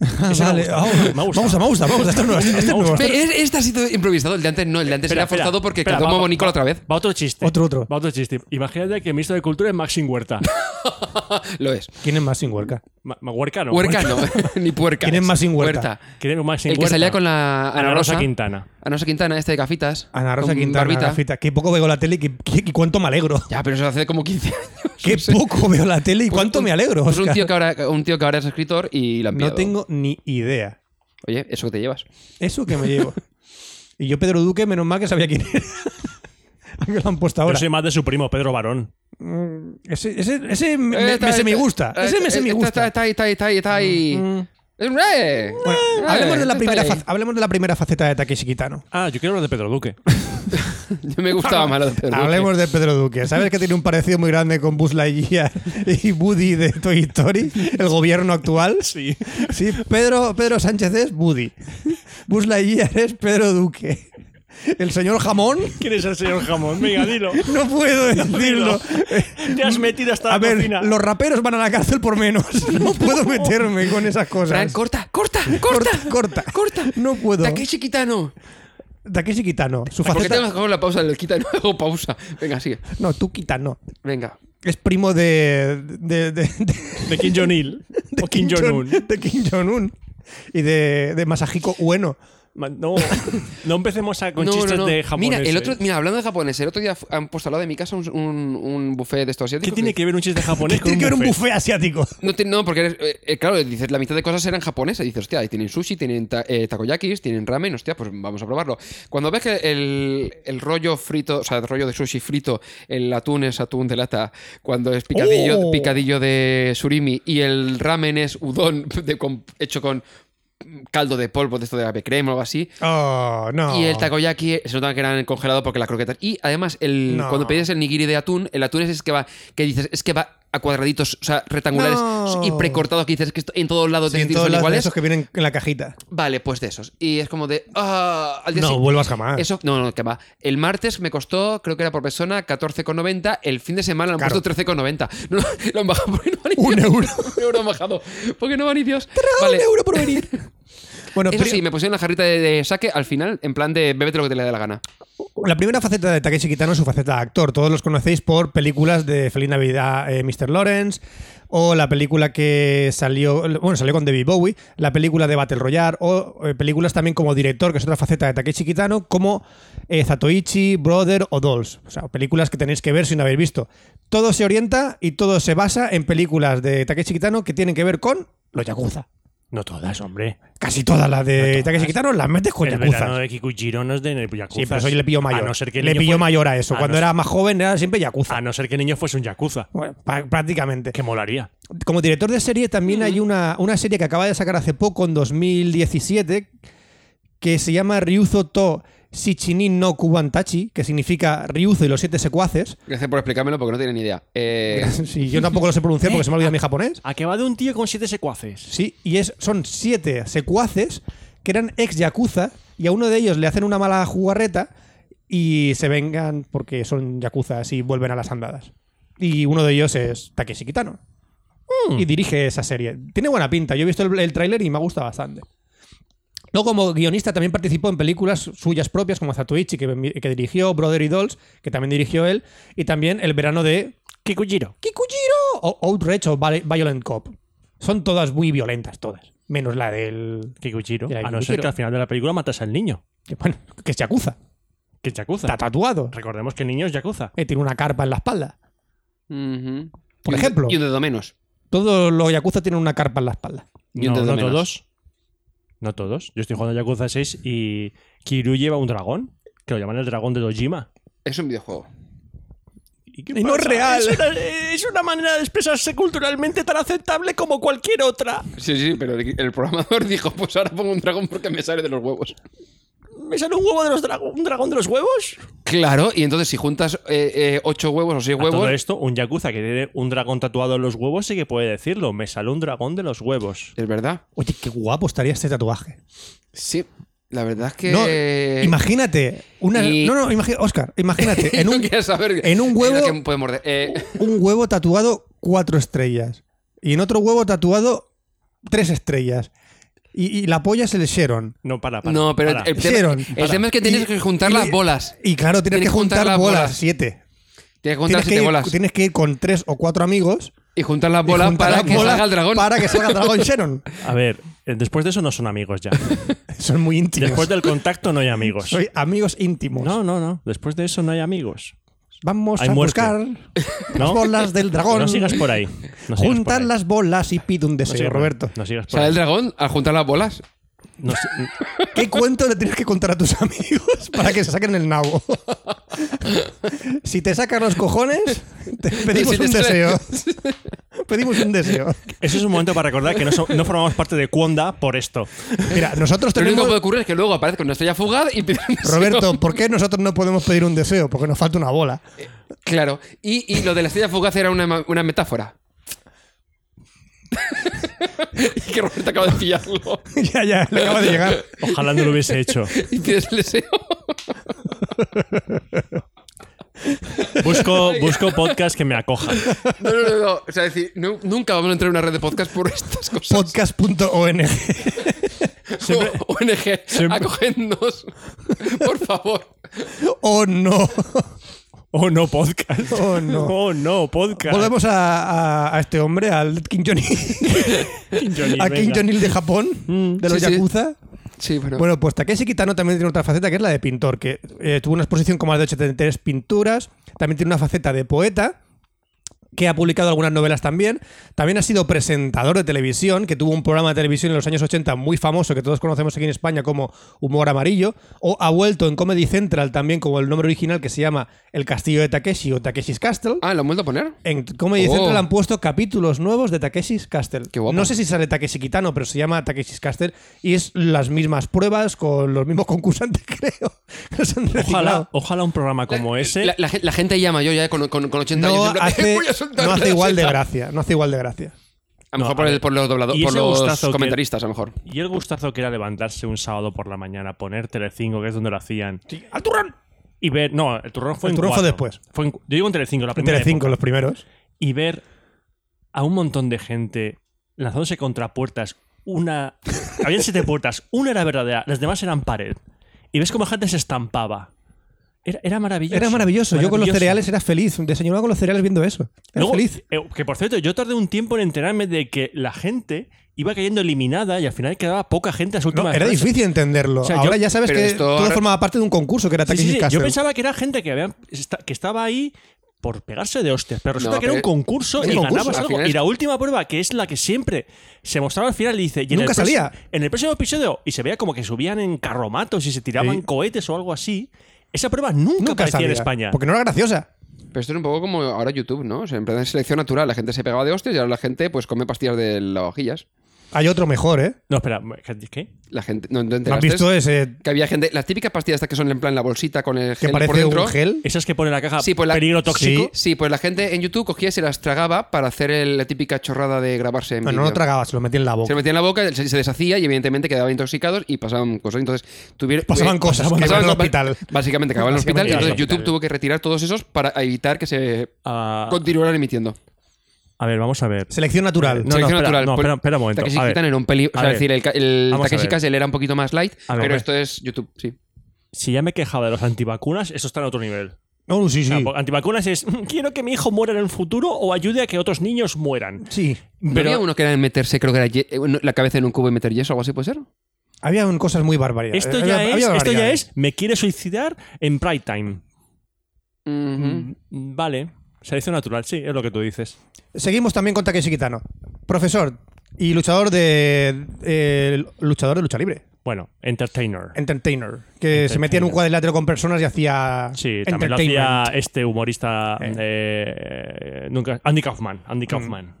Ah,
Ese me
vale.
gusta.
Ah,
Me gusta.
Vamos a, vamos a, vamos a. Este es nuevo, este es nuevo.
Pero es- este ha sido improvisado, el de antes no, el de antes era forzado porque
espera,
quedó
va-
más bonito
va-
la otra vez. <laughs>
Va otro chiste.
Otro, otro.
Va otro chiste. Imagínate que el ministro de Cultura es Maxim Huerta.
Lo es.
¿Quién es más sin huerca?
Ma- ma- Huerca no. <laughs>
Huerca no, <laughs> ni puerca.
¿Quién es más sin huerta?
¿Quién es Maxim
El que
Huerta?
salía con la Ana
Ana Rosa
Rosa.
Quintana.
Ana Rosa Quintana, este de gafitas.
Ana Rosa
con
Quintana,
barbita.
Rafita. Qué poco veo la tele y qué- qué- y cuánto me alegro.
Ya, pero eso hace como 15 <laughs> años.
<laughs> Qué
no sé.
poco veo la tele y
Pues
cuánto
un-
me alegro.
pues un
Oscar.
tío que ahora, un tío que ahora es escritor y la han
No
pillado.
tengo ni idea.
Oye, eso que te llevas.
Eso que me llevo. Y yo, Pedro Duque, menos mal que sabía quién era. <laughs> A mí lo han puesto
Yo
ahora.
soy más de su primo, Pedro Barón.
Ese, ese, ese me,
Eh,
me-
está-
me- se me
está-
gusta.
eh,
Ese me se me
está-
gusta. Mm,
Está ahí, está ahí, está ahí, está ahí. Es un rey.
Bueno,
Eh,
hablemos, de la
está
primera
ahí.
fa- hablemos de la primera faceta de Takeshi Kitano.
Ah, yo quiero hablar de Pedro Duque.
Yo me gustaba más lo de Pedro Duque.
Hablemos de Pedro Duque. ¿Sabes que tiene un parecido muy grande con Buzz Lightyear <laughs> y Woody de Toy Story? El gobierno
<laughs>
actual.
Sí.
Sí, Pedro, Pedro Sánchez es Woody. Buzz Lightyear es Pedro Duque. El señor Jamón.
<laughs> ¿Quién es el señor Jamón? Venga, dilo.
No
<laughs>
puedo decirlo.
Te has metido hasta
A
la
ver,
cocina.
los raperos van a la cárcel por menos.
<laughs>
No puedo meterme con esas
Fran,
cosas.
corta, corta, corta.
corta.
Corta.
No puedo.
Takeshi Kitano.
Takeshi Kitano. Su
Porque tengo que
faceta.
hacer la pausa, le quita luego pausa. Venga, sigue.
No, tú Kitano.
Venga.
Es primo de- de- de- de
<laughs> De Kim Jong-il. O Kim Jong-un.
De Kim Jong-un. Y de, de Masahiko Ueno.
Man, No, no empecemos a, con
No, no,
chistes
no.
de japonés.
Mira, el
¿eh?
otro, mira, hablando de japonés, el otro día fu- han puesto al lado de mi casa un, un, un buffet de estos asiáticos.
¿Qué tiene que ver un chiste de japonés con
Tiene
un
que ver un
buffet?
buffet asiático.
No, te- no, porque eres- eh, eh, claro, dices, la mitad de cosas eran japonesas. Dices, hostia, ahí tienen sushi, tienen ta- eh, takoyakis, tienen ramen, hostia, pues vamos a probarlo. Cuando ves que el, el rollo frito, o sea, el rollo de sushi frito, el atún es atún de lata, cuando es picadillo,
Oh.
picadillo de surimi y el ramen es udon <laughs> de- con- hecho con caldo de polvo de esto de ave crema o algo así.
Oh, no.
Y el takoyaki se notaba que eran congelados porque las croquetas. Y además, el,
No.
cuando pedías el nigiri de atún, el atún es, es que va, que dices, es que va a cuadraditos, o sea, rectangulares
No.
y precortados que dices que esto- en todos lados
Sí,
de
en todos
son
lados de
iguales.
esos que vienen en la cajita.
Vale, pues de esos. Y es como de. ah, al día
No
siguiente-
vuelvas jamás.
Eso, no, no, que va. El martes me costó, creo que era por persona, 14,90. El fin de semana lo han
Claro.
puesto 13,90. <laughs> No, no, lo han bajado porque no van ni
Un
Dios.
euro.
<laughs> Un euro han bajado. Porque no van ni Dios. Vale.
euro por
<laughs>
venir. Bueno,
Eso
pri-
sí, me pusieron la jarrita de, de saque al final, en plan de bébete lo que te le dé la gana.
la primera faceta de Takeshi Kitano es su faceta de actor. Todos los conocéis por películas de Feliz Navidad, eh, Mr. Lawrence, o la película que salió, bueno, salió con David Bowie, la película de Battle Royale, o eh, películas también como director, que es otra faceta de Takeshi Kitano, como eh, Zatoichi, Brother o Dolls. O sea, películas que tenéis que ver si no habéis visto. Todo se orienta y todo se basa en películas de Takeshi Kitano que tienen que ver con los Yakuza.
No todas, hombre.
Casi todas las de Takeshi Kitano las metes con
el
Pues Yakuza.
verano de Kikujiro no es de Yakuza.
Sí, pero eso yo le pillo mayor.
A no ser que el
le
niño
pillo
fuera-
mayor a eso.
a
Cuando
no
era
ser-
más joven era siempre Yakuza.
A no ser que el niño fuese un Yakuza.
Bueno, pa- prácticamente.
Que molaría.
Como director de serie también hay
Mm.
una, una serie que acaba de sacar hace poco, en 2017, que se llama Ryuzo to Shichinin no Kubantachi, que significa Ryuzo y los siete secuaces.
Gracias por explicármelo porque no tiene ni idea. Eh,
<laughs> Sí, yo tampoco lo sé pronunciar porque se me ha olvidado mi japonés.
Eh, ¿A que va de un tío con siete secuaces?
Sí, y es, son siete secuaces que eran ex yakuza y a uno de ellos le hacen una mala jugarreta y se vengan porque son yakuzas y vuelven a las andadas. Y uno de ellos es Takeshi Kitano.
Hmm.
Y dirige esa serie. Tiene buena pinta. Yo he visto el, el tráiler y me ha gustado bastante. Luego, como guionista, también participó en películas suyas propias, como Zatoichi, que, que dirigió, Brother y Dolls, que también dirigió él, y también El verano de
Kikujiro.
Kikujiro o Outrage o Vi- Violent Cop. Son todas muy violentas, todas. Menos la del.
Kikujiro.
Ya,
A no ser
Kikujiro.
que al final de la película matas al niño.
Que, bueno, que es Yakuza.
Que es Yakuza.
Está tatuado.
Recordemos que el niño es Yakuza.
eh, tiene una carpa en la espalda.
ujú.
Por
Y un-
ejemplo.
Y un dedo menos.
Todos los Yakuza tienen una carpa en la espalda.
Y un
No,
dedo
no
menos.
todos. No todos. Yo estoy jugando a Yakuza 6 y Kiryu lleva un dragón. Que lo llaman el dragón de Dojima.
Es un videojuego.
¿Y, qué
Y no es
pasa?
real.
Es una, es una manera de expresarse culturalmente tan aceptable como cualquier otra.
Sí, sí, pero el, el programador <laughs> dijo, pues ahora pongo un dragón porque me sale de los huevos.
¿Me sale un huevo de los drago- un dragón de los huevos?
Claro, y entonces si juntas eh, eh, ocho huevos o seis
A todo
huevos...
esto, un yakuza que tiene un dragón tatuado en los huevos sí que puede decirlo. Me sale un dragón de los huevos.
Es verdad.
Oye, qué guapo estaría este tatuaje.
Sí, la verdad es que... <laughs>
No, imagínate. Una,
y-
No, no, imagi- Oscar, imagínate.
<laughs>
En
No
un,
quiero saber
en
<laughs>
un huevo-
lo que puede morder. Eh,
un huevo tatuado cuatro estrellas. Y en otro huevo tatuado tres estrellas. Y, y la polla es el Sharon.
No, para, para.
no, pero el-
para.
el, tema,
Sharon,
el
para.
tema es que tienes
Y-
que juntar
y-
las bolas.
Y claro, tienes, que juntar, las bolas. Siete.
Tienes que juntar
tienes,
siete
que ir,
bolas.
tienes que ir con tres o cuatro amigos
Y juntar las
y
bolas
juntar
para
las
que
bolas
salga el dragón.
Para que salga el
<laughs>
dragón Sharon.
A ver, eh, después de eso no son amigos ya.
Son muy íntimos.
Después del contacto no hay amigos.
Soy amigos íntimos.
No, no, no. Después de eso no hay amigos.
Vamos
Hay
a
muerte.
buscar las
¿No?
bolas del dragón.
No sigas por ahí. No sigas por
Juntar
ahí.
las bolas y pide un
No
deseo,
sigas por-
Roberto.
No sigas por
¿Sale el
ahí.
dragón al juntar las bolas?
No si-
¿Qué cuento le tienes que contar a tus <laughs> amigos para que se saquen el nabo? <laughs> si te sacan los cojones, te pedimos
<laughs> Si te
un
sale- <laughs>
deseo. pedimos un deseo.
Eso es un momento para recordar que no, so- no formamos parte de Cuonda por esto.
Mira, nosotros
Lo único que
tenemos...
puede ocurrir es que luego aparezca una estrella fugaz y <laughs> pide un deseo.
Roberto, ¿por qué nosotros no podemos pedir un deseo? Porque nos falta una bola. <laughs>
Claro. Y, y lo de la estrella fugaz era una, ma- una metáfora. y que Roberto acaba de pillarlo.
ya, ya, le acaba de
<laughs>
llegar.
Ojalá no lo hubiese hecho.
Y tienes el deseo.
Busco, busco podcast que me acoja.
No, no, no, no. O sea, es decir, nu- nunca vamos a entrar en una red de podcast por estas cosas.
Podcast.ong.
Siempre-
O- ONG,
siempre-
acogednos. Por favor.
Oh,
<laughs>
no.
Oh no, podcast.
Oh, no.
Oh no, podcast.
Volvemos a, a- a este hombre, al King Johnny.
King Johnny,
<laughs> a King
venga.
Johnny de Japón, de los
Mm. Sí, sí.
Yakuza.
Sí, bueno.
Bueno, pues Takeshi Kitano también tiene otra faceta que es la de pintor, que eh, tuvo una exposición con más de 83 pinturas, también tiene una faceta de poeta, que ha publicado algunas novelas también, también ha sido presentador de televisión, que tuvo un programa de televisión en los años 80 muy famoso, que todos conocemos aquí en España como Humor Amarillo, o ha vuelto en Comedy Central también como el nombre original que se llama El Castillo de Takeshi o Takeshi's Castle.
Ah, ¿lo han vuelto a poner?
En Comedy
Oh.
Central han puesto capítulos nuevos de Takeshi's Castle.
Qué guapo.
No sé si sale Takeshi Kitano, pero se llama Takeshi's Castle y es las mismas pruebas con los mismos concursantes, <laughs> creo. Los han reciclado.
Ojalá, ojalá un programa como ese.
La, la gen- la gente llama yo ya con, con, con 80 años.
No
en plan,
hace,
"Voy a soltar
no hace
una
igual de
seta".
gracia. No hace igual de gracia.
A lo mejor
No,
por,
a
el-
ver.
por los, doblado-
Y
por
ese
los
gustazo que-
comentaristas, a lo mejor.
Y el gustazo que era levantarse un sábado por la mañana, poner Telecinco, que es donde lo hacían.
¡Al turrón!
Y ver. No, el turrón fue
El
en
turrón fue
cuatro.
después.
Fue en- yo digo en Telecinco, la primera.
Telecinco,
época.
los primeros.
Y ver a un montón de gente lanzándose contra puertas. Una. Habían siete puertas. Una era verdadera, las demás eran pared. Y ves cómo la gente se estampaba. Era, era maravilloso.
Era maravilloso. Yo con los
Maravilloso.
cereales era feliz. Desayunaba con los cereales viendo eso. Era
Luego,
feliz.
eh, que por cierto, yo tardé un tiempo en enterarme de que la gente iba cayendo eliminada y al final quedaba poca gente a su última
No, era difícil entenderlo.
O sea, yo-
ahora ya sabes
pero
que
esto
todo
ahora-
formaba parte de un concurso que era
Sí,
Takeshi's
sí, sí.
Castle.
Yo pensaba que era gente que, había, esta- que estaba ahí por pegarse de hostias, pero resulta
No,
que era un
pero-
concurso
un
y
concurso,
ganabas
al
algo.
final es-
Y la última prueba, que es la que siempre se mostraba al final, dice... Y en
Nunca
el próximo-
salía.
En el próximo episodio, y se veía como que subían en carromatos y se tiraban
Sí.
cohetes o algo así, esa prueba nunca,
Nunca
aparecía
salía.
en España.
Porque no era graciosa.
Pero esto era un poco como ahora YouTube, ¿no? O sea, en plan de selección natural. La gente se pegaba de hostias y ahora la gente pues come pastillas de lavavajillas.
Hay otro mejor, ¿eh?
No, espera, ¿qué?
La gente... ¿No, no te
¿No has
enteraste?
visto ese
Que había gente... Las típicas pastillas estas que son en plan la bolsita con el
que
gel por
parece
dentro.
un gel?
Esas que pone la caja
Sí, pues la-
peligro tóxico.
Sí, pues la gente en YouTube cogía y se las tragaba para hacer el- la típica chorrada de grabarse en
Ah, No, no
vídeo.
lo tragaba, se lo metía en la
Se
boca.
lo metía en la boca, se, se deshacía y evidentemente quedaban intoxicados y pasaban cosas. Entonces tuvieron,
Pasaban
eh,
cosas, porque
pasaban
en el
cosas-
hospital. <laughs>
Básicamente acababan en el hospital.
Básicamente
y
en
Entonces
el
YouTube
hospital.
tuvo que retirar todos esos para evitar que se
Ah,
continuaran emitiendo.
a ver, vamos a ver.
Selección natural.
No, no,
Selección
espera,
natural.
no,
Pues,
espera- espera un momento.
Takeshi
A ver.
Kitano era un peli. O
A
sea,
ver.
es decir, el, ca- el
Vamos a
Takeshi
ver.
Castle era un poquito más light,
A ver,
pero
hombre.
esto es YouTube, sí.
Si ya me quejaba de los antivacunas, eso está en otro nivel.
No, sí, sí.
O sea, por- antivacunas es "Mm, quiero que mi hijo muera en el futuro o ayude a que otros niños mueran.
Sí.
¿No
Pero
había uno que era en meterse, creo que era ye- eh, no, la cabeza en un cubo y meter yeso o algo así, ¿puede ser?
Había un- cosas muy bárbaras.
esto
Había-
ya,
había
es, esto ya
barbaridades.
es me quiere suicidar en prime time.
Ujú.
Mm, Vale, selección natural, sí, es lo que tú dices.
Seguimos también con Takeshi Kitano. Profesor y luchador de. eh, luchador de lucha libre.
Bueno, entertainer.
Entertainer. Que se metía en un
Entertainer.
cuadrilátero con personas y hacía.
Sí, también lo
entertainment.
hacía este humorista
Eh. Mm.
eh, nunca Andy Kaufman, Andy Kaufman.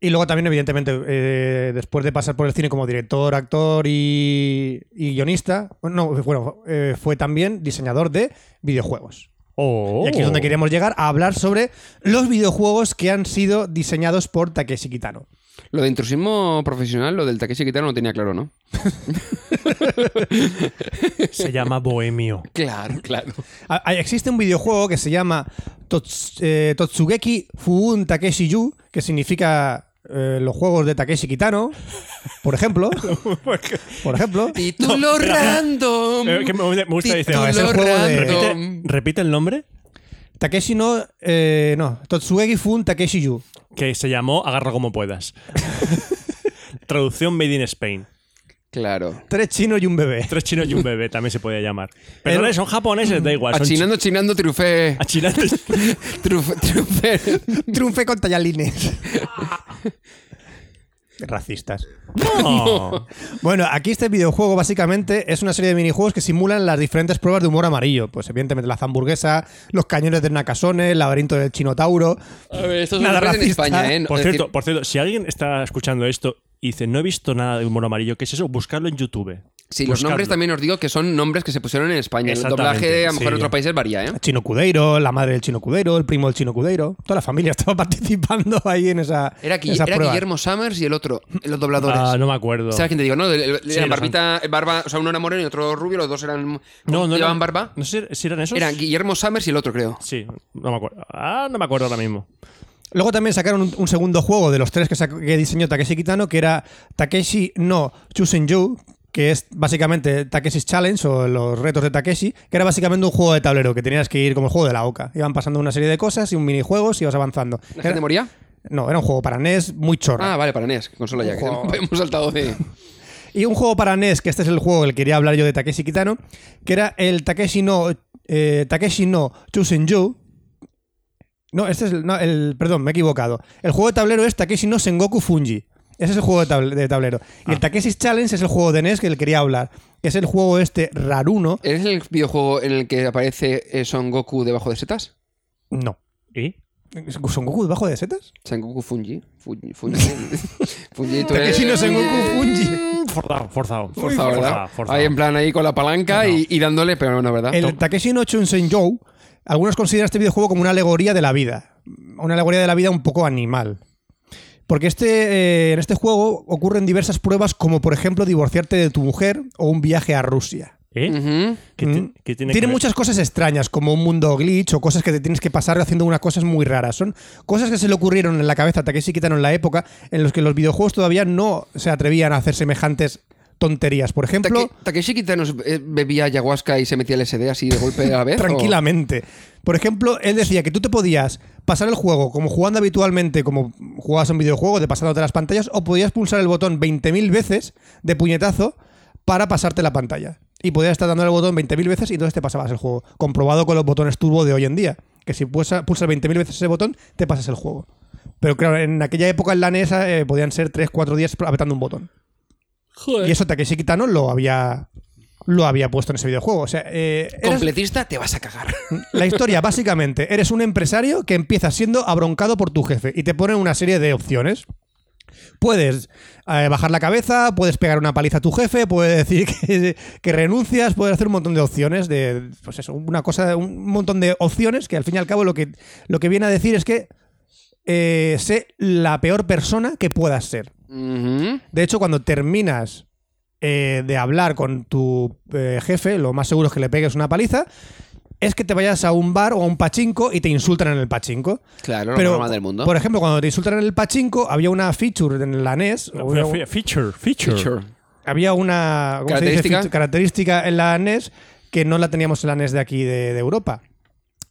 Y luego también, evidentemente, eh, después de pasar por el cine como director, actor y, y guionista, no, bueno, eh, fue también diseñador de videojuegos.
Oh.
Y aquí es donde queremos llegar a hablar sobre los videojuegos que han sido diseñados por Takeshi Kitano.
Lo de intrusismo profesional, lo del Takeshi Kitano no tenía claro, ¿no?
se llama
<laughs>
Bohemio.
Claro, <laughs> claro.
A- a- Existe un videojuego que se llama Tots- eh, Totsugeki Fuun Takeshi Yu, que significa eh, los juegos de Takeshi Kitano, por ejemplo. por ejemplo.
<laughs>
Título random.
Eh, que me- me gusta, dice,
No, es el
Título
juego de-
Repite,
random.
repite el nombre
Takeshi no. eh, no, Totsugeki Fun Takeshi Yu.
que se llamó Agarra como
<laughs>
puedas. Traducción Made in Spain.
Claro.
Tres chinos y un
<laughs>
bebé.
Tres chinos y un bebé también se podía llamar. Pero
El-
no, son japoneses, da igual. Ah, Son
Achinando, chinando,
<laughs> chi-
trufé. <laughs>
achinados.
Trufé. trufé.
Triunfe con tallalines. Racistas.
No.
Bueno, aquí este videojuego básicamente es una serie de minijuegos que simulan las diferentes pruebas de humor amarillo. Pues evidentemente la hamburguesas, los cañones del Nakasone, el laberinto del Chino Tauro.
A ver, esto es
Nada
una cosa en
racista.
España, ¿eh? No,
Por
es
cierto,
decir,
por cierto, si alguien está escuchando esto y dice no he visto nada de humor amarillo, ¿qué es eso? Buscarlo en YouTube.
sí, los
Buscadlo.
nombres también os digo que son nombres que se pusieron en España. El
Exactamente,
doblaje a lo mejor en
sí.
otros países varía, ¿eh?
Chino Cudeiro, la madre del Chino Cudeiro, el primo del Chino Cudeiro. Toda la familia <laughs> estaba participando ahí en esa.
Era, Gui-
en esa
era
prueba.
Guillermo Summers y el otro, los dobladores.
Ah, no me acuerdo.
¿Sabes quién te digo? No, el, el-
Sí,
era
los
barbita, el barba, o sea, uno era moreno y otro rubio, los dos eran.
No, no
llevaban
eran-
barba.
No sé si eran esos.
Era Guillermo Summers y el otro, creo.
Sí, no me acuerdo. Ah, no me acuerdo ahora mismo.
Luego también sacaron un, un segundo juego de los tres que, sacó- que diseñó Takeshi Kitano, que era Takeshi no Chusenju, que es básicamente Takeshi's Challenge o los retos de Takeshi, que era básicamente un juego de tablero, que tenías que ir como el juego de la oca. Iban pasando una serie de cosas y un minijuegos y ibas avanzando.
¿La
Era-
gente moría?
no, era un juego para NES muy chorra.
Ah, vale, para NES, E consola ya. que
Ojo.
Hemos saltado de.
Y un juego para NES, que este es el juego del que quería hablar yo de Takeshi Kitano, que era el Takeshi no, eh, Takeshi no Chusenju. No, este es el, no, el- Perdón, me he equivocado. El juego de tablero es Takeshi no Sengoku Fungi. Ese es el juego de, tabl- de tablero. Y el Takeshi's Challenge es el juego de NES que le quería hablar. Que es el juego este raruno.
¿Es el videojuego en el que aparece eh, Son Goku debajo de setas?
No.
¿Y?
¿Son Goku debajo de setas?
Son Goku Fungi.
<laughs>
Fungi. Fungi. Fungi, tú eres-
Takeshi no Sengoku Fungi.
Forzado, forzado.
Forzado, ¿verdad?
Forzado, forzado.
Ahí en plan ahí con la palanca y, y dándole, pero no,
Ah,
¿verdad?
El Takeshi no Chunsenjou, algunos consideran este videojuego como una alegoría de la vida. Una alegoría de la vida un poco animal. Porque este, eh, en este juego ocurren diversas pruebas, como por ejemplo divorciarte de tu mujer o un viaje a Rusia.
¿Eh?
Ujú.
¿Qué
Mm.
ti- qué tiene que ver?
muchas cosas extrañas, como un mundo glitch o cosas que te tienes que pasar haciendo unas cosas muy raras. Son cosas que se le ocurrieron en la cabeza a Takeshi Kitano en la época en los que los videojuegos todavía no se atrevían a hacer semejantes tonterías. Por ejemplo...
Take- Takeshi Kitano eh, bebía ayahuasca y se metía el SD así de golpe a
<laughs>
la vez. o-
tranquilamente. Por ejemplo, él decía que tú te podías pasar el juego como jugando habitualmente, como jugabas un videojuego, de pasándote las pantallas, o podías pulsar el botón 20.000 veces de puñetazo para pasarte la pantalla. Y podías estar dando el botón 20.000 veces y entonces te pasabas el juego. Comprobado con los botones turbo de hoy en día. Que si pulsa- pulsas 20.000 veces ese botón, te pasas el juego. Pero claro, en aquella época en la NES eh, podían ser 3-4 días apretando un botón. Y eso Takeshi Kitano lo había, lo había puesto en ese videojuego. O sea, eh, eras-
Completista, te vas a cagar.
la historia, básicamente, eres un empresario que empieza siendo abroncado por tu jefe y te ponen una serie de opciones. Puedes eh, bajar la cabeza, puedes pegar una paliza a tu jefe, puedes decir <laughs> que, que renuncias, puedes hacer un montón de opciones, de, pues eso, una cosa, un montón de opciones que al fin y al cabo lo que, lo que viene a decir es que eh, sé la peor persona que puedas ser.
Ujú.
De hecho, cuando terminas eh, de hablar con tu eh, jefe, lo más seguro es que le pegues una paliza, es que te vayas a un bar o a un pachinko y te insultan en el pachinko.
Claro, lo
Pero,
normal del mundo.
Por ejemplo, cuando te insultan en el pachinko, había una feature en la E NES. o
Fe-
una-
fe- Feature, feature.
Sure.
había una ¿cómo se dice?
Característica.
Feature- característica en la NES que no la teníamos en la NES de aquí de, de Europa.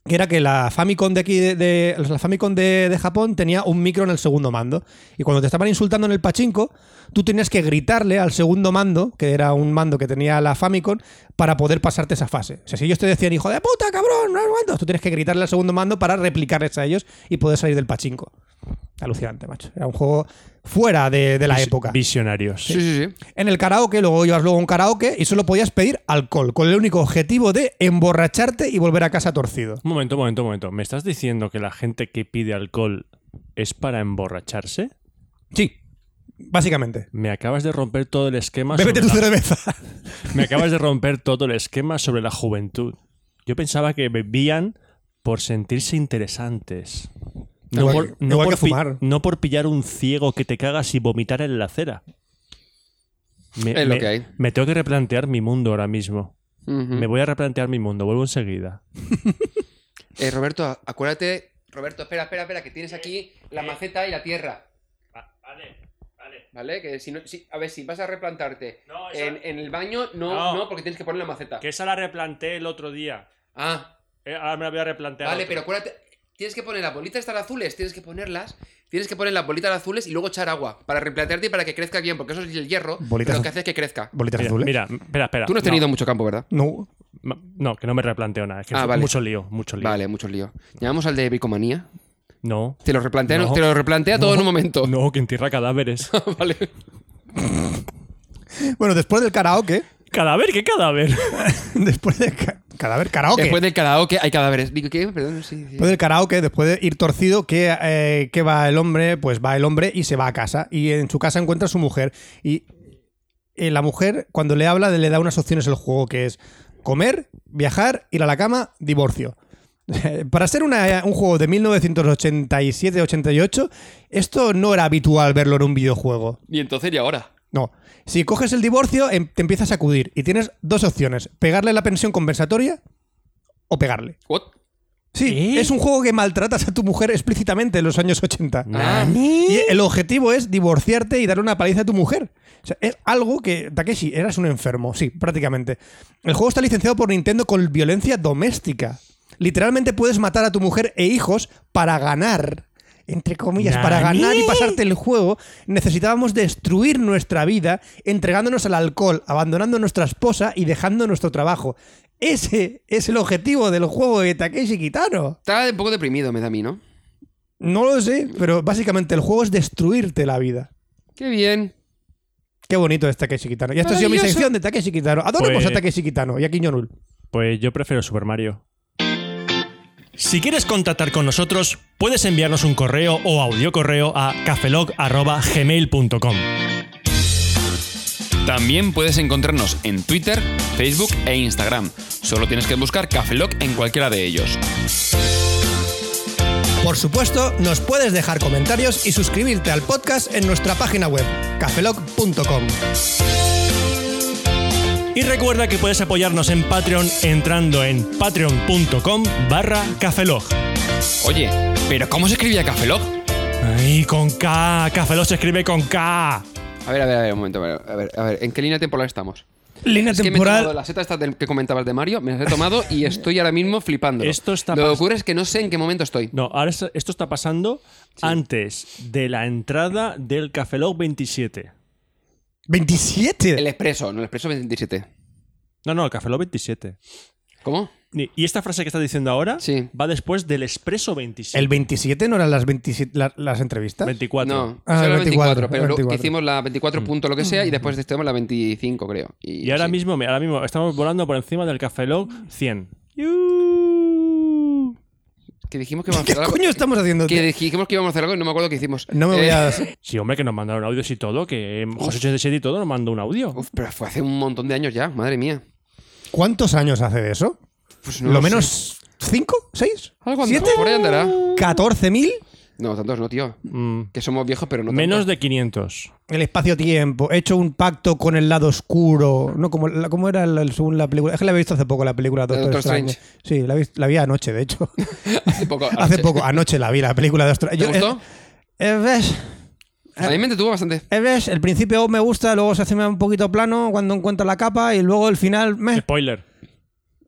Que era que la Famicom de aquí de, de- la Famicom de, de Japón tenía un micro en el segundo mando. Y cuando te estaban insultando en el pachinko, tú tenías que gritarle al segundo mando, que era un mando que tenía la Famicom, para poder pasarte esa fase. O sea, si ellos te decían, hijo de puta, cabrón, no aguantas, tú tienes que gritarle al segundo mando para replicarles a ellos y poder salir del pachinko. Alucinante, macho. Era un juego fuera de, de la
Vis-
época.
Visionarios.
Sí, sí, sí.
En el karaoke, luego ibas luego a un karaoke y solo podías pedir alcohol, con el único objetivo de emborracharte y volver a casa torcido.
Un momento, un momento, un momento. ¿Me estás diciendo que la gente que pide alcohol es para emborracharse?
Sí. Básicamente.
Me acabas de romper todo el esquema.
Bébete tu
sobre la-
cerveza.
Me acabas de romper todo el esquema sobre la juventud. Yo pensaba que bebían por sentirse interesantes. No
Igual-
por, no
igual
por
que
pi-
fumar.
no por pillar un ciego que te cagas y vomitar en la acera. Me,
Es lo
me-
que hay.
me tengo que replantear mi mundo ahora mismo.
Mm.
Ujú.
Me voy a replantear mi mundo. Vuelvo enseguida.
Eh, Roberto, acuérdate. Roberto, espera, espera, espera, que tienes aquí la maceta y la tierra. Vale, vale. Vale, que si no, si- a ver, si vas a replantarte
No, esa-
en, en el baño, no, no,
No.
porque tienes que poner la maceta.
esa la replanteé el otro día.
Ah,
Eh, Ahora me la voy a replantear.
vale, pero acuérdate, tienes que poner las bolitas estas azules, tienes que ponerlas, tienes que poner las bolitas azules y luego echar agua para replantearte y para que crezca bien, porque eso es el hierro,
Bolitas
pero lo
az-
que hace es que crezca.
<laughs> Bolitas
Mira,
azules.
mira, espera, espera.
Tú no has tenido mucho campo, ¿verdad?
No.
Ma- No, que no me replanteo nada. Es que
Ah,
fue
vale.
mucho lío, mucho lío.
Vale, muchos líos. Llamamos al de bicomanía.
No.
Te lo replantea,
No.
te lo replantea todo en un momento.
No, que entierra cadáveres.
<laughs> vale.
Bueno, después del karaoke. <laughs>
¿Cadáver? ¿Qué cadáver?
después del ca- cadáver karaoke.
Después
Después,
del karaoke hay cadáveres. Digo, ¿qué? Perdón, sí.
Pues-
sí.
del Pues karaoke, después de ir torcido, ¿qué, eh, qué va el hombre? Pues va el hombre y se va a casa. Y en su casa encuentra a su mujer. Y eh, la mujer, cuando le habla, le da unas opciones el juego, que es comer, viajar, ir a la cama, divorcio. <laughs> Para ser una- un juego de 1987-88, esto no era habitual verlo en un videojuego.
Y entonces, ¿y ahora?
No. Si coges el divorcio, em- te empiezas a acudir y tienes dos opciones: pegarle la pensión compensatoria o pegarle.
¿What?
Sí,
¿Eh?
es un juego que maltratas a tu mujer explícitamente en los años 80.
Ah,
Y el objetivo es divorciarte y darle una paliza a tu mujer. O sea, es algo que, Takeshi, eras un enfermo, sí, prácticamente. El juego está licenciado por Nintendo con violencia doméstica. Literalmente puedes matar a tu mujer e hijos para ganar entre comillas, para ganar y pasarte el juego, necesitábamos destruir nuestra vida entregándonos al alcohol, abandonando a nuestra esposa y dejando nuestro trabajo. Ese es el objetivo del juego de Takeshi Kitano.
Está un poco deprimido, me da a mí, ¿no?
No lo sé, pero básicamente el juego es destruirte la vida.
Qué bien.
Qué bonito es Takeshi Kitano. Y esto ha sido mi
Maravilloso.
sección de Takeshi Kitano. Adoremos
Pues-
a Takeshi Kitano y a Quiñonul.
Pues yo prefiero Super Mario. Si quieres contactar con nosotros, puedes enviarnos un correo o audio correo a cafelog.gmail.com.
También puedes encontrarnos en Twitter, Facebook e Instagram. Solo tienes que buscar Cafeloc en cualquiera de ellos.
Por supuesto, nos puedes dejar comentarios y suscribirte al podcast en nuestra página web, cafelog.com.
Y recuerda que puedes apoyarnos en Patreon entrando en patreon.com barra cafelog.
Oye, ¿pero cómo se escribía Cafeloc?
Ay, con K, cafelog se escribe con K.
A ver, a ver, a ver, un momento. A ver, a ver, a ver, ¿en qué línea temporal estamos?
Línea
Es que me he
temporal.
tomado la seta esta del- que comentabas de Mario, me las he tomado
<laughs>
y estoy ahora mismo flipando.
Esto está
Lo que
pas-
ocurre es que no sé en qué momento estoy.
No, ahora esto, esto está pasando antes de la entrada del cafelog 27.
27.
El expreso, no, el expreso 27.
No, no, el cafelog 27.
¿Cómo?
Y y esta frase que estás diciendo ahora
Sí.
va después del expreso 27.
¿El 27 no eran las, 27, la- las entrevistas?
24.
No,
Ah,
solo
el Mm.
24,
24,
pero lo-
24.
hicimos la 24 punto lo que sea y después estuvimos la 25, creo. Y,
Y ahora
sí.
mismo, mira, ahora mismo estamos volando por encima del Café Log 100. ¡Yuuu!
Que dijimos que íbamos
<laughs>
a
<laughs> ¿Qué
hacer algo.
coño estamos haciendo?
Que dijimos que íbamos a hacer algo y no me acuerdo qué hicimos.
No me voy
Eh,
a.
Sí, hombre, que nos mandaron audios y todo, que mm, José 87 y todo nos mandó un audio.
uf, pero fue hace un montón de años ya, madre mía.
¿Cuántos años hace de eso?
Pues no
¿Lo
sé.
menos 5? ¿6?
Algo andará,
¿7?
por ahí andará.
¿14.000?
No, tantos no, tío.
Mm,
Que somos viejos, pero no
menos
tanto.
de 500.
El espacio-tiempo. He hecho un pacto con el lado oscuro. No, como, la- como era el, el- según la película. Es que la había visto hace poco, la película Doctor,
Doctor
Strange.
Strange.
Sí, la, vi, la vi anoche, de hecho. <laughs>
<laughs> Hace poco.
hace poco, anoche la vi, la película de Doctor
¿Te
Strange. Yo-
gustó?
eh, ¿Ves?
A mí me entretuvo bastante.
Eh, ¿Ves? El principio me gusta, luego se hace un poquito plano cuando encuentra la capa y luego el final me,
Spoiler.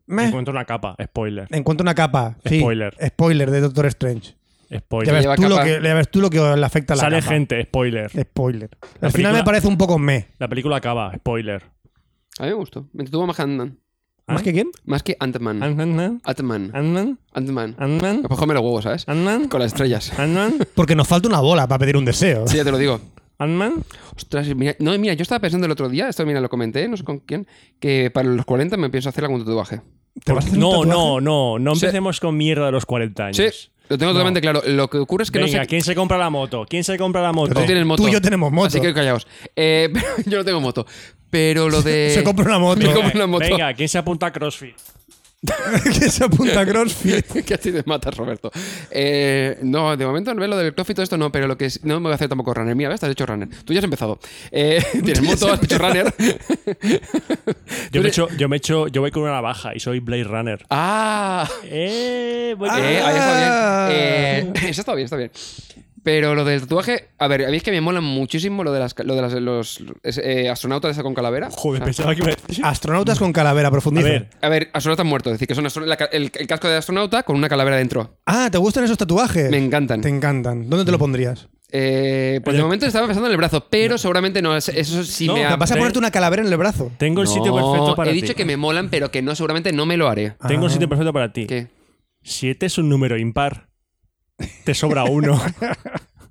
me
Encuentro una capa. Spoiler.
encuentro una capa. sí.
Spoiler.
Spoiler de Doctor Strange. Ya
Spoiler.
ves,
Pues
tú
lleva
lo
capa.
que, ya ves tú lo que le afecta a la
Sale
capa. Eh.
gente. Spoiler.
Spoiler.
La
Al final
película-
me parece un poco me.
La película acaba. Spoiler. ¿Ah?
A mí me gustó. Me entretuvo más que Ant-Man.
¿Más que quién?
Más que Ant-Man.
Ant-Man.
Ant-Man.
Ant-Man.
Ant-Man.
Ant-Man.
Pues come los huevos, ¿sabes?
Ant-Man.
Con las estrellas.
Ant-Man.
Porque nos falta una bola para pedir un deseo.
Sí, ya te lo digo.
Ant-Man.
Ostras, mira, no, mira, yo estaba pensando el otro día, esto mira, lo comenté, no sé con quién, que para los 40 me pienso hacer algún tatuaje.
<laughs> ¿Te vas a hacer un
No,
tatuaje?
no, no. No
Sí.
empecemos con mierda de los 40 años.
Sí, lo tengo totalmente claro. Lo que ocurre es que
Venga,
no sé.
¿quién se compra la moto? ¿Quién se compra la moto?
Tú tienes moto.
Tú y yo tenemos moto.
Así que callaos. Eh, <laughs> pero yo no tengo moto. Pero lo
<laughs>
de.
Se compra una moto.
<laughs> Me compro una moto.
Venga, ¿quién se apunta a CrossFit? <laughs>
que se apunta a CrossFit.
que así te matas, Roberto. Eh, no, de momento no veo lo del CrossFit, todo esto no, pero lo que es- no me voy a hacer tampoco runner. Mira, ¿ves? Estás hecho runner. Tú ya has empezado. Eh, <laughs> tienes moto, has hecho runner. <laughs>
Yo me, echo, yo me echo, yo voy con una navaja y soy Blade Runner.
¡Ah!
Eh, voy con-
Eh, ahí
Ah.
está bien. Eh, <laughs> eso está bien, está bien. Pero lo del tatuaje, a ver, a mí es que me mola muchísimo lo de, las, lo de las- los es- eh, astronautas esa con calavera.
Joder,
Ah.
pensaba que iba a decir.
Astronautas con calavera,
A
profundiza.
ver,
A ver, astronautas muertos, es decir, que son astro- la ca- el, el casco de astronauta con una calavera dentro.
Ah, ¿te gustan esos
Eh,
tatuajes?
Me encantan.
Te encantan. ¿Dónde te lo pondrías?
Eh, pues de momento estaba pensando en el brazo, pero seguramente no, es- eso sí
No,
me ha-
capaz-
Vas a
te-
ponerte una calavera en el brazo.
tengo el sitio
No,
perfecto para
He
ti. Ah,
dicho que me molan, pero que no, seguramente no me lo haré.
Ah.
Tengo el sitio perfecto para ti.
¿Qué?
Siete es un número impar. Te
<laughs>
sobra uno.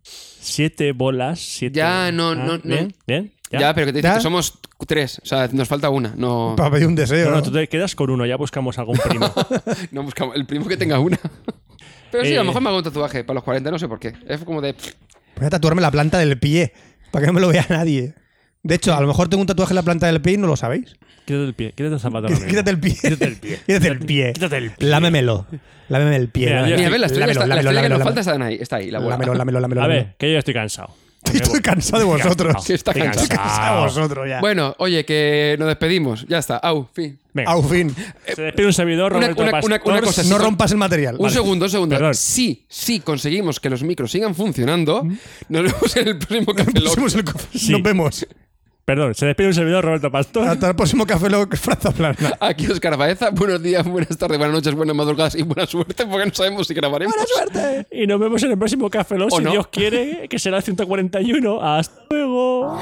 siete bolas, siete.
Ya, no,
Ah,
no, no.
Bien, bien.
Ya,
Ya.
pero que te dice
¿Ya?
que somos tres, o sea, nos falta una. No,
Para pedir un deseo.
No, no, tú te quedas con uno, ya buscamos algún
<laughs>
primo.
no buscamos el primo que tenga una. Pero sí, a
Eh.
lo mejor me hago un tatuaje para los 40, no sé por qué. Es como de.
Voy a tatuarme la planta del pie para que no me lo vea nadie. De hecho, a lo mejor tengo un tatuaje en la planta del pie y no lo sabéis.
Quítate el pie, quítate el
<laughs>
zapato. ahora mismo.
Quítate el pie.
Quítate el pie.
Quítate el pie.
Quítate el pie.
Lámemelo. Lámeme el pie.
Mira,
Lámeme-
yo-
Mira, a ver, la estrella, que está- la estrella que nos falta está ahí, está ahí, la bola. <laughs>
Lámelo, lámelo, lámelo.
A
lámelo.
ver, que yo ya estoy cansado.
<laughs> Estoy cansado de vosotros.
Sí, está
Estoy
cansado.
A vosotros ya.
Bueno, oye, que nos despedimos. Ya está. Au, fin.
Venga,
Au fin.
se despide un servidor,
Una-
Roberto
una-
Pas-
una- una cosa, sí,
No
con-
rompas el material.
Un segundo, un segundo.
Perdón.
Sí, sí, conseguimos que los micros sigan funcionando. Nos vemos en el próximo Café Lock.
Pusimos el co- Nos vemos.
Perdón, se despide un servidor, Roberto Pastor.
Hasta el próximo café luego que Franza Plana.
Aquí Oscar Baeza, buenos días, buenas tardes, buenas noches, buenas madrugadas y buena suerte, porque no sabemos si grabaremos.
Y nos vemos en el próximo Café Lock,
¿O
si
no?
Dios quiere, que será el 141. Hasta luego.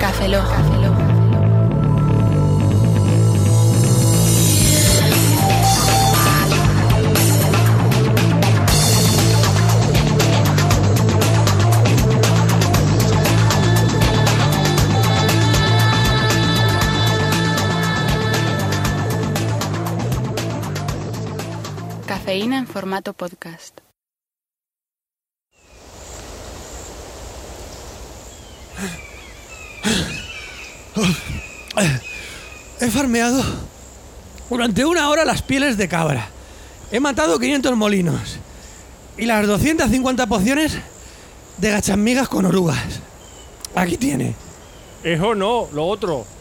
Café Lock. Café Lock. Cafeína en formato podcast.
He farmeado durante una hora las pieles de cabra. He matado 500 molinos. Y las 250 pociones de gachamigas con orugas. Aquí tiene.
Eso no, lo otro.